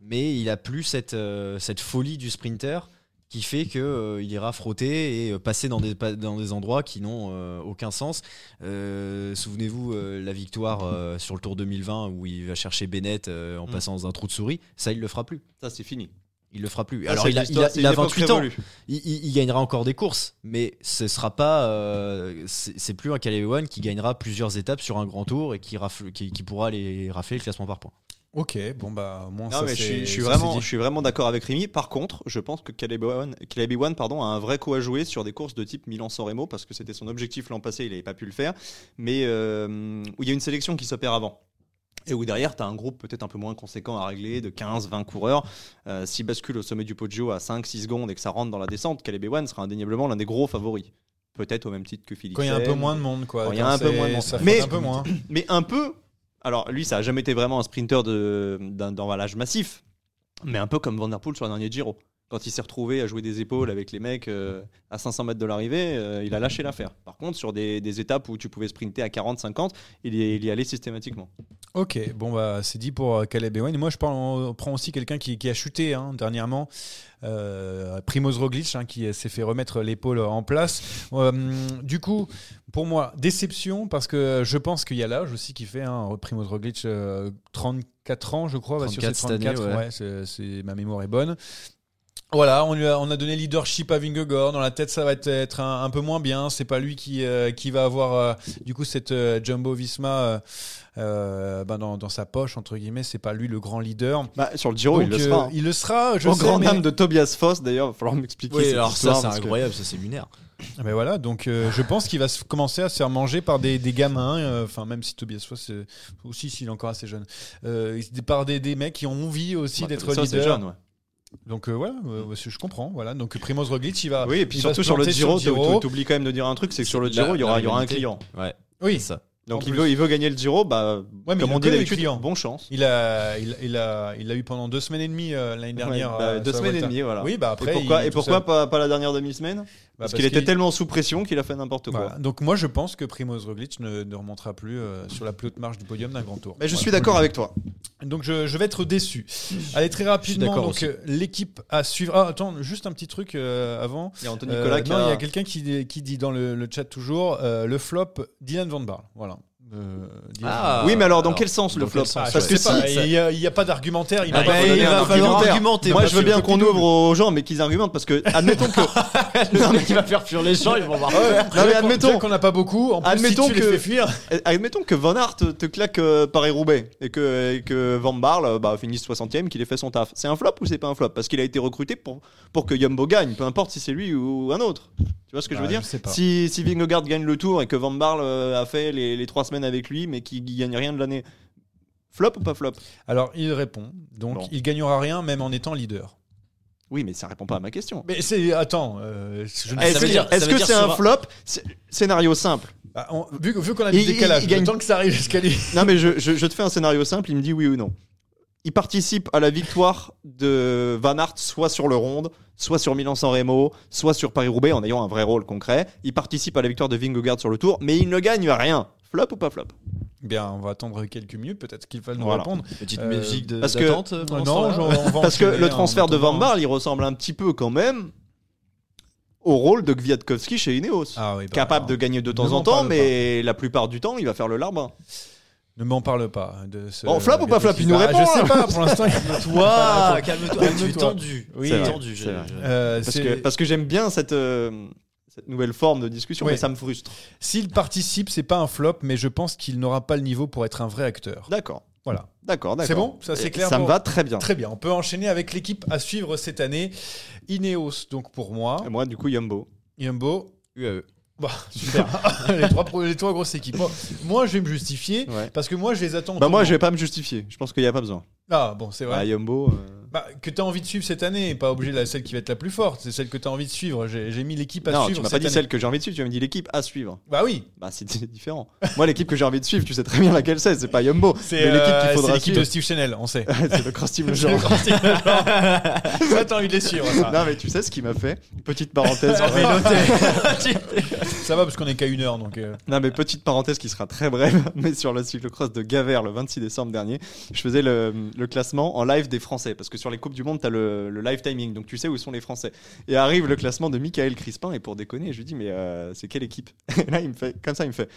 [SPEAKER 4] mais il a plus cette euh, cette folie du sprinter qui fait que euh, il ira frotter et euh, passer dans des pa- dans des endroits qui n'ont euh, aucun sens. Euh, Souvenez-vous euh, la victoire euh, sur le Tour 2020 où il va chercher Bennett euh, en
[SPEAKER 3] Mm.
[SPEAKER 4] passant dans un trou de souris. Ça, il le fera plus.
[SPEAKER 3] Ça, c'est fini.
[SPEAKER 4] Il le fera plus.
[SPEAKER 3] Ça,
[SPEAKER 4] Alors
[SPEAKER 3] c'est
[SPEAKER 4] il a, il
[SPEAKER 3] l'histoire,
[SPEAKER 4] a-
[SPEAKER 3] c'est
[SPEAKER 4] il a
[SPEAKER 3] une époque
[SPEAKER 4] 28 ans
[SPEAKER 3] révolue.
[SPEAKER 4] il, il- il gagnera encore des courses, mais ce sera pas. euh, c'est c'est plus un Calais One qui gagnera plusieurs étapes sur un grand tour et qui, rafle- qui, qui pourra les rafler le classement par points.
[SPEAKER 2] Ok, bon bah au moins
[SPEAKER 3] Non,
[SPEAKER 2] ça,
[SPEAKER 3] mais
[SPEAKER 2] c'est-
[SPEAKER 3] je suis, je suis
[SPEAKER 2] ça,
[SPEAKER 3] vraiment,
[SPEAKER 2] c'est
[SPEAKER 3] je
[SPEAKER 2] dit.
[SPEAKER 3] suis vraiment d'accord avec Rémi. Par contre, je pense que Caleb Ewan, Caleb Ewan, pardon, a un vrai coup à jouer sur des courses de type Milan-San Remo parce que c'était son objectif l'an passé, il n'avait pas pu le faire. Mais euh, où il y a une sélection qui s'opère avant. Et où derrière, tu as un groupe peut-être un peu moins conséquent à régler, de 15-20 coureurs. Euh, S'il bascule au sommet du Poggio à 5-6 secondes et que ça rentre dans la descente, Caleb Ewan sera indéniablement l'un des gros favoris. Peut-être au même titre que Philippe.
[SPEAKER 2] Quand il y a un peu moins de monde, quoi.
[SPEAKER 3] Quand il y a un
[SPEAKER 2] c'est-
[SPEAKER 3] peu moins de monde.
[SPEAKER 2] ça
[SPEAKER 3] Mais-
[SPEAKER 2] frotte un peu moins.
[SPEAKER 3] mais un peu. Alors, lui, ça a jamais été vraiment un sprinter de- d'un- d'emballage massif, mais un peu comme Van Der Poel sur le dernier Giro. Quand il s'est retrouvé à jouer des épaules avec les mecs euh, à 500 mètres de l'arrivée, euh, il a lâché l'affaire. Par contre, sur des, des étapes où tu pouvais sprinter à 40-50, il, y- il y allait systématiquement.
[SPEAKER 2] Ok, bon bah c'est dit pour euh, Caleb Ewan. Et Moi je prends, on prend aussi quelqu'un qui, qui a chuté hein, dernièrement, euh, Primoz Roglic, hein, qui euh, s'est fait remettre l'épaule en place. Euh, du coup, pour moi, déception parce que je pense qu'il y a l'âge aussi qui fait. Hein, Primoz Roglic, euh, 34 ans je crois, va sur ses
[SPEAKER 4] 34 cette
[SPEAKER 2] 34.
[SPEAKER 4] année, ouais.
[SPEAKER 2] ouais, c'est- c'est- ma mémoire est bonne. Voilà, on, lui a, on a donné leadership à Vingegaard. Dans la tête, ça va être, être un, un peu moins bien. C'est pas lui qui, euh, qui va avoir euh, du coup cette euh, Jumbo Visma euh, euh, ben, dans, dans sa poche entre guillemets. C'est pas lui le grand leader.
[SPEAKER 3] Bah, sur le Giro, il
[SPEAKER 2] Donc,
[SPEAKER 3] le
[SPEAKER 2] euh,
[SPEAKER 3] sera. hein.
[SPEAKER 2] il le sera. Je
[SPEAKER 3] Au
[SPEAKER 2] sais,
[SPEAKER 3] grand
[SPEAKER 2] mais-
[SPEAKER 3] dame de Tobias Foss, d'ailleurs, il va falloir m'expliquer. cette histoire, parce que-
[SPEAKER 4] ça c'est lunaire.
[SPEAKER 2] Ah ben voilà, donc euh, je pense qu'il va se- commencer à se faire manger par des, des gamins. euh, Enfin, même si Tobias Foss euh, aussi, s'il est encore assez jeune, euh, par des, des mecs qui ont envie aussi
[SPEAKER 3] Bah,
[SPEAKER 2] d'être
[SPEAKER 3] Tobias Foss, c'est
[SPEAKER 2] leader.
[SPEAKER 3] jeune, ouais.
[SPEAKER 2] Donc euh, voilà, euh, je comprends. Voilà, donc Primoz Roglic, il va.
[SPEAKER 3] Oui, et puis
[SPEAKER 2] Ah, il va
[SPEAKER 3] surtout
[SPEAKER 2] se
[SPEAKER 3] sur le
[SPEAKER 2] planter
[SPEAKER 3] Giro, tu oublies quand même de dire un truc c'est que sur le
[SPEAKER 4] La-
[SPEAKER 3] Giro, il y aura,
[SPEAKER 4] la
[SPEAKER 3] il y aura un
[SPEAKER 4] rivalité.
[SPEAKER 3] client.
[SPEAKER 4] Ouais,
[SPEAKER 2] Oui,
[SPEAKER 4] c'est ça.
[SPEAKER 3] Donc
[SPEAKER 2] En
[SPEAKER 3] il
[SPEAKER 2] plus.
[SPEAKER 3] veut, il veut gagner le Giro, bah,
[SPEAKER 2] Ouais, mais
[SPEAKER 3] comme
[SPEAKER 2] il le
[SPEAKER 3] on dit
[SPEAKER 2] connaît, le
[SPEAKER 3] d'habitude,
[SPEAKER 2] client.
[SPEAKER 3] bon chance.
[SPEAKER 2] Il a, il, il a, il l'a eu pendant deux semaines et demie euh, l'année dernière.
[SPEAKER 3] Ouais, bah,
[SPEAKER 2] euh,
[SPEAKER 3] deux
[SPEAKER 2] sur la
[SPEAKER 3] semaines et
[SPEAKER 2] Vuelta.
[SPEAKER 3] demie, voilà.
[SPEAKER 2] Oui, bah après.
[SPEAKER 3] et pourquoi,
[SPEAKER 2] il est
[SPEAKER 3] et
[SPEAKER 2] tout
[SPEAKER 3] pourquoi
[SPEAKER 2] seul.
[SPEAKER 3] pas, pas la dernière demi-semaine
[SPEAKER 2] Bah,
[SPEAKER 3] Parce qu'il était tellement sous pression qu'il a fait n'importe quoi.
[SPEAKER 2] Voilà. Donc moi, je pense que Primoz Roglic ne, ne remontera plus euh, sur la plus haute marche du podium d'un grand tour.
[SPEAKER 3] Mais je
[SPEAKER 2] Voilà.
[SPEAKER 3] suis d'accord avec toi.
[SPEAKER 2] Donc je, je vais être déçu. Allez très rapidement.
[SPEAKER 4] d'accord
[SPEAKER 2] Donc
[SPEAKER 4] aussi.
[SPEAKER 2] euh, l'équipe à suivre. Ah attends, juste un petit truc euh, avant.
[SPEAKER 3] Il y a Anthony
[SPEAKER 2] Euh,
[SPEAKER 3] Nicolas qui
[SPEAKER 2] non, il y
[SPEAKER 3] a...
[SPEAKER 2] a quelqu'un qui, qui dit dans le, le chat toujours euh, le flop Dylan Van Barl. Voilà. euh, dire.
[SPEAKER 4] Ah.
[SPEAKER 3] oui, mais alors dans quel sens le
[SPEAKER 4] Dans quel
[SPEAKER 3] flop
[SPEAKER 4] sens,
[SPEAKER 3] Parce
[SPEAKER 4] ouais.
[SPEAKER 3] que
[SPEAKER 2] C'est
[SPEAKER 3] si.
[SPEAKER 2] pas- Il n'y a, il y a pas d'argumentaire. Il m'a
[SPEAKER 4] Ah
[SPEAKER 2] pas
[SPEAKER 4] bah,
[SPEAKER 2] donné
[SPEAKER 4] il
[SPEAKER 2] un
[SPEAKER 4] va
[SPEAKER 2] argument.
[SPEAKER 4] falloir argumenter.
[SPEAKER 3] Moi,
[SPEAKER 4] bien
[SPEAKER 3] je veux
[SPEAKER 4] sûr.
[SPEAKER 3] bien qu'on ouvre aux gens, mais qu'ils argumentent, parce que admettons que. non, mais,
[SPEAKER 4] qui va faire fuir les gens, ils vont voir.
[SPEAKER 2] Ouais, ouais. Déjà
[SPEAKER 3] mais
[SPEAKER 2] qu'on-
[SPEAKER 3] admettons-
[SPEAKER 2] déjà qu'on n'a pas beaucoup. En plus,
[SPEAKER 3] Admettons
[SPEAKER 2] si tu les
[SPEAKER 3] que-
[SPEAKER 2] fais fuir.
[SPEAKER 3] Eh, admettons que Van Aert te claque euh, Paris-Roubaix et que, et que Van Barl euh, bah, finisse 60ème, qu'il ait fait son taf. C'est un flop ou c'est pas un flop Parce qu'il a été recruté pour, pour que Yumbo gagne, peu importe si c'est lui ou un autre. Tu vois ce que je
[SPEAKER 2] Bah,
[SPEAKER 3] veux dire
[SPEAKER 2] je sais pas.
[SPEAKER 3] Si, si Vingegaard gagne le tour et que Van Barl euh, a fait les, les trois semaines avec lui, mais qu'il gagne rien de l'année. Flop ou pas flop
[SPEAKER 2] Alors, il répond. Donc,
[SPEAKER 3] Bon.
[SPEAKER 2] il gagnera rien, même en étant leader.
[SPEAKER 3] Oui, mais ça répond pas à ma question.
[SPEAKER 2] Mais c'est. Attends. euh, je ne
[SPEAKER 4] Eh,
[SPEAKER 2] sais
[SPEAKER 3] Est-ce
[SPEAKER 4] ça veut
[SPEAKER 3] que-
[SPEAKER 4] dire- ça
[SPEAKER 3] est-ce
[SPEAKER 4] veut
[SPEAKER 3] que
[SPEAKER 4] dire
[SPEAKER 3] c'est un
[SPEAKER 4] sur-
[SPEAKER 3] flop Sc- Scénario simple.
[SPEAKER 2] pas. Ah, on- vu vu qu'on a du
[SPEAKER 3] Il- il-
[SPEAKER 2] décalage,
[SPEAKER 3] il
[SPEAKER 2] le
[SPEAKER 3] gagne-
[SPEAKER 2] temps que ça arrive jusqu'à lui.
[SPEAKER 3] Non, mais je, je- je te fais un scénario simple, il me dit oui ou non. Il participe à la victoire de Van Aert, soit sur le Ronde, soit sur Milan-San Remo, soit sur Paris-Roubaix, en ayant un vrai rôle concret. Il participe à la victoire de Vingegaard sur le Tour, mais il ne gagne rien. Flop ou pas flop
[SPEAKER 2] Bien, on va attendre quelques minutes. Peut-être qu'il va nous
[SPEAKER 3] Voilà.
[SPEAKER 2] répondre.
[SPEAKER 4] Petite
[SPEAKER 2] Euh,
[SPEAKER 4] musique de-
[SPEAKER 3] parce que-
[SPEAKER 4] d'attente. euh, pendant
[SPEAKER 2] Non,
[SPEAKER 4] ce temps-là.
[SPEAKER 2] on va- on va
[SPEAKER 3] Parce que
[SPEAKER 2] enchaîner
[SPEAKER 3] le
[SPEAKER 2] en
[SPEAKER 3] transfert de Van
[SPEAKER 2] attendant.
[SPEAKER 3] Barl, il ressemble un petit peu quand même au rôle de Gwiatkowski chez Ineos.
[SPEAKER 2] Ah oui, bah,
[SPEAKER 3] Capable
[SPEAKER 2] alors,
[SPEAKER 3] de gagner de
[SPEAKER 2] ne
[SPEAKER 3] temps
[SPEAKER 2] m'en
[SPEAKER 3] en temps,
[SPEAKER 2] parle
[SPEAKER 3] mais la plupart du temps, il va faire le larbin.
[SPEAKER 2] Ne m'en parle pas. De ce
[SPEAKER 3] Bon, flop ou pas flop, il nous
[SPEAKER 2] Bah,
[SPEAKER 3] répond,
[SPEAKER 2] Je
[SPEAKER 3] hein.
[SPEAKER 2] sais pas, pour l'instant.
[SPEAKER 4] Toi, calme-toi.
[SPEAKER 2] Calme-toi.
[SPEAKER 4] Tu es tendu.
[SPEAKER 2] Oui,
[SPEAKER 4] Tu es
[SPEAKER 3] c'est
[SPEAKER 4] tendu.
[SPEAKER 3] vrai,
[SPEAKER 4] je-
[SPEAKER 3] c'est vrai.
[SPEAKER 4] je-
[SPEAKER 2] Euh,
[SPEAKER 3] Parce
[SPEAKER 2] c'est-
[SPEAKER 3] que, parce que j'aime bien cette, euh, cette nouvelle forme de discussion,
[SPEAKER 2] Ouais.
[SPEAKER 3] mais ça me frustre.
[SPEAKER 2] S'il participe, c'est pas un flop, mais je pense qu'il n'aura pas le niveau pour être un vrai acteur.
[SPEAKER 3] D'accord,
[SPEAKER 2] Voilà.
[SPEAKER 3] d'accord, d'accord.
[SPEAKER 2] C'est bon Ça, c'est clair
[SPEAKER 3] Ça
[SPEAKER 2] pour-
[SPEAKER 3] me va très bien.
[SPEAKER 2] Très bien. On peut enchaîner avec l'équipe à suivre cette année. Ineos, donc pour moi.
[SPEAKER 3] Et Moi, du coup, Yumbo.
[SPEAKER 2] Yumbo.
[SPEAKER 3] E.
[SPEAKER 4] UAE.
[SPEAKER 2] Bah, super. les, trois, pro- les trois grosses équipes. Moi, moi, je vais me justifier
[SPEAKER 3] Ouais.
[SPEAKER 2] parce que moi, je les attends.
[SPEAKER 3] Bah, moi,
[SPEAKER 2] autrement.
[SPEAKER 3] je vais pas me justifier. Je pense qu'il n'y a pas besoin.
[SPEAKER 2] Ah, bon, c'est
[SPEAKER 3] Bah,
[SPEAKER 2] vrai.
[SPEAKER 3] Yumbo. euh,
[SPEAKER 2] Bah, que tu as envie de suivre cette année, pas obligé de la, celle qui va être la plus forte. C'est celle que tu as envie de suivre. J'ai j'ai mis l'équipe à
[SPEAKER 3] Non,
[SPEAKER 2] suivre.
[SPEAKER 3] tu m'as pas
[SPEAKER 2] cette
[SPEAKER 3] dit
[SPEAKER 2] année.
[SPEAKER 3] celle que j'ai envie de suivre, tu m'as dit l'équipe à suivre.
[SPEAKER 2] Bah oui,
[SPEAKER 3] Bah, c'est c'est différent. moi, l'équipe que j'ai envie de suivre, tu sais très bien laquelle c'est, c'est pas Yumbo.
[SPEAKER 2] c'est
[SPEAKER 3] Mais l'équipe qu'il
[SPEAKER 2] euh, c'est
[SPEAKER 3] faudra
[SPEAKER 2] l'équipe de Steve
[SPEAKER 3] suivre.
[SPEAKER 2] Chanel, on sait.
[SPEAKER 3] c'est le cross team le
[SPEAKER 2] C'est le
[SPEAKER 3] genre.
[SPEAKER 2] grand style, genre. Ça, t'as envie de les suivre. Ça,
[SPEAKER 3] Non, mais tu sais ce qu'il m'a fait Petite parenthèse.
[SPEAKER 2] Ah, mais notez. Ça va parce qu'on est qu'à une heure, donc. euh,
[SPEAKER 3] Non mais petite parenthèse qui sera très brève, mais sur le cyclocross de Gavert le 26 décembre dernier, je faisais le, le classement en live des Français, parce que sur les Coupes du Monde, t'as le, le live timing, donc tu sais où sont les Français. Et arrive le classement de Michael Crispin, et pour déconner, je lui dis, mais euh, c'est quelle équipe Et là, il me fait, comme ça, il me fait,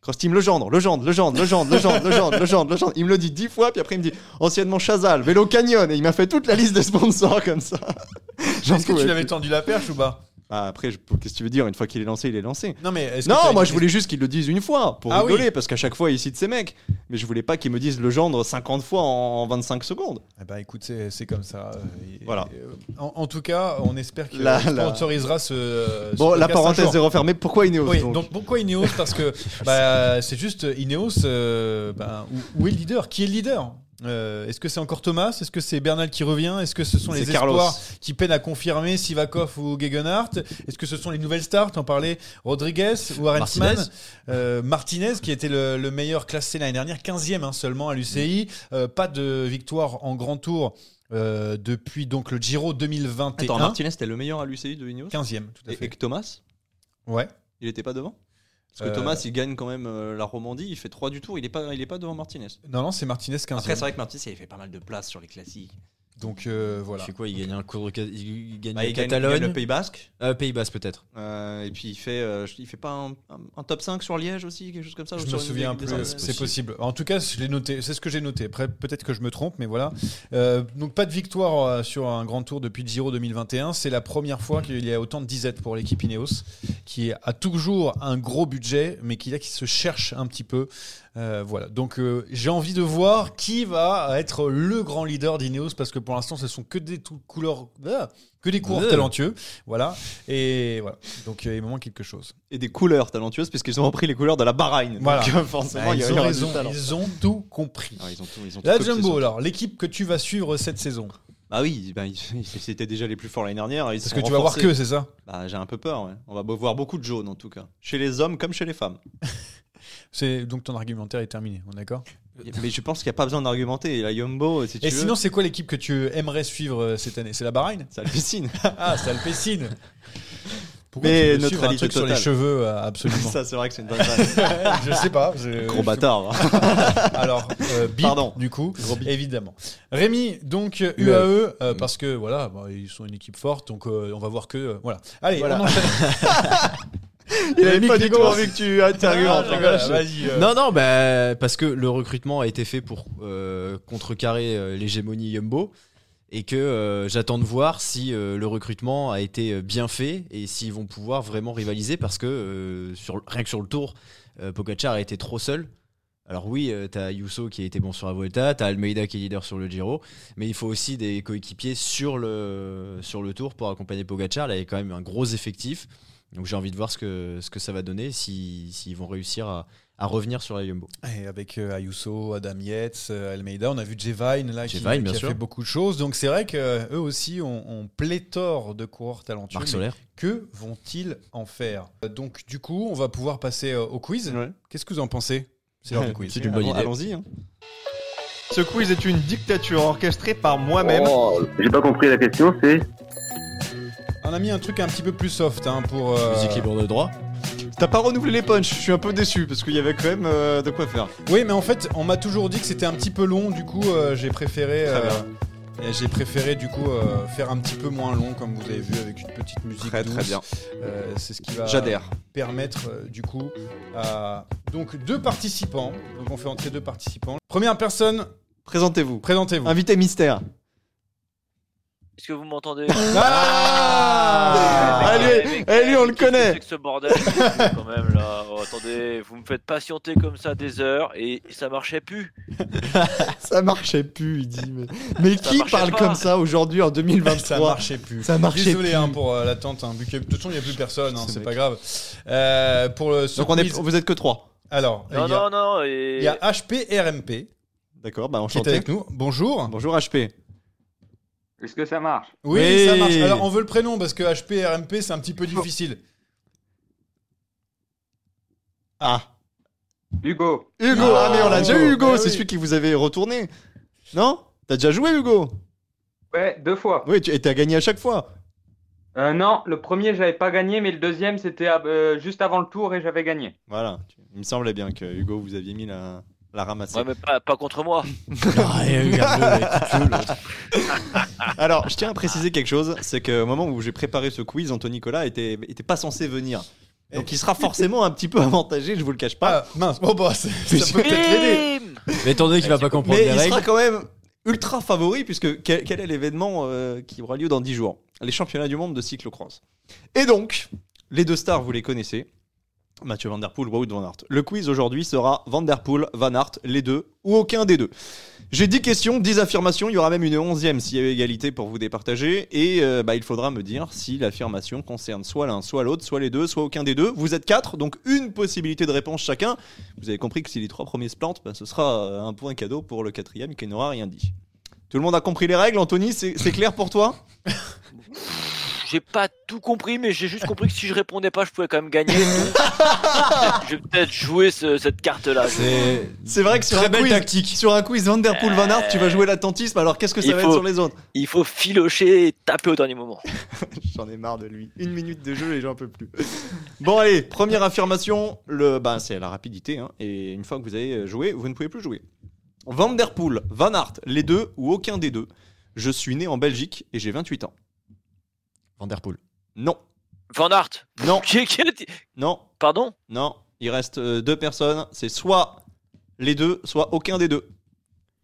[SPEAKER 3] Cross Team Legendre, Legendre, Legendre, Legendre, Legendre, Legendre, Legendre, Legendre. Il me le dit dix fois, puis après il me dit, anciennement Chazal, Vélo Canyon, et il m'a fait toute la liste des sponsors comme ça. J'en
[SPEAKER 2] Est-ce que
[SPEAKER 3] pouvais
[SPEAKER 2] tu l'avais
[SPEAKER 3] plus.
[SPEAKER 2] tendu la perche ou pas
[SPEAKER 3] Ah, Après, je- qu'est-ce que tu veux dire Une fois qu'il est lancé, il est lancé.
[SPEAKER 2] Non, mais. est-ce que t'as
[SPEAKER 3] Non, moi
[SPEAKER 2] une-
[SPEAKER 3] je voulais juste qu'ils le disent une fois pour
[SPEAKER 2] Ah
[SPEAKER 3] rigoler,
[SPEAKER 2] oui.
[SPEAKER 3] parce qu'à chaque fois ils citent ces mecs. Mais je voulais pas qu'ils me disent le gendre 50 fois en 25 secondes.
[SPEAKER 2] Eh ben, écoute, c'est c'est comme ça. euh, et-
[SPEAKER 3] Voilà.
[SPEAKER 2] et, euh, en, en tout cas, on espère qu'il
[SPEAKER 3] La- la-
[SPEAKER 2] sponsorisera ce. ce
[SPEAKER 3] Bon, la
[SPEAKER 2] podcast un
[SPEAKER 3] parenthèse
[SPEAKER 2] jour.
[SPEAKER 3] est refermée. Pourquoi Ineos
[SPEAKER 2] Oui,
[SPEAKER 3] donc,
[SPEAKER 2] donc. pourquoi Ineos Parce que bah, c'est juste euh, Ineos, euh, bah, où, où est le leader Qui est le leader Euh, Est-ce que c'est encore Thomas Est-ce que c'est Bernal qui revient Est-ce que ce sont les
[SPEAKER 3] C'est Carlos.
[SPEAKER 2] espoirs qui peinent à confirmer Sivakov ou Gegenhardt Est-ce que ce sont les nouvelles stars T'en parlais Rodriguez ou Arensman
[SPEAKER 4] Martinez.
[SPEAKER 2] Euh, Martinez qui était le, le meilleur classé l'année dernière, 15e hein, seulement à l'UCI. Euh, pas de victoire en grand tour euh, depuis donc le Giro 2021.
[SPEAKER 3] était le meilleur à l'UCI de Ineos
[SPEAKER 2] 15e, tout à fait.
[SPEAKER 3] que Thomas
[SPEAKER 2] Ouais.
[SPEAKER 3] Il était pas devant
[SPEAKER 2] Euh,
[SPEAKER 3] il gagne quand même euh, la Romandie, il fait 3 du tour, il est pas, il est pas devant Martinez.
[SPEAKER 2] Non, non, Ah, c'est Martinez 15e.
[SPEAKER 3] vrai que Martinez il fait pas mal de place sur les classiques.
[SPEAKER 2] Donc euh, voilà.
[SPEAKER 4] Je sais quoi, il gagne un cours de il il gagne
[SPEAKER 3] Bah,
[SPEAKER 4] la
[SPEAKER 3] il gagne- il gagne
[SPEAKER 4] Catalogne,
[SPEAKER 3] Pays Basque.
[SPEAKER 4] Euh, Pays Basque peut-être.
[SPEAKER 3] Euh, et puis il fait, euh, il fait pas un, un- un top 5 sur Liège aussi, quelque chose comme ça ou
[SPEAKER 2] Je
[SPEAKER 3] Ah, sur
[SPEAKER 2] me
[SPEAKER 3] une
[SPEAKER 2] souviens
[SPEAKER 3] des-
[SPEAKER 2] plus,
[SPEAKER 3] des-
[SPEAKER 2] c'est
[SPEAKER 4] ouais,
[SPEAKER 2] possible.
[SPEAKER 4] c'est possible.
[SPEAKER 2] En tout cas, je l'ai noté, c'est ce que j'ai noté. Après, peut-être que je me trompe, mais voilà. Euh, donc, pas de victoire euh, sur un grand tour depuis le Giro 2021. C'est la première fois qu'il y a autant de disettes pour l'équipe Ineos, qui a toujours un gros budget, mais qui là qui se cherche un petit peu. Euh, voilà. Donc, euh, j'ai envie de voir qui va être le grand leader d'Ineos, parce que pour l'instant, ce sont que des tout- couleurs, ah, que des coureurs
[SPEAKER 4] Euh.
[SPEAKER 2] talentueux. Voilà. Et voilà. Donc, euh, il me manque quelque chose.
[SPEAKER 3] et des couleurs talentueuses, puisqu'ils ont repris les couleurs de la Bahreïn.
[SPEAKER 2] Voilà. Bah,
[SPEAKER 3] Donc, euh, forcément, il y a
[SPEAKER 2] Ben, ils ont
[SPEAKER 3] il y aura du
[SPEAKER 2] raison.
[SPEAKER 3] talent.
[SPEAKER 2] Ils ont tout compris.
[SPEAKER 3] Ah, ils ont tout- ils ont tout
[SPEAKER 2] La
[SPEAKER 3] copié,
[SPEAKER 2] Jumbo,
[SPEAKER 3] surtout.
[SPEAKER 2] alors, l'équipe que tu vas suivre cette saison.
[SPEAKER 3] Bah oui, bah, ils- c'était déjà les plus forts l'année dernière. Ils
[SPEAKER 2] Parce
[SPEAKER 3] se
[SPEAKER 2] que
[SPEAKER 3] sont
[SPEAKER 2] tu vas voir
[SPEAKER 3] renforcés.
[SPEAKER 2] que, c'est ça
[SPEAKER 3] Bah, j'ai un peu peur, ouais. On va be- voir beaucoup de jaunes en tout cas. Chez les hommes comme chez les femmes.
[SPEAKER 2] c'est Donc ton argumentaire est terminé, on est d'accord
[SPEAKER 3] Mais je pense qu'il n'y a pas besoin d'argumenter. Et la Yumbo, si tu
[SPEAKER 2] Et
[SPEAKER 3] veux,
[SPEAKER 2] sinon, c'est quoi l'équipe que tu aimerais suivre euh, cette année C'est la Bahreïn
[SPEAKER 3] ça hallucine.
[SPEAKER 2] Ah, ça le Pessine Pourquoi
[SPEAKER 3] Mais
[SPEAKER 2] tu veux suivre un
[SPEAKER 3] neutralité
[SPEAKER 2] truc sur les
[SPEAKER 3] totale.
[SPEAKER 2] cheveux, euh, absolument Euh,
[SPEAKER 3] ça, c'est vrai que c'est une bonne vanne.
[SPEAKER 2] Je sais pas. je-
[SPEAKER 3] Gros bâtard. hein.
[SPEAKER 2] Alors, euh, bip,
[SPEAKER 3] Pardon.
[SPEAKER 2] du coup,
[SPEAKER 3] Gros bip.
[SPEAKER 2] évidemment. Rémi, donc euh, UAE,
[SPEAKER 3] UAE,
[SPEAKER 2] euh, parce que voilà, bah, ils sont une équipe forte, donc euh, on va voir que. euh, voilà. Allez,
[SPEAKER 4] Voilà.
[SPEAKER 2] on enchaîne.
[SPEAKER 4] Il
[SPEAKER 3] J'avais
[SPEAKER 4] avait
[SPEAKER 3] pas
[SPEAKER 4] mis
[SPEAKER 3] du
[SPEAKER 4] Grégoire.
[SPEAKER 3] tout envie que tu
[SPEAKER 2] Ah,
[SPEAKER 3] interviennes. je rigole.
[SPEAKER 2] voilà, Vas-y. euh,
[SPEAKER 4] Non, non, bah, parce que le recrutement a été fait pour euh, contrecarrer euh, l'hégémonie Yumbo. Et que euh, j'attends de voir si euh, le recrutement a été euh, bien fait et s'ils vont pouvoir vraiment rivaliser parce que euh, sur, rien que sur le tour, euh, Pogacar a été trop seul. Alors oui, euh, t'as Yusso qui a été bon sur la Vuelta, t'as Almeida qui est leader sur le Giro, mais il faut aussi des coéquipiers sur le, sur le tour pour accompagner Pogacar. Là, il y a quand même un gros effectif. Donc j'ai envie de voir ce que, ce que ça va donner, si- s'ils vont réussir à, à revenir sur la Yumbo.
[SPEAKER 2] Et avec euh, Ayuso, Adam Yates, euh, Almeida, on a vu Jevine là qui,
[SPEAKER 4] Jevine, bien
[SPEAKER 2] qui a
[SPEAKER 4] sûr.
[SPEAKER 2] fait beaucoup de choses. Donc c'est vrai que euh, eux aussi ont, ont pléthore de coureurs talentueux.
[SPEAKER 4] Marc
[SPEAKER 2] mais
[SPEAKER 4] Solaire.
[SPEAKER 2] que vont-ils en faire Euh, Donc du coup, on va pouvoir passer euh, au quiz.
[SPEAKER 3] Ouais.
[SPEAKER 2] Qu'est-ce que vous en pensez C'est l'heure du quiz.
[SPEAKER 4] C'est une bonne
[SPEAKER 3] Allons-
[SPEAKER 4] idée.
[SPEAKER 3] Allons-y. hein.
[SPEAKER 7] Ce quiz est une dictature orchestrée par moi-même.
[SPEAKER 8] Oh, J'ai pas compris la question, c'est
[SPEAKER 2] On a mis Euh, un truc un petit peu plus soft hein, pour. euh,
[SPEAKER 4] Musique libre de droit.
[SPEAKER 3] T'as pas renouvelé les punchs, je suis un peu déçu parce qu'il y avait quand même euh, de quoi faire.
[SPEAKER 2] Oui, mais en fait, on m'a toujours dit que c'était un petit peu long. Du coup, euh, j'ai préféré.
[SPEAKER 3] Très
[SPEAKER 2] euh, et J'ai préféré du coup euh, faire un petit peu moins long, comme vous avez vu, avec une petite musique
[SPEAKER 3] Très très
[SPEAKER 2] douce.
[SPEAKER 3] bien.
[SPEAKER 2] Euh, C'est ce qui va.
[SPEAKER 3] J'adhère.
[SPEAKER 2] permettre euh, du coup à donc deux participants. Donc on fait entrer deux participants. Première personne,
[SPEAKER 3] Présentez-vous.
[SPEAKER 2] présentez-vous.
[SPEAKER 3] Invité mystère.
[SPEAKER 6] Est-ce que vous m'entendez
[SPEAKER 2] Ah
[SPEAKER 6] Mais
[SPEAKER 3] Allez,
[SPEAKER 6] mais-
[SPEAKER 3] allez, lui, on le
[SPEAKER 6] qu'est-ce que
[SPEAKER 3] connaît.
[SPEAKER 6] C'est que ce bordel quand même là. Oh, attendez, vous me faites patienter comme ça des heures et ça marchait plus.
[SPEAKER 3] Ça marchait plus, il dit. Mais, mais
[SPEAKER 6] Ça
[SPEAKER 3] qui
[SPEAKER 6] marchait
[SPEAKER 3] parle
[SPEAKER 6] pas.
[SPEAKER 3] comme ça aujourd'hui en
[SPEAKER 2] Ça
[SPEAKER 3] 2023
[SPEAKER 2] marchait plus.
[SPEAKER 3] Ça marchait
[SPEAKER 2] Désolé
[SPEAKER 3] plus.
[SPEAKER 2] hein, pour euh, l'attente. hein, vu que- de toute façon, il n'y a plus personne. hein,
[SPEAKER 3] Ce
[SPEAKER 2] c'est
[SPEAKER 3] mec.
[SPEAKER 2] pas grave. Euh, pour le ce
[SPEAKER 3] Donc on est,
[SPEAKER 2] quiz-
[SPEAKER 3] vous êtes que trois.
[SPEAKER 2] Alors, il y,
[SPEAKER 6] Non,
[SPEAKER 2] a,
[SPEAKER 6] non, non.
[SPEAKER 2] il
[SPEAKER 6] Et...
[SPEAKER 2] y a HP et RMP
[SPEAKER 3] D'accord, bah
[SPEAKER 2] qui est
[SPEAKER 3] enchanté.
[SPEAKER 2] avec nous. Bonjour.
[SPEAKER 3] Bonjour HP.
[SPEAKER 8] Est-ce que ça marche
[SPEAKER 2] Oui,
[SPEAKER 3] Oui.
[SPEAKER 2] ça marche. Alors, on veut le prénom parce que HP et RMP, c'est un petit peu
[SPEAKER 8] Oh.
[SPEAKER 2] difficile.
[SPEAKER 3] Ah.
[SPEAKER 8] Hugo
[SPEAKER 3] Hugo, ah, mais on l'a déjà
[SPEAKER 2] Hugo.
[SPEAKER 3] eu Hugo,
[SPEAKER 2] Ah
[SPEAKER 3] c'est
[SPEAKER 2] oui.
[SPEAKER 3] celui qui vous avait retourné. Non T'as déjà joué Hugo
[SPEAKER 8] Ouais, deux fois.
[SPEAKER 3] Oui, tu, et t'as gagné à chaque fois.
[SPEAKER 8] Euh, non, le premier, j'avais pas gagné, mais le deuxième, c'était euh, juste avant le tour et j'avais gagné.
[SPEAKER 3] Voilà, tu- il me semblait bien que Hugo vous aviez mis la, la ramassée.
[SPEAKER 6] Ouais, mais pas, pas contre moi.
[SPEAKER 4] Ah, et regarde-le, là, il tue, l'autre.
[SPEAKER 3] Alors, je tiens à préciser quelque chose, c'est qu'au moment où j'ai préparé ce quiz, Anthony Colas était, était pas censé venir. Donc il sera forcément un petit peu avantagé, je vous le cache pas.
[SPEAKER 2] Eh. Ah, mince. Bon, bah, c'est- ça peut peut-être l'aider.
[SPEAKER 6] Bim
[SPEAKER 4] Mais étant donné qu'il va pas comprendre
[SPEAKER 3] mais
[SPEAKER 4] les
[SPEAKER 3] il sera
[SPEAKER 4] règles,
[SPEAKER 3] quand même ultra favori, puisque quel, quel est l'événement euh, qui aura lieu dans 10 jours Les championnats du monde de cyclocross. Et donc, les deux stars, vous les connaissez. Mathieu Van Der Poel, Wout Van Aert. Le quiz aujourd'hui sera Van Der Poel, Van Aert, les deux, ou aucun des deux. J'ai 10 questions, 10 affirmations, il y aura même une onzième s'il y a égalité pour vous départager, et euh, bah, il faudra me dire si l'affirmation concerne soit l'un, soit l'autre, soit les deux, soit aucun des deux. Vous êtes quatre, donc une possibilité de réponse chacun. Vous avez compris que si les trois premiers se plantent, bah, ce sera euh, un point cadeau pour le quatrième qui n'aura rien dit. Tout le monde a compris les règles, Anthony, c'est c'est clair pour toi
[SPEAKER 6] J'ai pas tout compris, mais j'ai juste compris que si je répondais pas, je pouvais quand même gagner. donc je vais peut-être jouer ce- cette carte-là.
[SPEAKER 4] c'est.
[SPEAKER 3] C'est vrai que sur
[SPEAKER 4] Très
[SPEAKER 3] un
[SPEAKER 4] belle
[SPEAKER 3] quiz,
[SPEAKER 4] tactique.
[SPEAKER 3] sur un quiz Van Der Poel Van Aert, tu vas jouer l'attentisme. Alors qu'est-ce que ça
[SPEAKER 6] Il
[SPEAKER 3] va être
[SPEAKER 6] faut-
[SPEAKER 3] sur les autres
[SPEAKER 6] Il faut filocher et taper au dernier moment.
[SPEAKER 3] J'en ai marre de lui. Une minute de jeu et j'en peux plus. bon allez, première affirmation, le bah, c'est la rapidité hein, et une fois que vous avez joué, vous ne pouvez plus jouer. Van Der Poel, Van Aert, les deux ou aucun des deux. Je suis né en Belgique et j'ai 28 ans.
[SPEAKER 4] Vanderpool.
[SPEAKER 3] Non,
[SPEAKER 6] Van Hart
[SPEAKER 3] non, non,
[SPEAKER 6] Pardon
[SPEAKER 3] non. Il reste euh, deux personnes, c'est soit les deux, soit aucun des deux.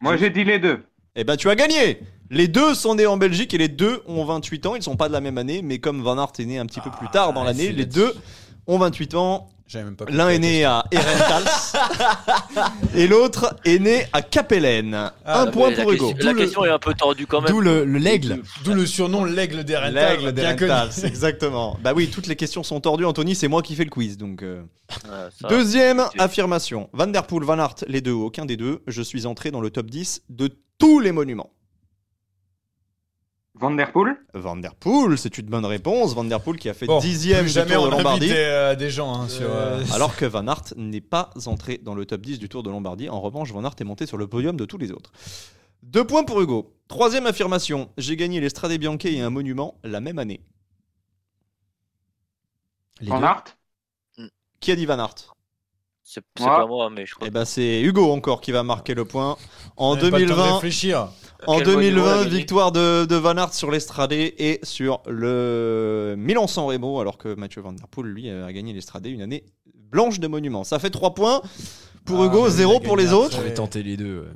[SPEAKER 8] Moi, j'ai dit les deux.
[SPEAKER 3] Eh ben tu as gagné Les deux sont nés en Belgique et les deux ont 28 ans. Ils sont pas de la même année, mais comme Van Aert est né un petit peu
[SPEAKER 2] Ah,
[SPEAKER 3] plus tard dans l'année,
[SPEAKER 4] c'est
[SPEAKER 3] les
[SPEAKER 4] là-dessus.
[SPEAKER 3] deux ont 28 ans.
[SPEAKER 2] J'avais même pas compris
[SPEAKER 3] L'un
[SPEAKER 2] la
[SPEAKER 3] est né à Herentals et l'autre est né à Capellen.
[SPEAKER 2] Ah,
[SPEAKER 3] un
[SPEAKER 6] Ah,
[SPEAKER 3] point
[SPEAKER 6] mais
[SPEAKER 3] pour
[SPEAKER 6] la
[SPEAKER 3] Hugo.
[SPEAKER 6] question- La
[SPEAKER 2] D'où le-
[SPEAKER 6] question est un peu tendue quand même.
[SPEAKER 4] D'où le le l'aigle.
[SPEAKER 2] D'où le surnom l'aigle des Rentals,
[SPEAKER 3] L'aigle
[SPEAKER 2] bien connu.
[SPEAKER 3] d'Herentals, exactement. Bah oui, toutes les questions sont tordues, Anthony, c'est moi qui fais le quiz. donc. euh.
[SPEAKER 6] Ah, ça.
[SPEAKER 3] Deuxième
[SPEAKER 6] c'est-
[SPEAKER 3] affirmation. Van Der Poel, Van Aert, les deux ou aucun des deux, je suis entré dans le top 10 de tous les monuments.
[SPEAKER 8] Van Der Poel
[SPEAKER 3] Van Der Poel, c'est une bonne réponse. Van Der Poel qui a fait
[SPEAKER 2] Bon,
[SPEAKER 3] dixième
[SPEAKER 2] plus
[SPEAKER 3] du
[SPEAKER 2] jamais
[SPEAKER 3] Tour de
[SPEAKER 2] on invite
[SPEAKER 3] Lombardie.
[SPEAKER 2] des, euh, des gens hein, sur. euh,
[SPEAKER 3] Alors que Van Aert n'est pas entré dans le top 10 du Tour de Lombardie. En revanche, Van Aert est monté sur le podium de tous les autres. Deux points pour Hugo. Troisième affirmation. J'ai gagné les Stradé Bianche et un monument la même année.
[SPEAKER 4] Les
[SPEAKER 8] Van
[SPEAKER 4] deux.
[SPEAKER 8] Aert
[SPEAKER 3] Qui a dit Van Aert
[SPEAKER 6] C'est c'est
[SPEAKER 8] Voilà.
[SPEAKER 6] pas moi, mais je crois.
[SPEAKER 3] Et ben c'est Hugo encore qui va marquer le point. En
[SPEAKER 2] On avait pas le temps de
[SPEAKER 3] 2020,
[SPEAKER 2] réfléchir.
[SPEAKER 3] en
[SPEAKER 6] Quel monument
[SPEAKER 3] 2020
[SPEAKER 6] avait gagné
[SPEAKER 3] victoire de, de Van Aert sur l'Estrade et sur le Milan San Remo, alors que Mathieu Van Der Poel, lui, a gagné l'Estrade une année blanche de monuments. Ça fait 3 points pour
[SPEAKER 2] Ah,
[SPEAKER 3] Hugo,
[SPEAKER 2] mais
[SPEAKER 3] 0
[SPEAKER 2] il a
[SPEAKER 3] pour
[SPEAKER 2] gagné
[SPEAKER 3] les euh,
[SPEAKER 2] après.
[SPEAKER 3] autres.
[SPEAKER 4] J'avais tenté les deux. ouais.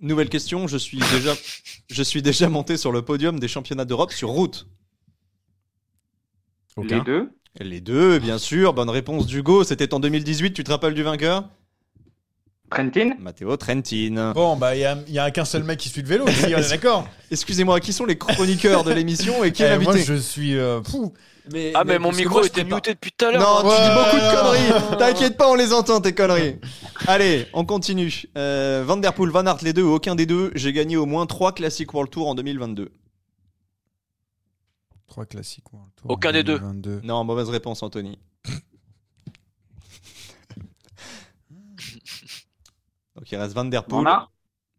[SPEAKER 3] Nouvelle question, je suis déjà, je suis déjà monté sur le podium des championnats d'Europe sur route.
[SPEAKER 8] Les deux
[SPEAKER 3] Les deux, bien sûr, bonne réponse d'Hugo, c'était en 2018, tu te rappelles du vainqueur
[SPEAKER 8] Trentin
[SPEAKER 3] Matteo Trentin.
[SPEAKER 2] Bon, bah, il y a, il y a qu'un seul mec qui suit le vélo ici, on est d'accord
[SPEAKER 3] Excusez-moi, qui sont les chroniqueurs de l'émission et qui est
[SPEAKER 2] Eh, Moi,
[SPEAKER 3] l'invité
[SPEAKER 2] je suis. euh, fou.
[SPEAKER 6] Ah, mais mon
[SPEAKER 4] parce que
[SPEAKER 6] micro
[SPEAKER 4] moi, je
[SPEAKER 6] était
[SPEAKER 4] prépare-
[SPEAKER 6] muté depuis tout à l'heure. hein.
[SPEAKER 3] Non, tu dis
[SPEAKER 2] Ouais,
[SPEAKER 3] beaucoup de
[SPEAKER 2] non.
[SPEAKER 3] conneries. T'inquiète pas, on les entend tes conneries. Allez, on continue. Euh, Van der Poel, Van Aert, les deux ou aucun des deux, j'ai gagné au moins 3 classiques World Tour en 2022.
[SPEAKER 2] Trois classiques. ouais, le tour
[SPEAKER 6] Aucun
[SPEAKER 2] en
[SPEAKER 6] des deux.
[SPEAKER 2] 2022.
[SPEAKER 3] Non, mauvaise réponse Anthony. Donc il reste Van der Poel.
[SPEAKER 8] On a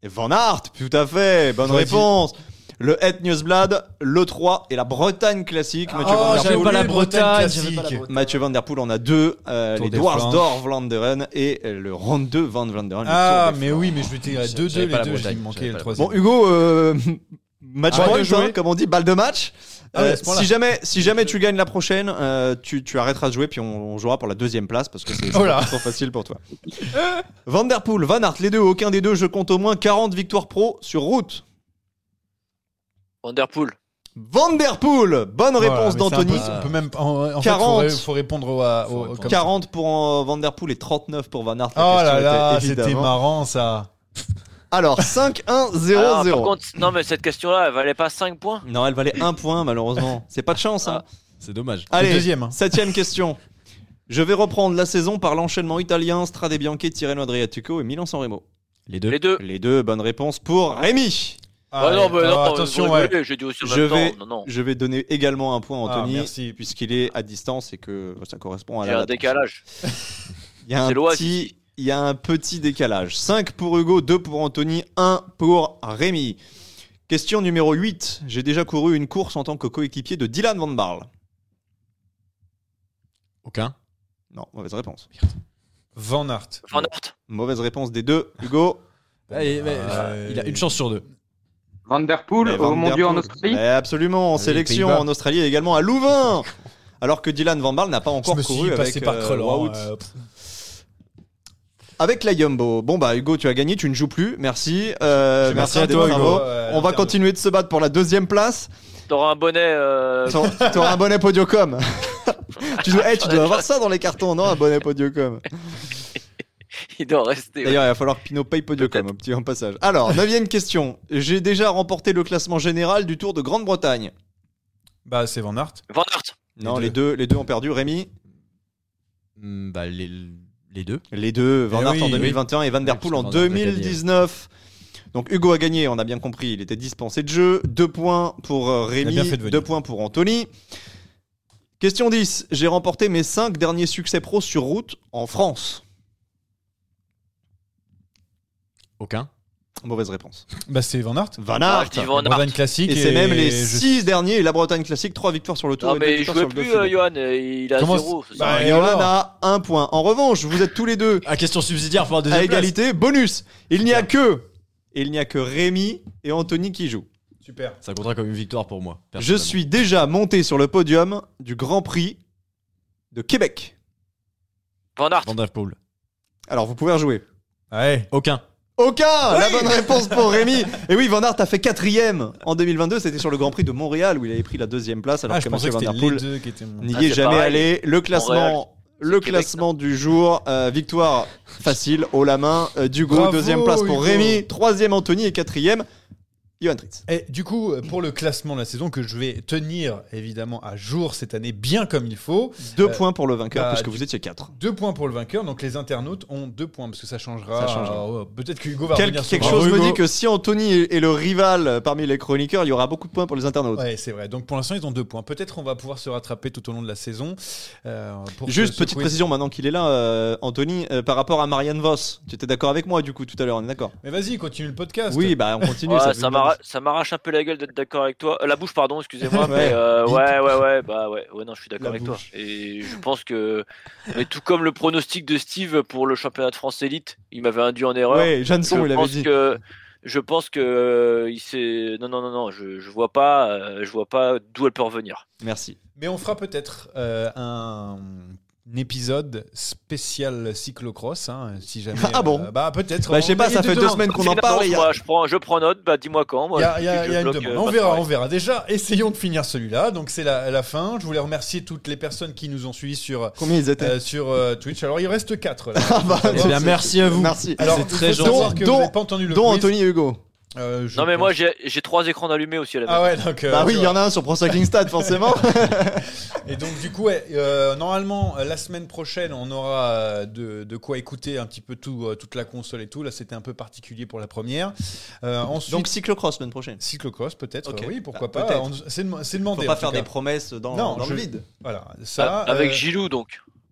[SPEAKER 3] Et Van Aert, tout à fait, bonne
[SPEAKER 2] J'aurais dit-
[SPEAKER 3] réponse. Le Het Newsblad, le 3 et la Bretagne classique. Mathieu,
[SPEAKER 2] Oh,
[SPEAKER 3] Van, der
[SPEAKER 2] j'avais
[SPEAKER 3] Poel.
[SPEAKER 2] pas la Bretagne, j'avais pas la
[SPEAKER 4] classique.
[SPEAKER 2] Bretagne.
[SPEAKER 3] Mathieu Van Der Poel en a deux. euh,
[SPEAKER 2] Tour
[SPEAKER 3] les
[SPEAKER 2] des
[SPEAKER 3] Dwars
[SPEAKER 2] Flandres.
[SPEAKER 3] d'Or Van Deren et euh, le Rand 2 Van Vlanderen. le
[SPEAKER 2] Ah,
[SPEAKER 3] Tour des
[SPEAKER 2] mais
[SPEAKER 3] Flandres.
[SPEAKER 2] oui, mais je vais dire
[SPEAKER 4] J'avais
[SPEAKER 2] 2-2,
[SPEAKER 4] pas la
[SPEAKER 2] les deux, j'ai
[SPEAKER 4] Bretagne,
[SPEAKER 2] manqué
[SPEAKER 4] j'avais
[SPEAKER 2] le
[SPEAKER 4] pas la
[SPEAKER 2] troisième.
[SPEAKER 3] Bon, Hugo, euh, match
[SPEAKER 2] Arrête de
[SPEAKER 3] point,
[SPEAKER 2] jouer.
[SPEAKER 3] hein, comme on dit, balle de match.
[SPEAKER 2] Ah ouais,
[SPEAKER 3] Euh,
[SPEAKER 2] à ce point-là.
[SPEAKER 3] si jamais, si jamais tu gagnes la prochaine, euh, tu, tu arrêteras de jouer puis on, on jouera pour la deuxième place parce que c'est c'est
[SPEAKER 2] Oh là.
[SPEAKER 3] pas trop facile pour toi. Van Der Poel, Van Aert, les deux, aucun des deux, je compte au moins 40 victoires pro sur route.
[SPEAKER 6] Vanderpool.
[SPEAKER 3] Van Der Poel, bonne
[SPEAKER 2] Voilà,
[SPEAKER 3] réponse
[SPEAKER 2] mais c'est
[SPEAKER 3] d'Anthony.
[SPEAKER 2] impossible. On peut même. En, en
[SPEAKER 3] 40.
[SPEAKER 2] fait, faut, ré- faut répondre au. à-
[SPEAKER 4] Faut
[SPEAKER 2] au-
[SPEAKER 4] répondre.
[SPEAKER 2] comme-
[SPEAKER 3] 40 pour euh, Van Der Poel et 39 pour Van Aert. La
[SPEAKER 2] Oh là
[SPEAKER 3] question était
[SPEAKER 2] là, c'était
[SPEAKER 3] évidemment-
[SPEAKER 2] marrant ça.
[SPEAKER 3] Alors, 5-1-0-0.
[SPEAKER 6] Alors, Ah, par contre, non, mais cette question-là, elle valait pas 5 points.
[SPEAKER 3] Non, elle valait un point, malheureusement. C'est pas de chance, hein.
[SPEAKER 4] C'est dommage.
[SPEAKER 3] Allez,
[SPEAKER 2] Le deuxième, hein.
[SPEAKER 3] septième question. Je vais reprendre la saison par l'enchaînement italien Strade Bianche, Tirreno Adriatico et Milan San Remo.
[SPEAKER 4] Les deux.
[SPEAKER 6] Les deux.
[SPEAKER 3] Les deux bonnes réponses pour Rémi.
[SPEAKER 6] Ah,
[SPEAKER 2] Ah,
[SPEAKER 6] non, mais
[SPEAKER 2] alors,
[SPEAKER 6] non,
[SPEAKER 2] attention,
[SPEAKER 6] vous
[SPEAKER 2] ouais.
[SPEAKER 6] rigolez, j'ai dit aussi en
[SPEAKER 3] Je
[SPEAKER 6] même
[SPEAKER 3] vais,
[SPEAKER 6] temps. Non, non.
[SPEAKER 3] je vais donner également un point à
[SPEAKER 2] Ah,
[SPEAKER 3] Anthony,
[SPEAKER 2] merci.
[SPEAKER 3] puisqu'il est à distance et que ça correspond à
[SPEAKER 6] J'ai
[SPEAKER 3] la.
[SPEAKER 6] un décalage.
[SPEAKER 3] Il y a un
[SPEAKER 6] C'est l'Oise
[SPEAKER 3] petit, il y a un petit décalage. 5 pour Hugo, 2 pour Anthony, 1 pour Rémi. Question numéro 8. J'ai déjà couru une course en tant que coéquipier de Dylan Van Barle.
[SPEAKER 4] Aucun.
[SPEAKER 3] Non, mauvaise réponse.
[SPEAKER 2] Van Aert.
[SPEAKER 6] Van Aert.
[SPEAKER 3] Mauvaise réponse des deux. Hugo
[SPEAKER 4] Allez, mais-
[SPEAKER 3] Ah,
[SPEAKER 2] Euh,
[SPEAKER 4] Il a une chance sur deux.
[SPEAKER 8] Vanderpool
[SPEAKER 3] Mais
[SPEAKER 8] au
[SPEAKER 3] Van Der
[SPEAKER 8] Mondiaux Euh, en
[SPEAKER 3] Poel.
[SPEAKER 8] Australie
[SPEAKER 3] Mais Absolument, en
[SPEAKER 2] les
[SPEAKER 3] sélection
[SPEAKER 2] Pays-Bas.
[SPEAKER 3] en Australie et également à Louvain. Alors que Dylan Van Barle n'a pas
[SPEAKER 2] Je
[SPEAKER 3] encore
[SPEAKER 2] me suis
[SPEAKER 3] couru
[SPEAKER 2] passé
[SPEAKER 3] avec,
[SPEAKER 2] par
[SPEAKER 3] euh,
[SPEAKER 2] Crelan.
[SPEAKER 3] Wout.
[SPEAKER 2] euh, pff.
[SPEAKER 3] avec la Yumbo. Bon bah Hugo, tu as gagné, tu ne joues plus. Merci. Euh,
[SPEAKER 2] J'ai
[SPEAKER 3] merci
[SPEAKER 2] marqué
[SPEAKER 3] Euh, à
[SPEAKER 2] à toi,
[SPEAKER 3] toi,
[SPEAKER 2] Hugo. Ouais,
[SPEAKER 3] On va
[SPEAKER 2] merde.
[SPEAKER 3] continuer de se battre pour la deuxième place.
[SPEAKER 6] T'auras un bonnet. euh,
[SPEAKER 3] T'auras t'auras un bonnet podiocom. tu, dois, eh, tu dois avoir ça dans les cartons, non Un bonnet podiocom.
[SPEAKER 6] Il doit en rester. ouais.
[SPEAKER 3] D'ailleurs, il va falloir que Pino paye podiocom, un petit un passage. Alors, neuvième question. J'ai déjà remporté le classement général du Tour de Grande-Bretagne.
[SPEAKER 2] Bah, c'est Van Aert.
[SPEAKER 6] Van Aert.
[SPEAKER 3] Non,
[SPEAKER 2] deux.
[SPEAKER 3] les deux. Les, deux, ont perdu. Rémi
[SPEAKER 4] Hmm, Bah, les, les deux.
[SPEAKER 3] Les deux. Van
[SPEAKER 2] Eh
[SPEAKER 3] Aert
[SPEAKER 2] oui,
[SPEAKER 3] en
[SPEAKER 2] oui.
[SPEAKER 3] 2021 et Van Der Poel
[SPEAKER 4] Oui,
[SPEAKER 3] en
[SPEAKER 2] hein.
[SPEAKER 4] parce que Van Aert a gagné.
[SPEAKER 3] 2019. Donc Hugo a gagné, on a bien compris, il était dispensé de jeu. Deux points pour euh, Rémi,
[SPEAKER 2] bien fait de venir.
[SPEAKER 3] deux points pour Anthony. Question 10. J'ai remporté mes cinq derniers succès pro sur route en France.
[SPEAKER 4] Aucun.
[SPEAKER 3] Mauvaise réponse.
[SPEAKER 2] Bah, c'est Van Aert.
[SPEAKER 3] Van
[SPEAKER 6] Ah,
[SPEAKER 3] Aert.
[SPEAKER 6] je dis Van Aert.
[SPEAKER 2] Bretagne classique.
[SPEAKER 3] Et, c'est même les
[SPEAKER 2] je-
[SPEAKER 3] 6 derniers et la Bretagne classique, 3 victoires sur le tour.
[SPEAKER 6] Non,
[SPEAKER 3] et deux
[SPEAKER 6] Ah, mais il
[SPEAKER 3] victoires
[SPEAKER 6] jouait
[SPEAKER 3] sur le
[SPEAKER 6] plus,
[SPEAKER 3] Dauphiné.
[SPEAKER 6] euh, Johan. euh, Il a
[SPEAKER 2] Comment
[SPEAKER 6] zéro.
[SPEAKER 2] c'est-
[SPEAKER 6] c'est
[SPEAKER 2] Bah,
[SPEAKER 6] ça.
[SPEAKER 3] Ah,
[SPEAKER 2] et
[SPEAKER 3] Johan
[SPEAKER 2] alors
[SPEAKER 3] a 1 point. En revanche, vous êtes tous les deux
[SPEAKER 4] Ah, question subsidiaire pour la deuxième
[SPEAKER 3] à
[SPEAKER 4] place.
[SPEAKER 3] égalité, bonus. Il n'y a que il n'y a que Rémi et Anthony qui jouent.
[SPEAKER 2] Super.
[SPEAKER 4] Ça comptera comme une victoire pour moi.
[SPEAKER 3] Je
[SPEAKER 4] personnellement.
[SPEAKER 3] suis déjà monté sur le podium du Grand Prix de Québec.
[SPEAKER 6] Van Aert.
[SPEAKER 4] Van Der Poel.
[SPEAKER 3] Alors vous pouvez rejouer. Ah,
[SPEAKER 2] Ouais.
[SPEAKER 4] Aucun.
[SPEAKER 3] Aucun La bonne réponse pour Rémi Et oui, Van Aert a fait quatrième en 2022. C'était sur le Grand Prix de Montréal où il avait pris la deuxième place alors
[SPEAKER 2] Ah,
[SPEAKER 3] que
[SPEAKER 2] je pensais
[SPEAKER 3] Mathieu
[SPEAKER 2] que
[SPEAKER 3] Van
[SPEAKER 2] c'était
[SPEAKER 3] Der
[SPEAKER 2] les
[SPEAKER 3] Poel
[SPEAKER 2] deux qui étaient.
[SPEAKER 3] n'y
[SPEAKER 6] Ah,
[SPEAKER 3] est
[SPEAKER 6] c'est
[SPEAKER 3] jamais
[SPEAKER 6] pareil.
[SPEAKER 3] allé. Le classement, le
[SPEAKER 6] Québec,
[SPEAKER 3] classement du jour, euh, victoire facile haut la main euh, d'Hugo.
[SPEAKER 2] Bravo,
[SPEAKER 3] deuxième place pour
[SPEAKER 2] Hugo.
[SPEAKER 3] Rémi, troisième Anthony et quatrième Johan Tritz.
[SPEAKER 2] Et du coup, pour le classement de la saison que je vais tenir évidemment à jour cette année, bien comme il faut, Euh,
[SPEAKER 3] Deux points pour le vainqueur
[SPEAKER 2] bah,
[SPEAKER 3] puisque
[SPEAKER 2] du-
[SPEAKER 3] vous étiez quatre.
[SPEAKER 2] deux points pour le vainqueur. Donc les internautes ont deux points parce que ça changera.
[SPEAKER 3] Ça changera.
[SPEAKER 2] Euh, ouais, Peut-être que Hugo va
[SPEAKER 3] Quel-
[SPEAKER 2] revenir sur
[SPEAKER 3] quelque
[SPEAKER 2] Bravo,
[SPEAKER 3] chose me
[SPEAKER 2] Hugo.
[SPEAKER 3] dit que si Anthony est, est le rival euh, parmi les chroniqueurs, il y aura beaucoup de points pour les internautes.
[SPEAKER 2] Ouais, c'est vrai. Donc pour l'instant, ils ont deux points. Peut-être on va pouvoir se rattraper tout au long de la saison. euh, pour
[SPEAKER 3] Juste
[SPEAKER 2] que ce
[SPEAKER 3] petite
[SPEAKER 2] quiz-
[SPEAKER 3] précision maintenant qu'il est là, euh, Anthony, euh, par rapport à Marianne Voss. Tu étais d'accord avec moi du coup tout à l'heure, on est d'accord
[SPEAKER 2] Mais vas-y, continue le podcast.
[SPEAKER 3] Oui, bah on continue.
[SPEAKER 6] Ouais,
[SPEAKER 3] ça fait
[SPEAKER 6] ça
[SPEAKER 3] bien
[SPEAKER 6] m'arra- ça m'arrache un peu la gueule d'être d'accord avec toi. Euh, la bouche, pardon, excusez-moi.
[SPEAKER 2] Ouais.
[SPEAKER 6] mais, euh,
[SPEAKER 2] Bip.
[SPEAKER 6] ouais, ouais, ouais, bah ouais, ouais, non, je suis d'accord
[SPEAKER 2] La
[SPEAKER 6] avec
[SPEAKER 2] bouche.
[SPEAKER 6] toi. Et je pense que, mais tout comme le pronostic de Steve pour le championnat de France élite, il m'avait induit en erreur.
[SPEAKER 3] Ouais, Jeanson,
[SPEAKER 6] je
[SPEAKER 3] il avait
[SPEAKER 6] pense
[SPEAKER 3] dit.
[SPEAKER 6] Que, je pense que euh, il s'est. Non, non, non, non, je, je vois pas, euh, je vois pas d'où elle peut revenir.
[SPEAKER 3] Merci.
[SPEAKER 2] Mais on fera peut-être euh, un un épisode spécial cyclocross, hein, si jamais.
[SPEAKER 3] Ah bon
[SPEAKER 2] euh, Bah peut-être.
[SPEAKER 3] Bah, je sais pas,
[SPEAKER 2] Il y a
[SPEAKER 3] ça
[SPEAKER 2] une
[SPEAKER 3] fait deux
[SPEAKER 2] demande.
[SPEAKER 3] semaines qu'on en
[SPEAKER 6] Une
[SPEAKER 3] parle.
[SPEAKER 6] annonce,
[SPEAKER 3] et il y a-
[SPEAKER 6] moi, je prends, je prends note. Bah, dis-moi quand. Moi,
[SPEAKER 2] Il y a, il y a-
[SPEAKER 6] je
[SPEAKER 2] il y a une
[SPEAKER 6] bloque,
[SPEAKER 2] demande.
[SPEAKER 6] euh,
[SPEAKER 2] On
[SPEAKER 6] pas de
[SPEAKER 2] verra,
[SPEAKER 6] soirée.
[SPEAKER 2] on verra. Déjà, essayons de finir celui-là. Donc c'est la, la fin. Je voulais remercier toutes les personnes qui nous ont suivis sur,
[SPEAKER 3] Combien ils étaient
[SPEAKER 2] euh, sur euh, Twitch. Alors il reste 4 là.
[SPEAKER 3] Ah bah,
[SPEAKER 2] Faut savoir.
[SPEAKER 4] Eh bien, merci à vous.
[SPEAKER 3] Merci.
[SPEAKER 2] Alors,
[SPEAKER 4] c'est
[SPEAKER 2] il faut
[SPEAKER 4] très gentil.
[SPEAKER 2] savoir que
[SPEAKER 3] Dont-
[SPEAKER 2] vous n'avez pas entendu le
[SPEAKER 3] Dont
[SPEAKER 2] quiz.
[SPEAKER 3] Anthony Hugo.
[SPEAKER 2] Euh, je
[SPEAKER 6] Non, mais
[SPEAKER 2] pense-
[SPEAKER 6] moi, j'ai j'ai trois écrans allumés aussi à la
[SPEAKER 2] Ah ouais, donc. euh,
[SPEAKER 3] Bah oui,
[SPEAKER 2] tu
[SPEAKER 3] il y en a un sur Pro Cycling Stade, forcément.
[SPEAKER 2] Et donc du coup, ouais, euh, normalement, euh, la semaine prochaine, on aura euh, de, de quoi écouter un petit peu tout, euh, toute la console et tout. Là, c'était un peu particulier pour la première. Euh, ensuite,
[SPEAKER 3] Donc cyclocross semaine prochaine.
[SPEAKER 2] cyclocross peut-être.
[SPEAKER 3] Ok.
[SPEAKER 2] euh, Oui, pourquoi
[SPEAKER 3] Bah,
[SPEAKER 2] pas.
[SPEAKER 3] peut-être.
[SPEAKER 2] On- C'est dem- c'est
[SPEAKER 3] Faut
[SPEAKER 2] demandé.
[SPEAKER 3] pas
[SPEAKER 2] en
[SPEAKER 3] faire
[SPEAKER 2] tout cas.
[SPEAKER 3] des promesses dans,
[SPEAKER 2] Non,
[SPEAKER 3] dans
[SPEAKER 2] je-
[SPEAKER 3] le vide.
[SPEAKER 2] Voilà, ça.
[SPEAKER 6] Ah, Avec
[SPEAKER 2] euh,
[SPEAKER 6] Gilou, donc.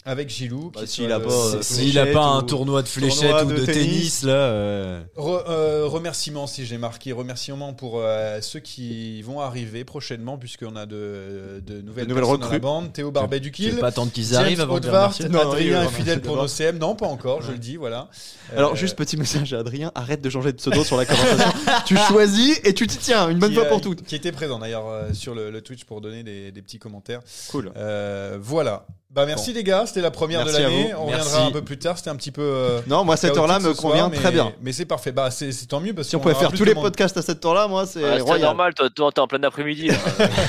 [SPEAKER 2] avec Gilou.
[SPEAKER 3] Bah,
[SPEAKER 2] qui
[SPEAKER 3] s'il
[SPEAKER 2] soit
[SPEAKER 3] a
[SPEAKER 2] le-
[SPEAKER 3] pas, euh,
[SPEAKER 4] S'il a
[SPEAKER 3] fléchette
[SPEAKER 4] pas un
[SPEAKER 3] ou-
[SPEAKER 4] tournoi de
[SPEAKER 3] tournoi
[SPEAKER 4] fléchettes ou
[SPEAKER 3] de
[SPEAKER 4] de
[SPEAKER 3] tennis.
[SPEAKER 4] tennis, là. euh,
[SPEAKER 2] Re- euh, remerciements si j'ai marqué, remerciements pour euh, ceux qui vont arriver prochainement puisqu'on a de, de nouvelles,
[SPEAKER 3] De nouvelles
[SPEAKER 2] personnes dans la
[SPEAKER 3] recrues.
[SPEAKER 2] bande. Théo Barbet du
[SPEAKER 4] Je
[SPEAKER 2] Kill,
[SPEAKER 4] vais pas attendre qu'ils
[SPEAKER 2] James
[SPEAKER 4] arrivent avant de les
[SPEAKER 2] Hautevart,
[SPEAKER 4] remercier.
[SPEAKER 3] Non, non, il
[SPEAKER 2] Adrien
[SPEAKER 3] va
[SPEAKER 2] infidèle
[SPEAKER 3] remercier
[SPEAKER 2] pour nos
[SPEAKER 3] d'abord.
[SPEAKER 2] CM, non pas encore, je le dis, voilà.
[SPEAKER 3] Alors
[SPEAKER 2] Euh,
[SPEAKER 3] juste petit message à Adrien, arrête de changer de pseudo sur la conversation. tu choisis et tu t'y tiens une bonne
[SPEAKER 2] qui,
[SPEAKER 3] fois
[SPEAKER 2] euh,
[SPEAKER 3] pour toutes.
[SPEAKER 2] Qui était présent d'ailleurs euh, sur le, le Twitch pour donner des, des petits commentaires.
[SPEAKER 3] Cool.
[SPEAKER 2] Euh, voilà. Bah merci les gars, c'était la première
[SPEAKER 3] Merci
[SPEAKER 2] de
[SPEAKER 3] à
[SPEAKER 2] l'année.
[SPEAKER 3] vous.
[SPEAKER 2] On
[SPEAKER 4] Merci.
[SPEAKER 2] reviendra un peu plus tard, c'était un petit peu. euh,
[SPEAKER 3] Non, moi cette heure-là
[SPEAKER 2] chaotique
[SPEAKER 3] me
[SPEAKER 2] ce soir,
[SPEAKER 3] convient
[SPEAKER 2] mais-
[SPEAKER 3] très bien.
[SPEAKER 2] Mais c'est parfait, bah c'est c'est tant mieux parce
[SPEAKER 3] Si on
[SPEAKER 2] qu'on
[SPEAKER 3] pouvait
[SPEAKER 2] aura
[SPEAKER 3] faire
[SPEAKER 2] plus
[SPEAKER 3] tous
[SPEAKER 2] de
[SPEAKER 3] les
[SPEAKER 2] monde.
[SPEAKER 3] podcasts à cette heure-là, moi c'est
[SPEAKER 6] Ah, C'est
[SPEAKER 3] royal.
[SPEAKER 6] normal, toi, toi, t'es en plein d'après-midi. là.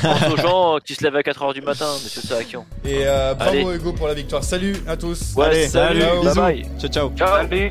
[SPEAKER 6] Pense aux gens qui se lèvent à 4h du matin, monsieur Sarakian.
[SPEAKER 2] Et euh, bravo
[SPEAKER 6] Allez.
[SPEAKER 2] Hugo pour la victoire. Salut à tous.
[SPEAKER 6] Ouais,
[SPEAKER 3] Allez,
[SPEAKER 6] salut,
[SPEAKER 2] ciao.
[SPEAKER 6] bye
[SPEAKER 3] Bisous.
[SPEAKER 6] bye.
[SPEAKER 3] Ciao ciao.
[SPEAKER 6] Ciao.
[SPEAKER 8] Salut.